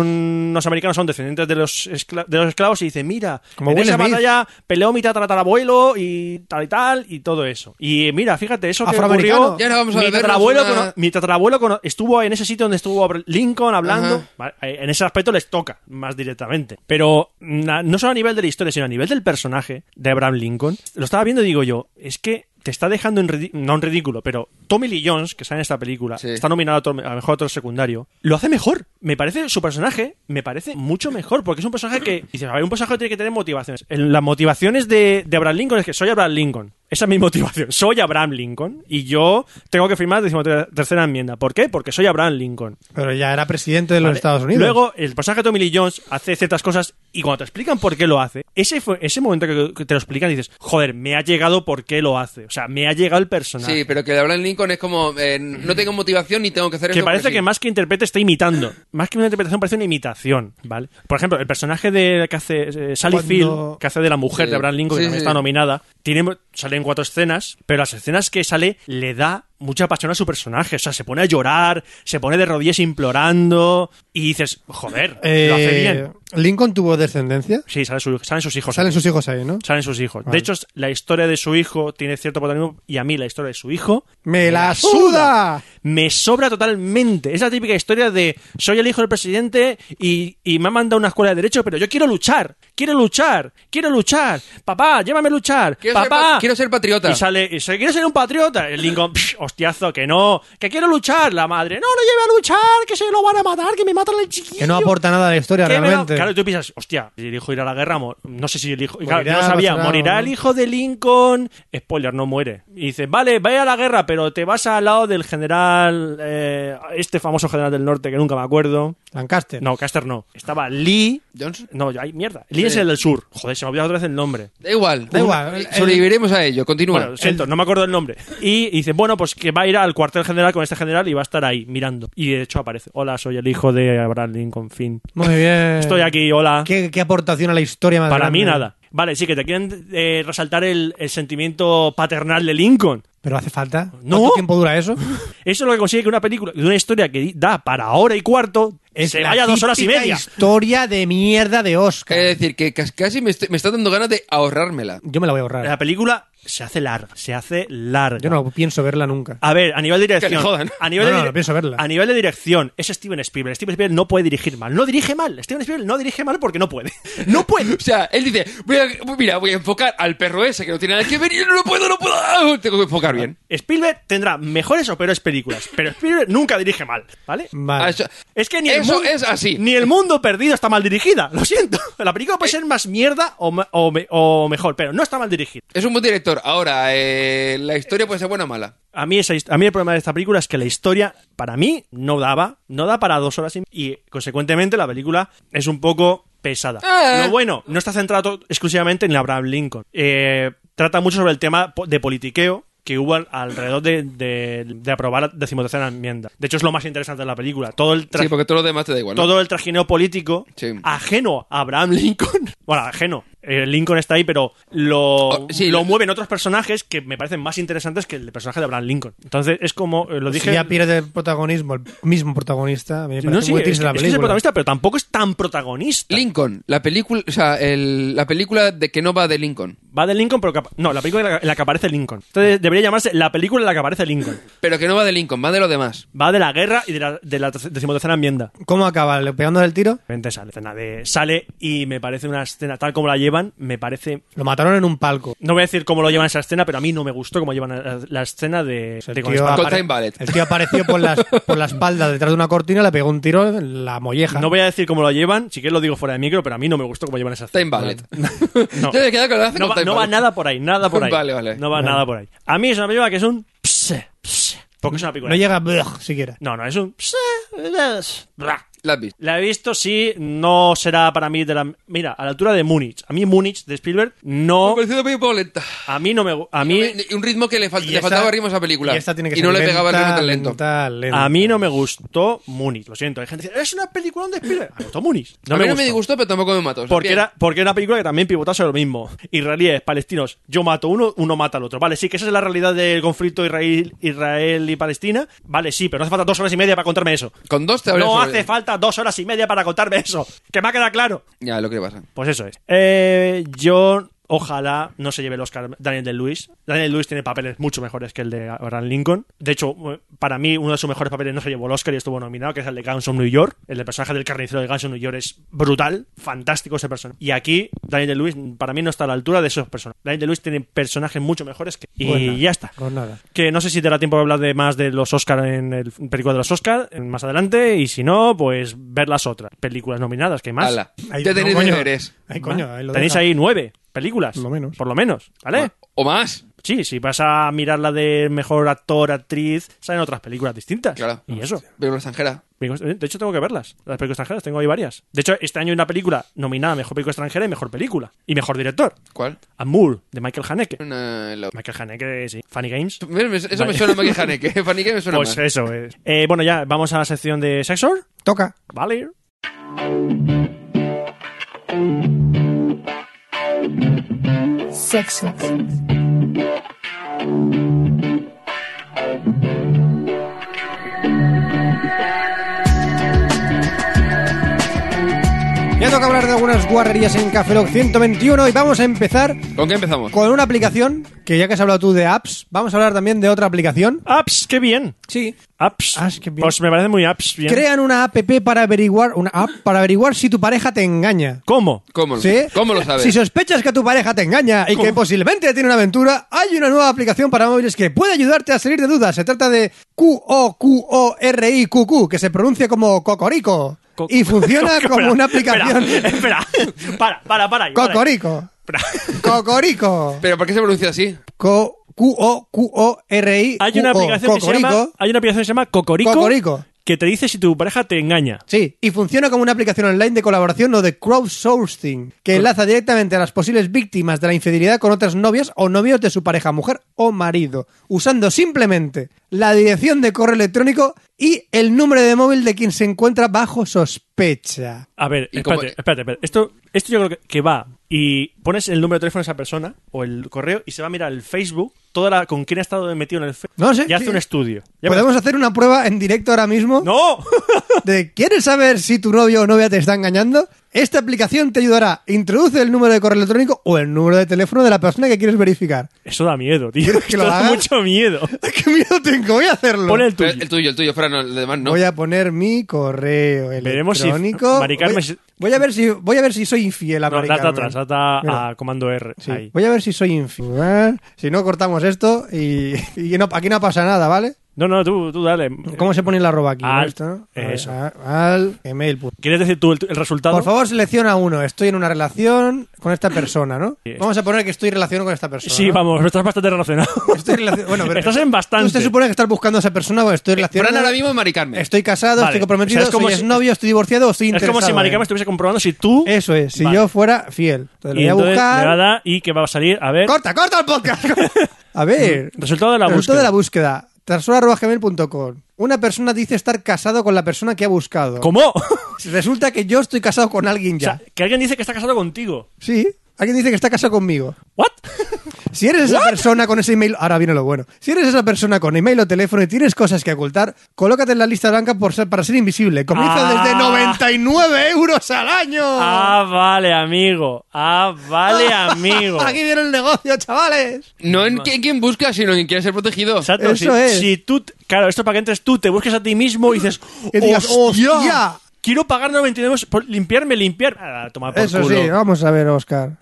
algunos americanos son descendientes de los, escla- de los esclavos y dicen, mira,
Como
en
Will
esa
Smith.
batalla peleó mi tatarabuelo y tal y tal y todo eso. Y mira, fíjate, eso que
Afroamericano.
ocurrió,
Ya nos vamos a
mi
bebernos
tatarabuelo,
una-
cono- mi tatarabuelo cono- estuvo en ese sitio donde estuvo Abra- Lincoln hablando.
Ajá.
Vale, Eh, en ese aspecto les toca más directamente. Pero na- no solo a nivel de la historia, sino a nivel del personaje de Abraham Lincoln, lo estaba viendo y digo yo, es que te está dejando en ridi- no en ridículo, pero Tommy Lee Jones, que está en esta película,
Sí.
está nominado a, to- a mejor actor secundario, lo hace mejor. Me parece, su personaje me parece mucho mejor, porque es un personaje que, dices, a ver, un personaje tiene que tener motivaciones. En las motivaciones de, de Abraham Lincoln es que soy Abraham Lincoln. Esa es mi motivación. Soy Abraham Lincoln y yo tengo que firmar la tercera enmienda. ¿Por qué? Porque soy Abraham Lincoln.
Pero ya era presidente de los
¿vale?
Estados Unidos.
Luego, el personaje de Tommy Lee Jones hace ciertas cosas y cuando te explican por qué lo hace, ese, fue- ese momento que, que te lo explican dices, joder, me ha llegado por qué lo hace. O sea, me ha llegado el personaje.
Sí, pero que hablar en Lincoln es como... eh, no tengo motivación ni tengo que hacer
Que
esto
parece
porque
que
sí.
más que interprete está imitando. Más que una interpretación parece una imitación, ¿vally? Por ejemplo, el personaje de que hace eh, Sally
Cuando-
Field, que hace de la mujer
Sí.
de Abraham Lincoln, que
Sí,
también
sí.
está nominada, tiene, sale en cuatro escenas, pero las escenas que sale le da mucha pasión a su personaje. O sea, se pone a llorar, se pone de rodillas implorando y dices, joder,
Eh,
lo hace bien.
¿Lincoln tuvo descendencia? Pues
Sí, sale su- salen sus hijos.
Salen
aquí.
sus hijos ahí, ¿no?
Salen sus hijos.
Vale.
De hecho, la historia de su hijo tiene cierto protagonismo y a mí la historia de su hijo
¡Me la suda!
me sobra totalmente. Es la típica historia de soy el hijo del presidente y, y me han mandado a una escuela de derecho, pero yo quiero luchar, quiero luchar, quiero luchar. Papá, llévame a luchar.
Quiero ser
Papá,
pa- quiero ser patriota.
Y sale, y sale, quiero ser un patriota. El Lincoln, "Psh, hostiazo, que no, que quiero luchar. La madre, no lo lleve a luchar, que se lo van a matar, que me matan el chiquillo.
Que no aporta nada a la historia,
¿Qué me da-
realmente.
Claro, y tú piensas, hostia, el hijo irá a la guerra, mo- no sé si el hijo. y claro,
Morirá,
yo no sabía,
pasará,
morirá
¿no?
el hijo de Lincoln. Spoiler, no muere. Y dices, vale, vaya a la guerra, pero te vas al lado del general, eh, este famoso general del norte que nunca me acuerdo.
Lancaster.
No, Caster no. Estaba Lee.
Johnson.
No, ay, mierda. Lee es
Sí.
el del sur. Joder, se me ha olvidado otra vez el nombre.
Da igual.
Da igual. eh, El-
Sobreviviremos a ello. Continúa.
Bueno, lo siento, no me acuerdo el nombre. Y dice, bueno, pues que va a ir al cuartel general con este general y va a estar ahí mirando. Y de hecho aparece. Hola, soy el hijo de Abraham Lincoln Finn.
Muy bien.
Estoy aquí, hola.
Eh, ¿Qué, qué aportación a la historia más
Para mí
grande?
nada. Vale, sí, que te quieren eh, resaltar el, el sentimiento paternal de Lincoln.
¿Pero hace falta?
No.
¿Cuánto tiempo dura eso?
Eso es lo que consigue que una película, de una historia que da para hora y cuarto, se
la
vaya dos horas y
típica
media.
historia de mierda de Oscar.
Es decir, que cas- casi me, estoy- me está dando ganas de ahorrármela.
Yo me la voy a ahorrar.
La película se hace larga, se hace larga.
Yo no pienso verla nunca.
A ver, a nivel de dirección.
Que le jodan.
A
No,
nivel de
no,
dire-
no pienso verla.
A nivel de dirección, es Steven Spielberg. Steven Spielberg no puede dirigir mal. No dirige mal. Steven Spielberg no dirige mal porque no puede. No puede.
O sea, él dice, voy a- mira, voy a enfocar al perro ese que no tiene nada que ver y yo no lo puedo, no puedo. Ah, Tengo que enfocar bien.
Spielberg tendrá mejores o peores películas, pero Spielberg nunca dirige mal, ¿vale?
Vale.
Ah, eso-
Es que ni
Eso
el mundo,
es así. Eh.
Ni el mundo perdido está mal dirigida. Lo siento. La película puede ser más mierda o, ma- o me- o mejor, pero no está mal dirigida.
Es un buen director. Ahora, eh, la historia puede ser buena o mala.
A mí, esa hist- a mí el problema de esta película es que la historia, para mí, no daba. No da para dos horas y, y, consecuentemente, la película es un poco pesada.
Ah.
Lo bueno, no está centrado to- exclusivamente en Abraham Lincoln. Eh, trata mucho sobre el tema po- de politiqueo que hubo al- alrededor de, de- de aprobar la decimotercera enmienda. De hecho, es lo más interesante de la película. Todo el
Sí,
tra-
porque todo lo demás te da igual. ¿no?
todo el trajineo político
Sí.
ajeno a Abraham Lincoln. Bueno, ajeno. Eh, Lincoln está ahí, pero lo,
Oh, sí,
lo
lo-
mueven otros personajes que me parecen más interesantes que el personaje de Abraham Lincoln. Entonces, es como eh, lo
Si
dije.
Pues ya pierde el protagonismo, el mismo protagonista. a mí me parece
no, sí,
muy
es,
triste la
es que es el
película.
protagonista, pero tampoco es tan protagonista.
Lincoln, la película, o sea, el- la película de que no va de Lincoln.
Va de Lincoln, pero que apa- no, la película en la- en la que aparece Lincoln. Entonces, debería llamarse la película en la que aparece Lincoln.
Pero que no va de Lincoln, va de lo demás.
Va de la guerra y de la, de la decimotercera enmienda.
¿Cómo acaba? ¿Le- ¿Pegando el tiro?
De repente sale, escena de- sale y me parece una escena tal como la llevan me parece...
Lo mataron en un palco.
No voy a decir cómo lo llevan esa escena, pero a mí no me gustó cómo llevan la, la escena de...
O sea,
de
el,
con
tío
Spark.
Con
apare-
Time Ballet.
el tío apareció por, las, por la espalda detrás de una cortina, le pegó un tiro en la molleja.
no voy a decir cómo lo llevan, si quieres lo digo fuera de micro, pero a mí no me gustó cómo llevan esa escena.
Time Ballet.
No.
Yo me he quedado con lo que hace
No
con
va,
Time
no va
Ballet.
nada por ahí, nada por ahí.
Vale, vale.
No va nada por ahí. A mí es una película que es un... pse, pse, porque es una película...
No llega bleh, siquiera.
No, no, es un... pse, pse, bla.
La has visto.
La he visto, sí, no será para mí de la... Mira, a la altura de Múnich. A mí Múnich de Spielberg
Me
no...
ha parecido una película lenta.
A mí no me... gu- A mí,
Y un ritmo que le, fal-
Y
le
esta-
faltaba ritmo a esa película.
Y esta tiene que
no
ser
le pegaba el ritmo
lenta,
tan lento.
lenta, lenta.
a mí no me gustó Múnich, lo siento. Hay gente que dice, es una película de Spielberg. Me gustó Múnich. No
a
me
mí no
gustó.
me disgustó, pero tampoco me mató. O sea,
Porque
bien.
era, porque era una película que también pivotaba sobre lo mismo. Israelíes, palestinos, yo mato uno, uno mata al otro. Vale, sí, que esa es la realidad del conflicto Israel, Israel y Palestina. Vale, sí, pero no hace falta dos horas y media para contarme eso.
Con dos te habría
No
sobre-
hace falta dos horas y media para contarme eso. Que me ha quedado claro.
Ya, lo que pasa.
Pues eso es. Eh, yo ojalá no se lleve el Oscar Daniel de Luis. Daniel Luis tiene papeles mucho mejores que el de Abraham Lincoln. De hecho, eh, para mí uno de sus mejores papeles no se llevó el Oscar y estuvo nominado, que es el de Guns of New York. El de personaje del carnicero de Guns of New York es brutal, fantástico ese personaje. Y aquí Daniel de Luis para mí no está a la altura de esos personajes. Daniel de Luis tiene personajes mucho mejores que y
Bueno.
ya está.
Pues nada.
Que no sé si te dará tiempo de hablar de más de los Oscar en el película de los Oscar en- más adelante y si no, pues ver las otras películas nominadas que hay más.
Hala.
Ay,
ya
no,
tenéis
coño.
deberes.
Ay, coño, ahí lo
Tenéis
deja.
ahí nueve películas.
Por lo menos.
Por lo menos, ¿vale?
O más.
Sí, si vas a mirar la de mejor actor, actriz, salen otras películas distintas.
Claro.
Y eso.
Pero una extranjera.
Películas- eh, De hecho, tengo que verlas. Las películas extranjeras, tengo ahí varias. De hecho, este año hay una película nominada a Mejor Película Extranjera y Mejor Película. Y Mejor Director.
¿Cuál?
Amour, de Michael Haneke.
Una- la-
Michael Haneke, sí. Funny Games.
¿Ves? Me- Eso
Vale.
me suena a Maggie Haneke. Fanny que me suena
Pues
más.
eso es. Eh, bueno, ya, vamos a la sección de Sexor.
Toca.
Vale.
Sexo.
Ya toca hablar de algunas guarrerías en Café Lock 121 y vamos a empezar
¿Con qué empezamos?
con una aplicación que ya que has hablado tú de apps, vamos a hablar también de otra aplicación.
Apps, qué bien.
Sí.
Apps.
Apps, qué Ah, bien.
Pues me parece muy apps. Bien.
Crean una app para averiguar una app para averiguar si tu pareja te engaña.
¿Cómo?
¿Cómo, lo-
¿Sí?
¿Cómo lo sabes?
Si sospechas que tu pareja te engaña y que posiblemente tiene una aventura, hay una nueva aplicación para móviles que puede ayudarte a salir de dudas. Se trata de QOQORIQQ, que se pronuncia como Cocorico.
Co-
y funciona como una
Espera,
aplicación
Espera, espera. para, para, para. ahí, para ahí.
Cocorico.
Espera.
Cocorico.
¿Pero por qué se pronuncia así?
Co- Q-O-Q-O-R-I.
Hay una
Q-O,
aplicación que se
Cocorico.
llama, hay una aplicación que se llama Cocorico,
Cocorico.
que te dice si tu pareja te engaña.
Sí, y funciona como una aplicación online de colaboración o de crowdsourcing,
Pues-
que enlaza directamente a las posibles víctimas de la infidelidad con otras novias o novios de su pareja, mujer o marido, usando simplemente la dirección de correo electrónico y el número de móvil de quien se encuentra bajo sospecha.
A ver,
¿Y
espérate,
cómo-
espérate, espérate. Esto, esto yo creo que, que va y pones el número de teléfono de esa persona o el correo y se va a mirar el Facebook, toda la, con quién ha estado metido en el Facebook.
No sé,
Y hace
sí.
un estudio. Ya
¿Podemos hacer una prueba en directo ahora mismo?
me- ¡No!
de ¿Quieres saber si tu novio o novia te está engañando? Esta aplicación te ayudará. Introduce el número de correo electrónico o el número de teléfono de la persona que quieres verificar.
Eso da miedo, tío.
¿Quieres que lo
Esto da
haga?
mucho miedo.
¡Qué miedo tengo! Voy a hacerlo.
Pon el tuyo.
Pero El tuyo, el tuyo, fuera no, el demás no.
Voy a poner mi correo
Veremos si-
electrónico.
Mari Carmen-
Voy, voy a ver si voy a ver si soy infiel a
No,
Mari
data
Carmen.
atrás, data
Mira,
a comando R.
sí.
ahí.
Voy a ver si soy infiel. ¿eh? Si no cortamos esto y, y no- aquí no pasa nada, ¿vale?
No, no, tú, tú dale.
¿Cómo se pone el arroba aquí? ¿no?
Al- eh,
Esto, ¿no? A
eso.
al email. punto.
¿Quieres decir tú el, el resultado?
Por favor, selecciona uno. Estoy en una relación con esta persona, ¿no?
Sí.
Vamos a poner que estoy relacionado con esta persona.
Sí,
¿no?
vamos, estás bastante relacionado.
Estoy relacion- Bueno, pero
Estás en bastante. Eh,
Usted supone que estás buscando a esa persona, bueno, estoy
Fran
relacionado.
ahora mismo es Mari Carmen.
Estoy casado,
Vale,
estoy comprometido,
o sea, es como
soy
si-
novio, estoy divorciado, estoy
Es
interesado.
como si Maricama
¿eh?
estuviese comprobando si tú.
Eso es, si
Vale.
yo fuera fiel. Entonces,
Y
lo voy a
entonces
buscar.
le va a dar y que va a salir. A ver.
¡Corta, corta el podcast! a ver.
Resultado de la
Resultado
búsqueda.
de la búsqueda. Trasora.gmail.com Una persona dice estar casado con la persona que ha buscado.
¿Cómo? O
Resulta que yo estoy casado con alguien ya.
sea, que alguien dice que está casado contigo.
sí. Alguien dice que está casado conmigo.
¿What?
Si eres esa persona con ese email, ahora viene lo bueno. Si eres esa persona con email o teléfono y tienes cosas que ocultar, colócate en la lista blanca por ser- para ser invisible. Comienza
Ah.
desde 99 euros al año.
Ah, vale, amigo. Ah, vale, amigo.
Aquí viene el negocio, chavales.
No en qui- en quién busca, sino en quien quiere ser protegido.
Exacto,
Eso
si,
es.
si tú. Claro, esto es para que entres tú, te busques a ti mismo y dices.
Que digas,
"Hostia".
"Hostia".
Quiero pagar 99 euros por limpiarme, limpiar. Ah, toma por
Eso
culo.
sí, vamos a ver, Oscar.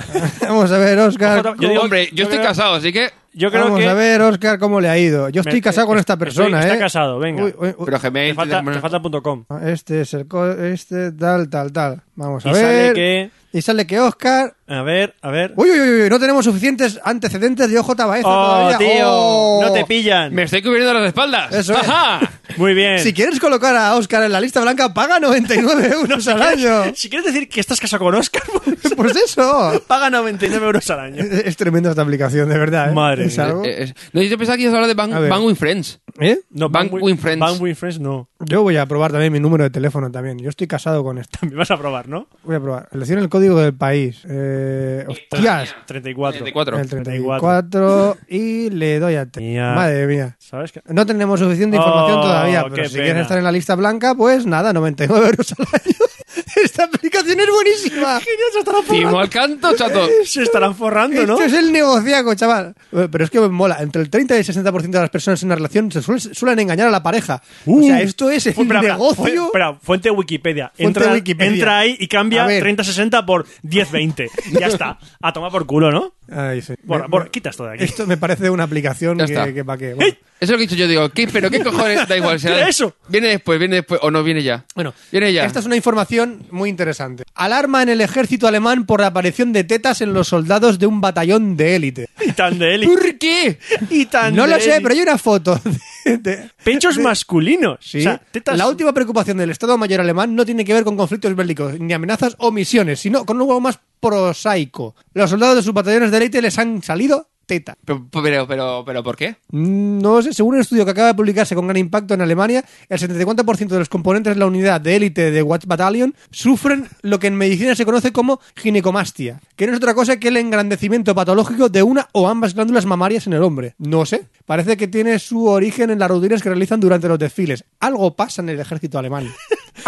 Vamos a ver, Oscar.
Yo digo-
Hombre, yo
yo
estoy
creo-
casado, así que.
Yo creo
vamos
que.
a ver, Oscar, cómo le ha ido. Yo estoy
Me-
casado con
eh,
esta
estoy-
persona,
está
¿eh?
casado, venga.
Uy, uy, uy.
Pero Gmail.
Te falta,
teléfono-
te falta punto .com.
Este es el co- este tal tal tal. Vamos a
Y
ver.
sale que.
Y sale que Oscar.
A ver, a ver.
Uy, uy, uy, uy, no tenemos suficientes antecedentes de OJ Baeza
¡Oh,
todavía.
tío!
¡Oh!
¡No te pillan!
Me estoy cubriendo las espaldas.
Eso es.
¡Ajá!
Muy bien.
Si quieres colocar a Oscar en la lista blanca, paga 99 euros al año.
Si quieres decir que estás casado con Oscar, pues,
Pues eso.
paga 99 euros al año.
Es, es tremenda esta aplicación, de verdad. ¿eh?
Madre
Es
mía.
algo-
Eh, eh, no, yo pensaba que ibas a hablar de Bang,
A ver.
Bang with Friends.
¿Eh?
No,
Bank with Friends.
Bank with Friends no.
Yo voy a probar también mi número de teléfono también. Yo estoy casado con esta.
También vas a probar, ¿no?
Voy a probar. Selecciona el código del país. Eh, hostias.
34.
34.
El 34 y le doy a... te-
Mía.
Madre mía.
¿Sabes qué?
No tenemos suficiente información
Oh,
todavía,
qué
pero si
pena.
quieres estar en la lista blanca, pues nada, 99 euros al año. Esta aplicación es buenísima.
Se estarán
Timo
forrando,
al canto, chato.
se estarán forrando ¿no?
Esto es el negociaco, chaval. Eh, Pero es que mola. Entre el 30 y el 60% de las personas en una relación se suelen, suelen engañar a la pareja. o sea, esto es el
Fu- Uh. Pues, espera, espera,
negocio.
fu- espera, fuente Wikipedia.
Fuente
entra,
Wikipedia.
entra ahí y
A
cambia
ver.
30-60 por 10-20. ya está. A tomar por culo, ¿no?
Ay, sí.
Borra,
Me-
borra,
me-
quita esto de aquí.
Esto me parece una aplicación
Ya
que,
está.
para qué. Bueno.
Eso es lo que he dicho yo, digo, ¿qué, pero qué cojones, da igual, será-
¿Qué era eso?
Viene después, viene después, o no viene ya.
Bueno,
viene ya.
Esta es una información muy interesante. Alarma en el ejército alemán por la aparición de tetas en los soldados de un batallón de élite.
Y tan de él.
¿Por qué?
Y tan
No
de
lo sé,
él.
pero hay una foto de- de,
Pechos masculinos.
Sí.
O sea, tetas-
La última preocupación del Estado Mayor alemán no tiene que ver con conflictos bélicos, ni amenazas o misiones, sino con algo más prosaico. Los soldados de sus batallones de élite les han salido teta.
Pero, pero, pero, pero, ¿por qué?
Mm, No sé, según un estudio que acaba de publicarse con gran impacto en Alemania, el 74% de los componentes de la unidad de élite de Watch Battalion sufren lo que en medicina se conoce como ginecomastia, que no es otra cosa que el engrandecimiento patológico de una o ambas glándulas mamarias en el hombre. No sé, parece que tiene su origen en las rutinas que realizan durante los desfiles. Algo pasa en el ejército alemán.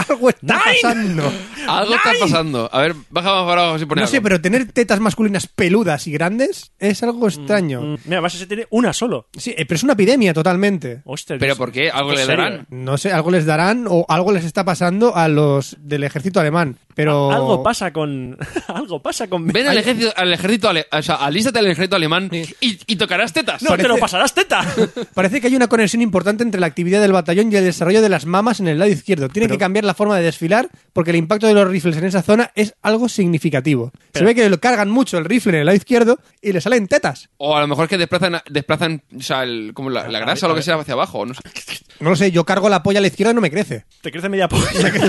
Algo está
Nein.
pasando.
Algo está pasando. A ver, baja más para abajo si pone
No
algo.
sé, pero tener tetas masculinas peludas y grandes es algo extraño.
Mm, Mira, vas a ser tiene una solo.
Sí, eh, pero es una epidemia totalmente.
Hostia,
¿Pero
Dios.
por qué? ¿Algo
¿En
le
serio?
darán?
No sé, algo les darán o algo les está pasando a los del ejército alemán. Pero.
Algo pasa con. algo pasa con.
Ven al ejército, al ejército ale- o sea, alístate al ejército alemán y, y tocarás tetas.
No, te lo pasarás teta.
Parece que hay una conexión importante entre la actividad del batallón y el desarrollo de las mamas en el lado izquierdo. Tienen que cambiar la forma de desfilar porque el impacto de los rifles en esa zona es algo significativo. Se ve que lo cargan mucho el rifle en el lado izquierdo y le salen tetas.
O a lo mejor que desplazan, desplazan o sea, el- como la, la grasa o lo que sea hacia abajo. No sé.
No lo sé, yo cargo la polla a la izquierda y no me crece.
Te crece media polla.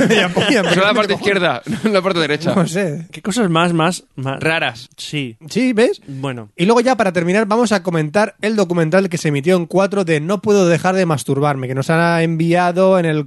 Media polla, me
Solo la
crece
parte
como-
izquierda, no la parte derecha.
No sé.
¿Qué cosas más, más, más
Raras.
Sí.
Sí, ¿ves?
Bueno.
Y luego ya para terminar vamos a comentar el documental que se emitió en 4 de No puedo dejar de masturbarme, que nos ha enviado en el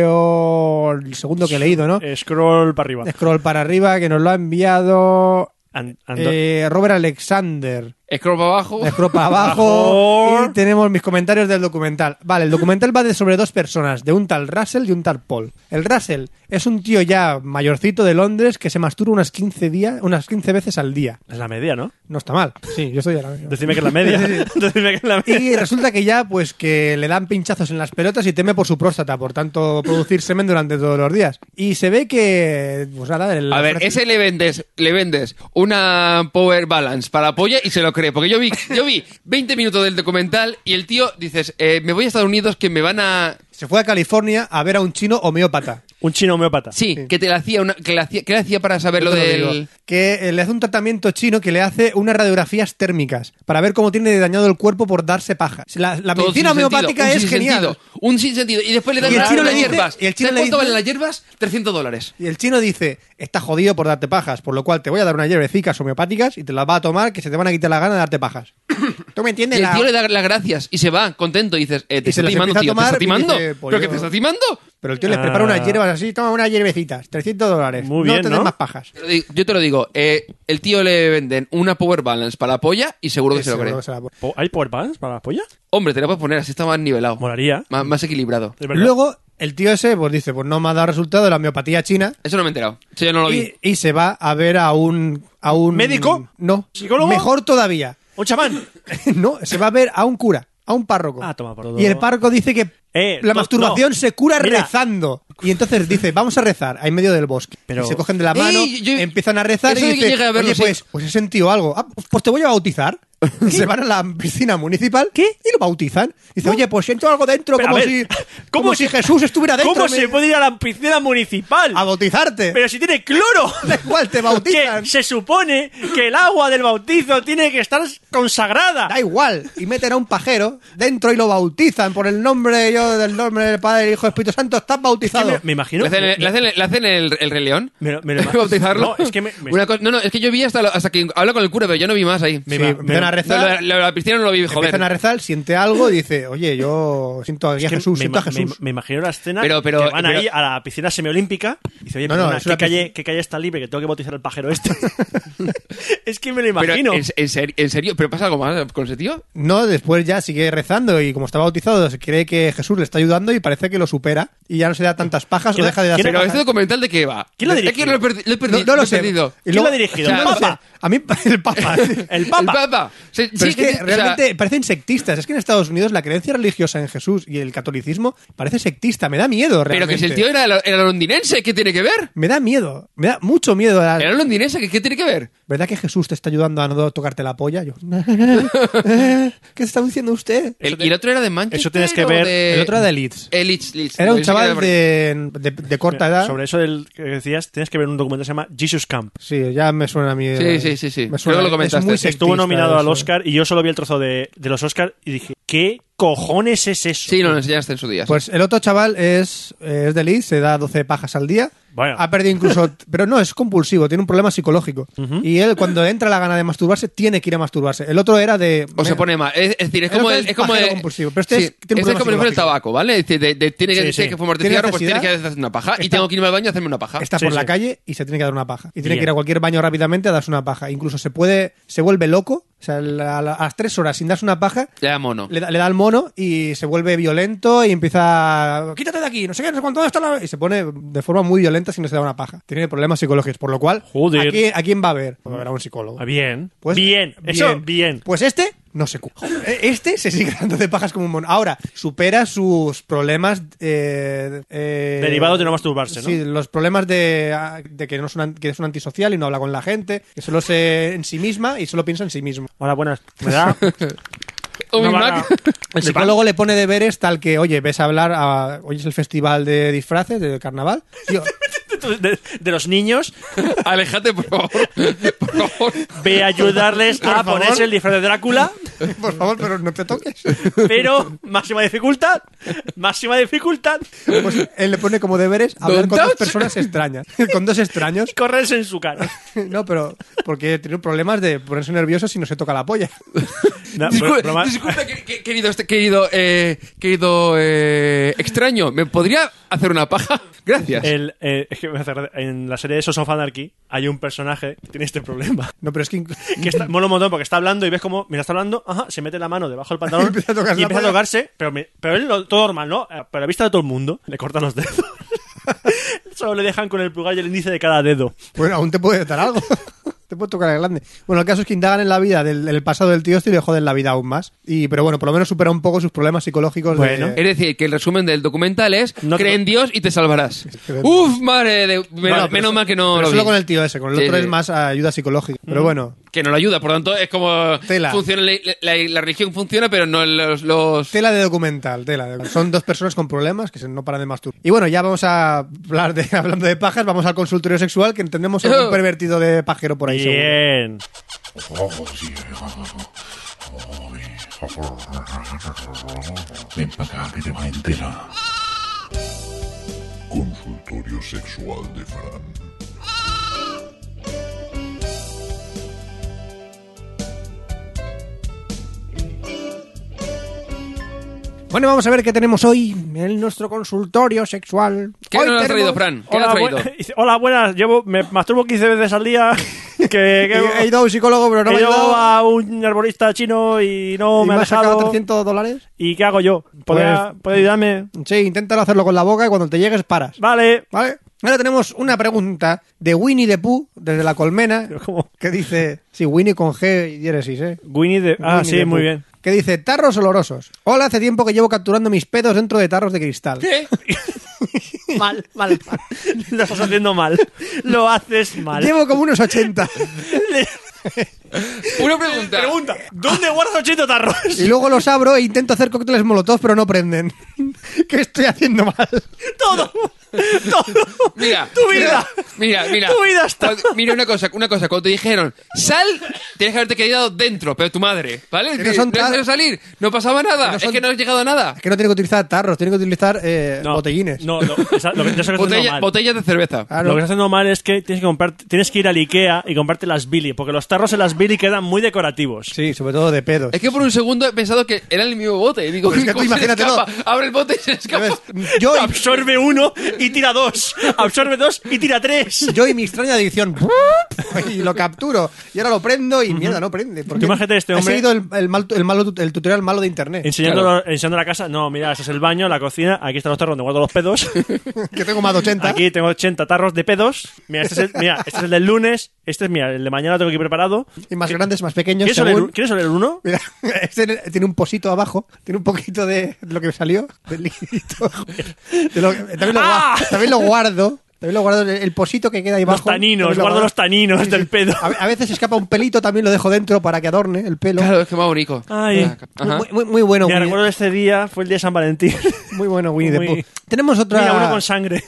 correo el segundo que he leído, ¿no?
eh, Scroll para arriba.
Scroll para arriba, que nos lo ha enviado
And- and-
eh, Robert Alexander.
Scroll para abajo.
Scroll para abajo.
Abajo.
y tenemos mis comentarios del documental. Vale, el documental va de sobre dos personas, de un tal Russell y un tal Paul. El Russell es un tío ya mayorcito de Londres que se masturba unas 15, días, unas 15 veces al día.
Es la media, ¿no?
No está mal. Sí, yo estoy a la misma.
Decime que es la media. Decime que es la media.
Y resulta que ya, pues, que le dan pinchazos en las pelotas y teme por su próstata, por tanto, producir semen durante todos los días. Y se ve que, pues nada, el-
A ver, ese le vendes, le vendes una power balance para polla y se lo cree. Porque yo vi, yo vi 20 minutos del documental y el tío dices, eh, me voy a Estados Unidos que me van a.
se fue a California a ver a un chino homeópata.
Un chino homeópata.
Sí, que te la hacía una, que la hacía, que le hacía para saber
Yo
lo
te
del.
digo. que eh, le hace un tratamiento chino que le hace unas radiografías térmicas para ver cómo tiene dañado el cuerpo por darse paja. La, la
todo
medicina
sin sentido,
homeopática
un
es
sin
genial.
sentido, un sinsentido. Y después le dan
Y el
las
chino le
las
dice-
hierbas.
y el chino
¿Sabes
le
cuánto
dice-
valen las hierbas? 300 dólares.
Y el chino dice, estás jodido por darte pajas, por lo cual te voy a dar unas hierbecicas homeopáticas y te las va a tomar que se te van a quitar la gana de darte pajas. ¿Tú me
Y
entiendes?
el
La-
tío le da las gracias y se va contento. Y dices, eh,
Y
te
se
está
las
timando,
empieza a
tío. ¿Te
tomar
está
y
timando?
dice, pues
¿Pero que
yo-
te está timando?
Pero el tío les
Ah.
prepara unas hierbas así, toma unas hierbecitas, 300 dólares.
Muy
no
bien,
te
¿no?
den más pajas.
Te lo digo- Yo te lo digo, eh, el tío le venden una power balance para polla y seguro que se lo
Seguro
cree.
que se la-
Po- ¿Hay power bands para la polla?
Hombre, te la puedes poner, así está más nivelado.
Molaría.
Más, más equilibrado.
Es verdad.
Luego, el tío ese pues dice, pues no me ha dado resultado la homeopatía china
Eso no me he enterado. Eso yo no lo vi.
y, y se va a ver a un... A un
¿Médico?
No.
¿Psicólogo?
Mejor todavía.
¡Un chamán!
no, se va a ver a un cura, a un párroco.
Ah, toma por
Y
todo.
el párroco dice que
Eh,
la
to-
masturbación
no.
se cura
Mira,
rezando. Y entonces dice, vamos a rezar, ahí en medio del bosque.
Pero-
Y se cogen de la mano,
Ey, yo-
empiezan a rezar y
eso de que
dice,
llegue a verlo,
"Oye,
sí".
pues, pues he sentido algo. Ah, pues te voy a bautizar. Se van a la piscina municipal y lo bautizan. Dice, oye, pues siento algo dentro,
Pero, a
como, si,
ver, ¿cómo
como
se-
si Jesús estuviera dentro.
¿Cómo
me- Ah,
se puede ir a la piscina municipal?
A bautizarte.
Pero si tiene cloro.
Da igual, te bautizan.
Que se supone que el agua del bautizo tiene que estar consagrada.
Da igual. Y meten a un pajero dentro y lo bautizan por el nombre yo del nombre del Padre, del Hijo, del Espíritu Santo. Estás bautizado.
Me, me imagino.
¿Le hacen, el-
me-
le hacen el- le hacen el, el Rey León?
Me lo- me lo-
¿Bautizarlo?
No, es que me- me-
Una cosa- no, no, es que yo vi hasta, lo- hasta que habla con el cura, pero yo no vi más ahí.
me-
Sí,
me-
empiezan a rezar.
No, lo de- lo de la piscina no lo vi, joder.
Empiezan a rezar, siente algo y dice, oye, yo siento aquí
es
a
que
Jesús,
me,
siento a
me-
Jesús.
me imagino la escena
Pero- pero-
que van
pero-
ahí a la piscina semiolímpica y dice, oye,
No, no,
perdona,
es
¿qué,
una
calle,
piscina-
¿qué calle está libre? Que tengo que bautizar al pajero este. es que me lo
Pero,
imagino.
¿en, en serio, ¿En serio? ¿Pero pasa algo más con ese tío?
No, después ya sigue rezando y como está bautizado, se cree que Jesús le está ayudando y parece que lo supera y ya no se da tantas pajas o
¿Quién-
deja de dar
quién-
Pero
pajas.
este documental de qué va.
¿Quién lo
Es que
dirigió?
lo he, perdi- lo he perdi-
No, no
lo
lo
he
sé.
perdido.
Y
¿Quién
luego-
lo ha dirigido?
No
¿El
lo sé.
Papa?
A mí el Papa.
El Papa.
El Papa. Sí,
Pero
sí,
es que
sí, o sea,
realmente parecen sectistas. Es que en Estados Unidos la creencia religiosa en Jesús y el catolicismo parece sectista. Me da miedo
pero
realmente.
que si el tío era, lo- era londinense, ¿qué tiene que ver?
Me da miedo. Me da mucho miedo. La-
¿Era londinense? ¿Qué, qué tiene que ver?
¿Verdad que Jesús te está ayudando a no tocarte la polla? Yo, ¿eh? ¿Qué está diciendo usted?
El- y el otro era de Manchester.
eso tienes que
o
ver-
De...
El otro era de Leeds.
Eh, Leeds, Leeds.
Era un
Yo sé que
chaval
por-
de, de- de corta edad.
Sobre eso del que decías, tienes que ver un documental que se llama Jesus Camp.
Sí, ya me suena a mí. eh,
Sí, sí, sí, sí.
Me suena,
Creo que lo
es
comentaste.
muy
Estuvo
sectista
Estuvo nominado al
eso.
Oscar y yo solo vi el trozo de, de los Oscars y dije, ¿qué cojones es eso?
Sí, nos lo enseñaste en su día. sí.
Pues el otro chaval es, eh, es de Leeds, se da 12 pajas al día.
Bueno.
Ha perdido incluso. pero no, es compulsivo, tiene un problema psicológico. Y él, cuando le entra la gana de masturbarse, tiene que ir a masturbarse. El otro era de.
O se pone más. Es, es decir, es
El
como
otro
el.
es
Es como
pajero
el
compulsivo, pero este es- tiene un
este es
problema
como si fuera el
psicológico.
tabaco, ¿vale? Es decir, de- de- tiene que,
Sí,
decir
sí.
que fumarte
Tiene
cigarro, pues tienes que
necesidad.
hacer una paja. Y
Está-
tengo que irme al baño a hacerme una paja.
Está
Ah, Sí,
por
sí.
la calle y se tiene que dar una paja. Y tiene
Bien.
que ir a cualquier baño rápidamente a darse una paja. Incluso se puede. Se vuelve loco. O sea, la- la- a las tres horas sin darse una paja,
Ya mono.
le da, le da al mono y se vuelve violento y empieza quítate de aquí no sé qué no sé cuánto está la-". y se pone de forma muy violenta si no se da una paja tiene problemas psicológicos por lo cual
Joder.
¿a, quién, a quién va a ver va a ver a un psicólogo
Ah, Bien.
Pues-
bien. Eso, bien.
pues este no se cu- Eh, este se sigue dando de pajas como un mono ahora supera sus problemas eh, eh,
Derivados de no masturbarse, ¿no?
Sí, los problemas de, ah, de que, no es un, an- que es un antisocial y no habla con la gente, que solo se en sí misma y solo piensa en sí mismo.
Hola, buenas. ¿Me da?
Un
No
Big
van
Mac.
a-
El psicólogo le pone deberes tal que, oye, ves a hablar, a- hoy es el festival de disfraces, de carnaval. Tío,
de, de los niños,
Alejate, por favor. Por favor.
ve a ayudarles a
favor.
ponerse el disfraz de Drácula,
por favor, pero no te toques.
pero máxima dificultad, máxima dificultad,
Pues él le pone como deberes hablar
Don't
con dos
touch.
personas extrañas, con dos extraños.
y correrse en su cara.
No, pero porque tiene problemas de ponerse nervioso si no se toca la polla.
No,
Disculpa,
broma-
disculpa, que- que- querido, este- querido, eh, querido eh, extraño. ¿Me podría hacer una paja? Gracias.
el, eh, es que me hace gracia, en la serie de Sons of Anarchy hay un personaje que tiene este problema.
No, pero es que... inc-
Que está, mola un montón porque está hablando y ves como, mira, está hablando, ajá, se mete la mano debajo del pantalón
Y empieza a tocarse la
y empieza a
polla.
tocarse, pero, me- pero él lo- todo normal, ¿no? Eh, Pero a vista de todo el mundo, le cortan los dedos. Solo le dejan con el pulgar y el índice de cada dedo.
Bueno, aún te puede dar algo. Te puede tocar el grande. Bueno, el caso es que indagan en la vida del, del pasado del tío este y le joden la vida aún más. Y, pero bueno, por lo menos supera un poco sus problemas psicológicos. de-
Bueno.
Es decir, que el resumen del documental es
No te-
cree en Dios y te salvarás.
que-
Uf, madre de... men-
Bueno,
Menos,
pero eso-
mal que no
pero
lo
solo
vi.
con el tío ese, con el
Sí,
otro
sí.
es más ayuda psicológica. Pero bueno,
Que no lo ayuda, por lo tanto es como...
Tela.
Funciona, la, la- la religión funciona, pero no los... los-
tela de documental, tela. de- Son dos personas con problemas que se- no paran de masturbar. Y bueno, ya vamos a hablar de hablando de pajas, vamos al consultorio sexual que entendemos a
Oh.
un pervertido de pajero por ahí. seguro.
Bien.
Ven para acá que te va a enterar. Consultorio sexual de Fran.
Bueno, vamos a ver qué tenemos hoy en nuestro consultorio sexual.
¿Qué
Hoy
nos has traído,
tenemos-
Fran? ¿Qué nos
Hola,
has traído?
bu- dice, "Hola, buenas. Llevo, me masturbo 15 veces al día. Que, que-
He, he ido a un psicólogo, pero no
que
me ha
llevo
ayudado.
a un arborista chino y no
y
me ha
me ha sacado
dejado.
300 dólares.
¿Y qué hago yo? ¿Podría-
Pues-
¿Puede ayudarme?
Sí, inténtalo hacerlo con la boca y cuando te llegues paras.
Vale.
¿Vale? Ahora tenemos una pregunta de Winnie the Pooh, desde la colmena,
¿Cómo?
que dice... Sí, Winnie con G y diéresis, ¿eh?
Winnie de... Ah,
Winnie
sí,
the
muy
Pooh,
bien.
Que dice, tarros olorosos. Hola, hace tiempo que llevo capturando mis pedos dentro de tarros de cristal.
¿Qué?
Mal, mal, mal. Lo estás haciendo mal. Lo haces mal.
Llevo como unos 80.
Una pregunta.
Pregunta, ¿dónde guardas 80 tarros?
Y luego los abro e intento hacer cócteles molotov, pero no prenden. ¿Qué estoy haciendo mal?
Todo. Todo.
Mira,
Tu vida.
Mira, mira.
Tu vida está-
Cuando- mira una cosa, una cosa. Cuando te dijeron sal, tienes que haberte quedado dentro, pero tu madre, ¿vale?
Que no son
has
tar-
hecho salir, no pasaba nada.
no son-
Es que no has llegado a nada.
Es que no tiene que utilizar tarros, tiene que utilizar eh,
No,
botellines.
No, no, esa- lo que te estás haciendo
Botella-
mal.
botellas de cerveza.
Claro.
Lo que estás haciendo mal es que tienes que, comprar, tienes que ir al Ikea y comprarte las Billy, porque los tarros en las Billy quedan muy decorativos.
Sí, sobre todo de pedos.
Es que por un segundo he pensado que era el mismo bote. Digo,
Pues es que
¿cómo
tú
se
imagínatelo.
escapa? Abre el bote y se escapa.
¿Sabes? Yo, y-
Absorbe uno y tira dos. Absorbe dos y tira tres.
yo y mi extraña adicción. Y lo capturo. Y ahora lo prendo y mierda, no prende. ¿Por
Tú
qué?
imagínate este hombre-
He seguido el, el mal- el malo, el tutorial malo de internet.
Enseñando, enseñando la casa. No, mira, este es el baño, la cocina. Aquí están los tarros donde guardo los pedos.
Que tengo más de 80.
Aquí tengo 80 tarros de pedos. Mira, este es el, mira, este es el del lunes. Este es, mira, el de mañana tengo aquí preparado.
Y más grandes, más pequeños.
¿Quieres oler,
según-
un- ¿Quieres oler uno?
Mira, este tiene un posito abajo, tiene un poquito de lo que salió, del liquidito. De lo- también, lo, gua-
¡Ah!
también lo guardo, también lo guardo, el- el posito que queda ahí abajo.
taninos,
también lo
guardo los taninos del pedo.
A, a veces escapa un pelito, también lo dejo dentro para que adorne el pelo.
Claro, es que más bonito.
Ay.
Ajá.
Muy, muy- muy bueno,
Mira,
Winnie,
recuerdo este día, fue el día de San Valentín.
muy bueno Winnie the
muy-
Pooh. Tenemos otra...
Mira, uno con sangre.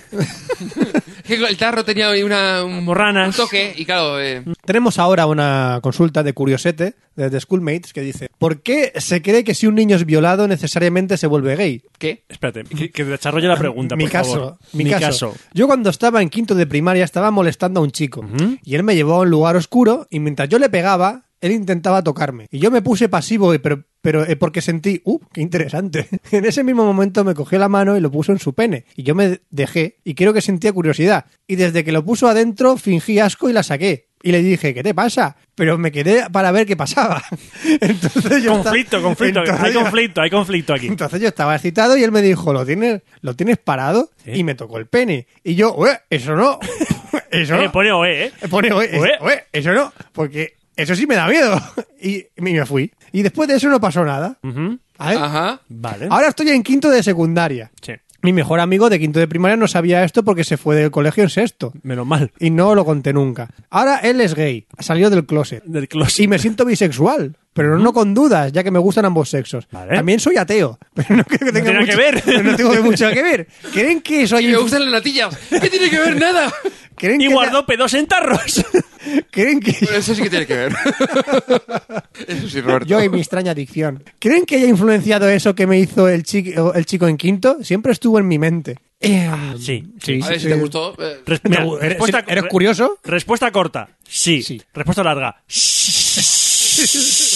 Es que el tarro tenía ahí una un,
Morranas.
un toque y claro, eh,
Tenemos ahora una consulta de Curiosete, de, de Schoolmates, que dice ¿Por qué se cree que si un niño es violado necesariamente se vuelve gay?
¿qué?
Espérate, que, que desarrolle la pregunta,
mi
por
caso,
favor.
Mi, caso. Yo cuando estaba en quinto de primaria estaba molestando a un chico y él me llevó a un lugar oscuro y mientras yo le pegaba, él intentaba tocarme. Y yo me puse pasivo, eh, pero, pero eh, porque sentí, ¡uh, qué interesante! en ese mismo momento me cogió la mano y lo puso en su pene. Y yo me dejé y creo que sentía curiosidad. Y desde que lo puso adentro fingí asco y la saqué. Y le dije, ¿qué te pasa? Pero me quedé para ver qué pasaba. Entonces yo
Conflicto,
estaba-
conflicto.
Entonces
hay
yo-
conflicto, hay conflicto aquí.
entonces yo estaba excitado y él me dijo, ¿lo tienes, ¿lo tienes parado? Y me tocó el pene. Y yo, "Ué, eso no. Eso no.
Eh, pone OE, ¿eh?
Eh, pone, "Ué, es-
Ué.
ué, eso no. Porque eso sí me da miedo. Y, y me fui. Y después de eso no pasó nada. ¿Vale?
Ajá.
Vale.
Ahora estoy en quinto de secundaria.
Sí.
Mi mejor amigo de quinto de primaria no sabía esto porque se fue del colegio en sexto.
Menos mal.
Y no lo conté nunca. Ahora él es gay. Salió del closet.
Del closet.
Y me siento bisexual. Pero no con dudas, ya que me gustan ambos sexos.
Vale.
También soy ateo. Pero no creo que tenga
tiene
mucho-
que ver.
pero No tengo que mucho que ver. ¿Creen que soy
Y me gustan las natillas. ¿Qué tiene que ver nada?
¿Creen
Y
que
guardó pedos en tarros.
¿Creen que
Bueno, eso sí que tiene que ver. Eso sí, Roberto.
yo y mi extraña adicción. ¿Creen que haya influenciado eso que me hizo el chico, el chico en quinto? Siempre estuvo en mi mente. Eh,
Ah, Sí.
A ver si te gustó. eh,
Res-
¿Te
mira,
gu- eres-
respuesta-
¿Eres curioso?
Respuesta corta. Sí.
Sí.
Respuesta larga.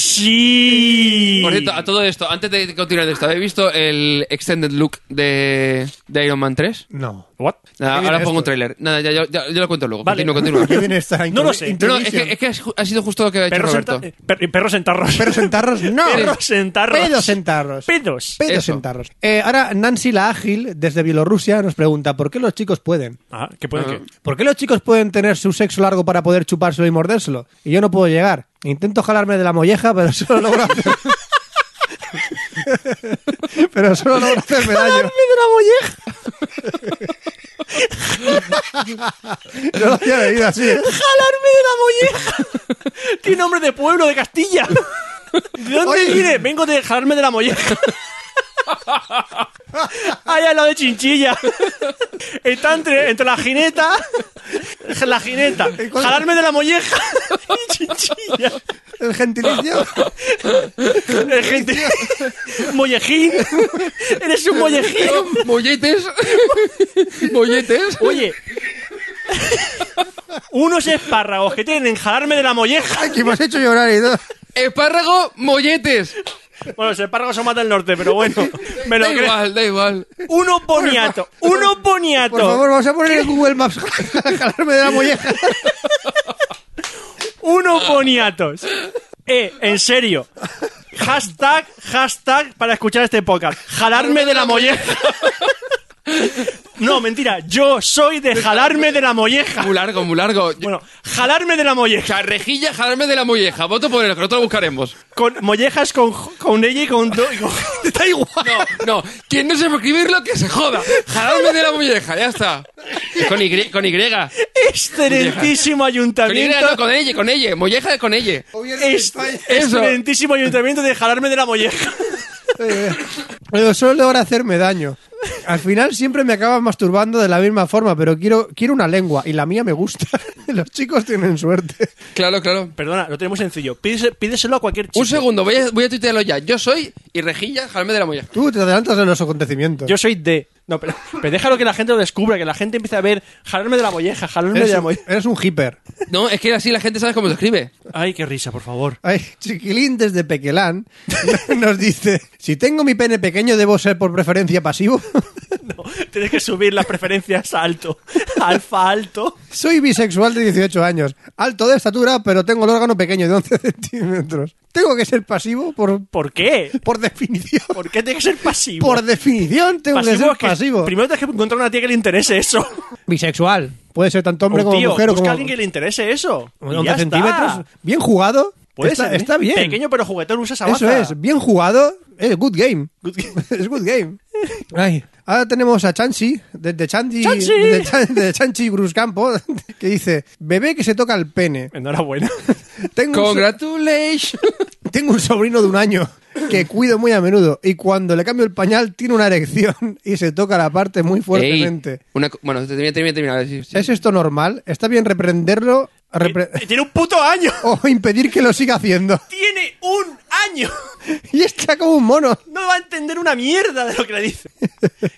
Sí.
Por cierto, a todo esto, antes de continuar de esto, ¿habéis visto el extended look de, de Iron Man 3?
No.
What?
Nada,
¿Qué viene
ahora
esto?
pongo un tráiler. Nada, ya, ya, ya- yo lo cuento luego.
Vale.
Continúa,
¿Qué
continúa.
viene esta
No lo sé.
No, no, es que, es que has- ha sido justo lo que ha hecho
Perros en, ta-
Roberto.
eh, per- perros en tarros.
¿Perros en tarros? No.
Perros en tarros.
Pedos en tarros.
Pedos.
Pedos
Eso.
en tarros. Eh, ahora Nancy la Ágil, desde Bielorrusia, nos pregunta ¿por qué los chicos pueden?
Ah, ¿qué puede
Ah.
que?
¿Por qué los chicos pueden tener su sexo largo para poder chupárselo y mordérselo? Y yo no puedo llegar. Intento jalarme de la molleja, pero solo logro hacer... pero solo logro hacerme daño. ¡Jalarme de la molleja! no lo había leído así. ¿eh?
¡Jalarme de la molleja! ¡Qué nombre de pueblo de Castilla! ¿De dónde
Oye.
viene? Vengo de jalarme de la molleja. Allá al lado de Chinchilla. Está entre, entre la jineta. La jineta.
cuál?
Jalarme de la molleja. Y Chinchilla.
El gentilicio.
El gente. Mollejín. Eres un mollejín.
Molletes. Molletes.
Oye. Unos espárragos que tienen en jalarme de la molleja.
Ay, que me has hecho llorar y todo.
Espárrago, molletes.
Bueno, los espárragos son más del norte, pero bueno. Me lo
Da
creo.
igual, da igual.
Uno boniato, uno boniato,
Por favor, vamos a poner en Google Maps jalarme de la molleja.
uno boniatos. Eh, en serio. Hashtag, hashtag para escuchar este podcast. Jalarme de la molleja. No, mentira, yo soy de jalarme de la molleja.
Muy largo, muy largo. Yo-
Bueno, jalarme de la
O
molleja.
sea, rejilla, jalarme de la molleja. Voto por el que otro lo buscaremos.
Con mollejas con, con ella y con, do- y con- Está igual.
No, no. Quien no sepa escribirlo, que se joda. Jalarme de la molleja, ya está. Con Y, con Y. Con
Excelentísimo
Y,
ayuntamiento.
no, con ella, con ella. Molleja de con ella.
Ex-
Eso.
Excelentísimo ayuntamiento de jalarme de la molleja.
Pero Eh, solo logra hacerme daño. Al final siempre me acabas masturbando de la misma forma, pero quiero, quiero una lengua y la mía me gusta. Los chicos tienen suerte.
Claro, claro.
Perdona, lo tenemos sencillo. Pídese- pídeselo a cualquier chico.
Un segundo, voy a, voy a tuitearlo ya. Yo soy y rejilla, jalarme de la molleja.
Tú te adelantas a los acontecimientos.
Yo soy de. No, pero, pero déjalo que la gente lo descubra, que la gente empiece a ver jalarme de la molleja, jalarme
eres,
de la
un-
molleja.
eres un hiper.
No, es que así la gente sabe cómo se escribe.
Ay, qué risa, por favor.
Ay, Chiquilín desde Pequelán nos dice, si tengo mi pene pequeño, ¿debo ser por preferencia pasivo?
No, tienes que subir las preferencias a alto. Alfa alto.
Soy bisexual de 18 años, alto de estatura, pero tengo el órgano pequeño de 11 centímetros. ¿Tengo que ser pasivo por,
¿Por qué?
por definición?
¿Por qué tiene que ser pasivo?
Por definición tengo
pasivo
que ser
es que-
pasivo.
Primero tienes que encontrar una tía que le interese eso.
Bisexual. Puede ser tanto hombre
O
como
Oh, tío,
mujer o
busca
como...
a alguien que le interese eso. Y
11
ya está.
centímetros. Bien jugado.
Puede
está,
ser, ¿eh?
está bien.
Pequeño pero juguetón usa esa
Eso
baza.
es. Bien jugado. Es good game. es good game. Ay. Ahora tenemos a Chanchi, desde Chanchi,
¡Chanchi!
desde Chan- desde Chanchi Bruscampo, que dice, bebé que se toca el pene.
Enhorabuena.
Tengo un so-
Congratulations.
Tengo un sobrino de un año que cuido muy a menudo y cuando le cambio el pañal tiene una erección y se toca la parte muy fuertemente.
Ey, una co- bueno, termina, termina, termina. a ver si- si-
¿Es esto normal? ¿Está bien reprenderlo repre-
Eh, Tiene un puto año.
o impedir que lo siga haciendo?
Tiene un año.
Y está como un mono.
No va a entender una mierda de lo que le dice.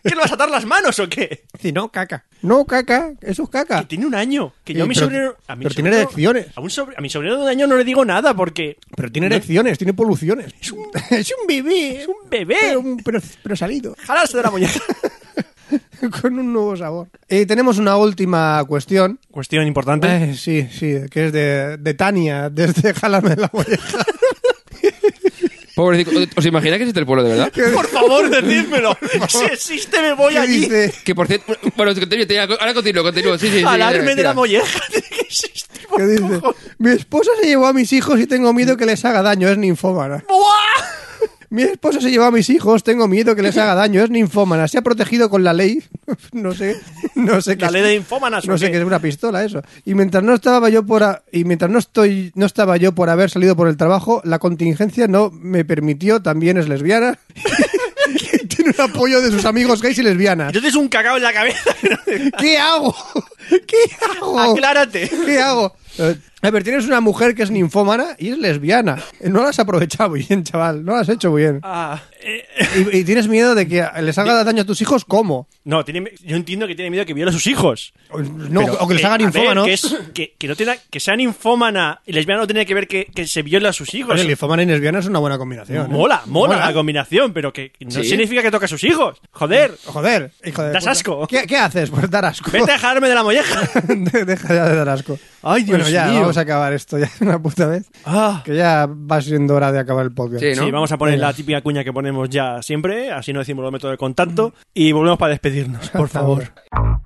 ¿Qué le vas a atar las manos o qué?
Si no, caca. No, caca. Eso es
Que
caca.
tiene un año. Que
Sí,
yo a mi
pero-
sobrino. A mi
pero tiene
sobrino-
erecciones.
A, un sobre- a mi sobrino de un año no le digo nada porque.
Pero tiene erecciones, tiene poluciones. Es un, bebé.
Es un bebé.
Pero, un- pero- pero salido.
Jalarse de la muñeca.
Con un nuevo sabor. Eh, tenemos una última cuestión.
Cuestión importante.
Eh, sí, sí, que es de, de Tania, desde Jálame la molleja.
Pobrecito. ¿Os imagináis que existe el pueblo de verdad?
Por favor, decídmelo. Si existe, me voy
¿Qué
allí.
dice?
Que por cierto. Bueno, continúo, tenía- ahora continúo, continúo. Sí, sí, sí,
Jalarme
tira,
de la
tira.
molleja. Tiene que existir, por
¿Qué dice?
cojones.
Mi esposa se llevó a mis hijos y tengo miedo que les haga daño, es ninfómana.
¡Buah!
Mi esposa se llevó a mis hijos, tengo miedo que les haga daño, es ninfómana. Se ha protegido con la ley, no sé, no sé
La
qué
ley
es.
de infómanas. ¿o
No sé
qué?
qué es una pistola eso. Y mientras no estaba yo por a- y mientras no estoy no estaba yo por haber salido por el trabajo, la contingencia no me permitió, también es lesbiana. Y tiene un apoyo de sus amigos gays y lesbianas.
Entonces un cacao en la cabeza.
¿Qué hago? ¿Qué hago?
Aclárate.
¿Qué hago? Eh, A ver, tienes una mujer que es ninfómana y es lesbiana. Eh, No la has aprovechado bien, chaval. No la has hecho bien.
Ah, eh,
Y, y tienes miedo de que les haga daño a tus hijos, ¿cómo?
no, tiene- yo entiendo que tiene miedo que viole a sus hijos.
O, no,
Pero,
o que les hagan
eh, a ver,
ninfómanos.
Que, es- que- que no tenga- que sea ninfómana y lesbiana no tiene que ver que, que se viole a sus hijos.
Oye, linfómana y lesbiana es una buena combinación. ¿eh?
Mola, mola, la combinación, pero que no
Sí.
significa que toque a sus hijos. Joder,
Joder, hijo de
Das
puta.
asco.
¿Qué, qué haces por dar asco?
vete a dejarme de la molleja.
Deja ya de dar asco.
Ay, Dios
bueno, ya
mío.
vamos a acabar esto ya una puta vez.
Ah.
Que ya va siendo hora de acabar el podcast.
Sí, ¿no?
Sí, vamos a poner la típica cuña que ponemos ya siempre, así no decimos los métodos de contacto, y volvemos para despedirnos, por
Hasta
favor.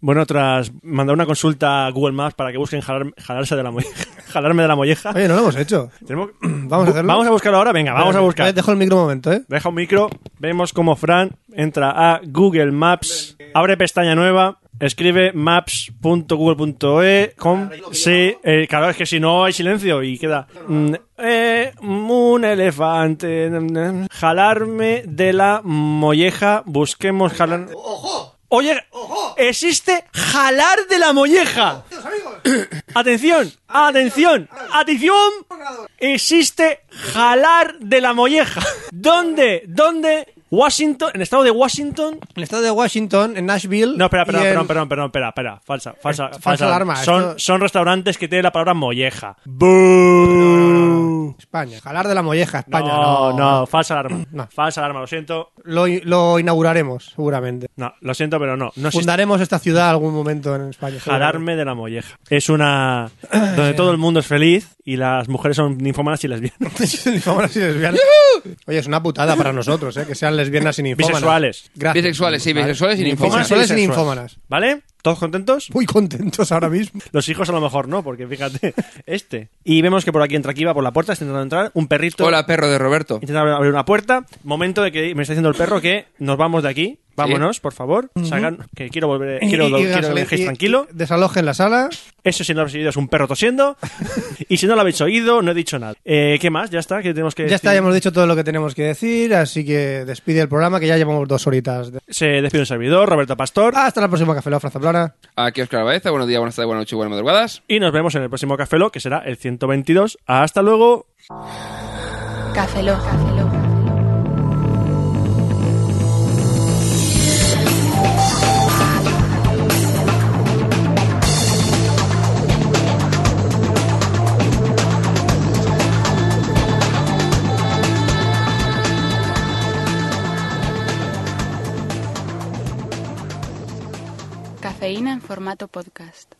Bueno, tras mandar una consulta a Google Maps para que busquen jalar- jalarse de la molleja, jalarme de la molleja,
Oye, no lo hemos hecho.
tenemos que-
Vamos a hacerlo.
Vamos a buscarlo ahora, venga, vamos a buscar.
Dejo el micro un momento, ¿eh?
Deja un micro, vemos cómo Fran entra a Google Maps, abre pestaña nueva, escribe maps.google.e com. Sí, eh, claro, es que e si no hay silencio y queda. mm, eh, un elefante. mm, mm, Jalarme de la molleja, busquemos jalar. ¡Ojo! Oye, existe jalar de la molleja. Atención, atención, atención. Existe jalar de la molleja. ¿Dónde? ¿Dónde? Washington, en el estado de Washington.
En el estado de Washington, en Nashville.
No,
y
espera, espera,
en- Eh,
perdón, perdón, perdón, espera, espera. Falsa, falsa,
falsa
falsa.
alarma,
Son,
esto-
son restaurantes que tienen la palabra molleja. ¡Boo!
España. Jalar de la molleja, España.
No, no, falsa alarma.
No.
Falsa alarma, lo siento.
Lo, lo inauguraremos, seguramente.
No, lo siento, pero no. No existe
Fundaremos esta ciudad algún momento en España.
jalarme de la molleja. Es una. donde todo el mundo es feliz y las mujeres son ninfomanas y lesbianas.
seguramente. Ninfómanas y lesbianas. Oye, es una putada para nosotros, ¿eh? Que sean lesbianas sin ninfómanas.
Bisexuales.
Gracias.
Bisexuales, sí, bisexuales y ninfómanas.
Bisexuales y
Bisexuales.
ninfómanas.
¿Vale? ¿Todos contentos?
Muy contentos ahora mismo.
Los hijos a lo mejor no, porque fíjate, este. Y vemos que por aquí entra aquí, va por la puerta, está intentando entrar. Un perrito.
Hola, perro de Roberto.
Intenta abrir- abrir una puerta. Momento de que me está diciendo el perro que nos vamos de aquí. Vámonos, por favor. Salgan- que quiero volver. Quiero,
Y- y- y
quiero que
gasolin-
me dejéis
y-
tranquilo.
Desalojen la sala.
Eso si no lo habéis oído es un perro tosiendo. y si no lo habéis oído, no he dicho nada. Eh, ¿Qué más? Ya está, que tenemos que.
Ya está,
decir?
ya hemos dicho todo lo que tenemos que decir, así que despide el programa que ya llevamos dos horitas. de-
Se despide un servidor, Roberto Pastor.
Hasta la próxima Café Lock, Franza Plana.
Aquí Oscar Baeza. Buenos días, buenas tardes, buenas noches, buenas madrugadas.
Y nos vemos en el próximo Café Lock, que será el 122. Hasta luego.
Café Lock. Café Lock. Cafeína en formato podcast.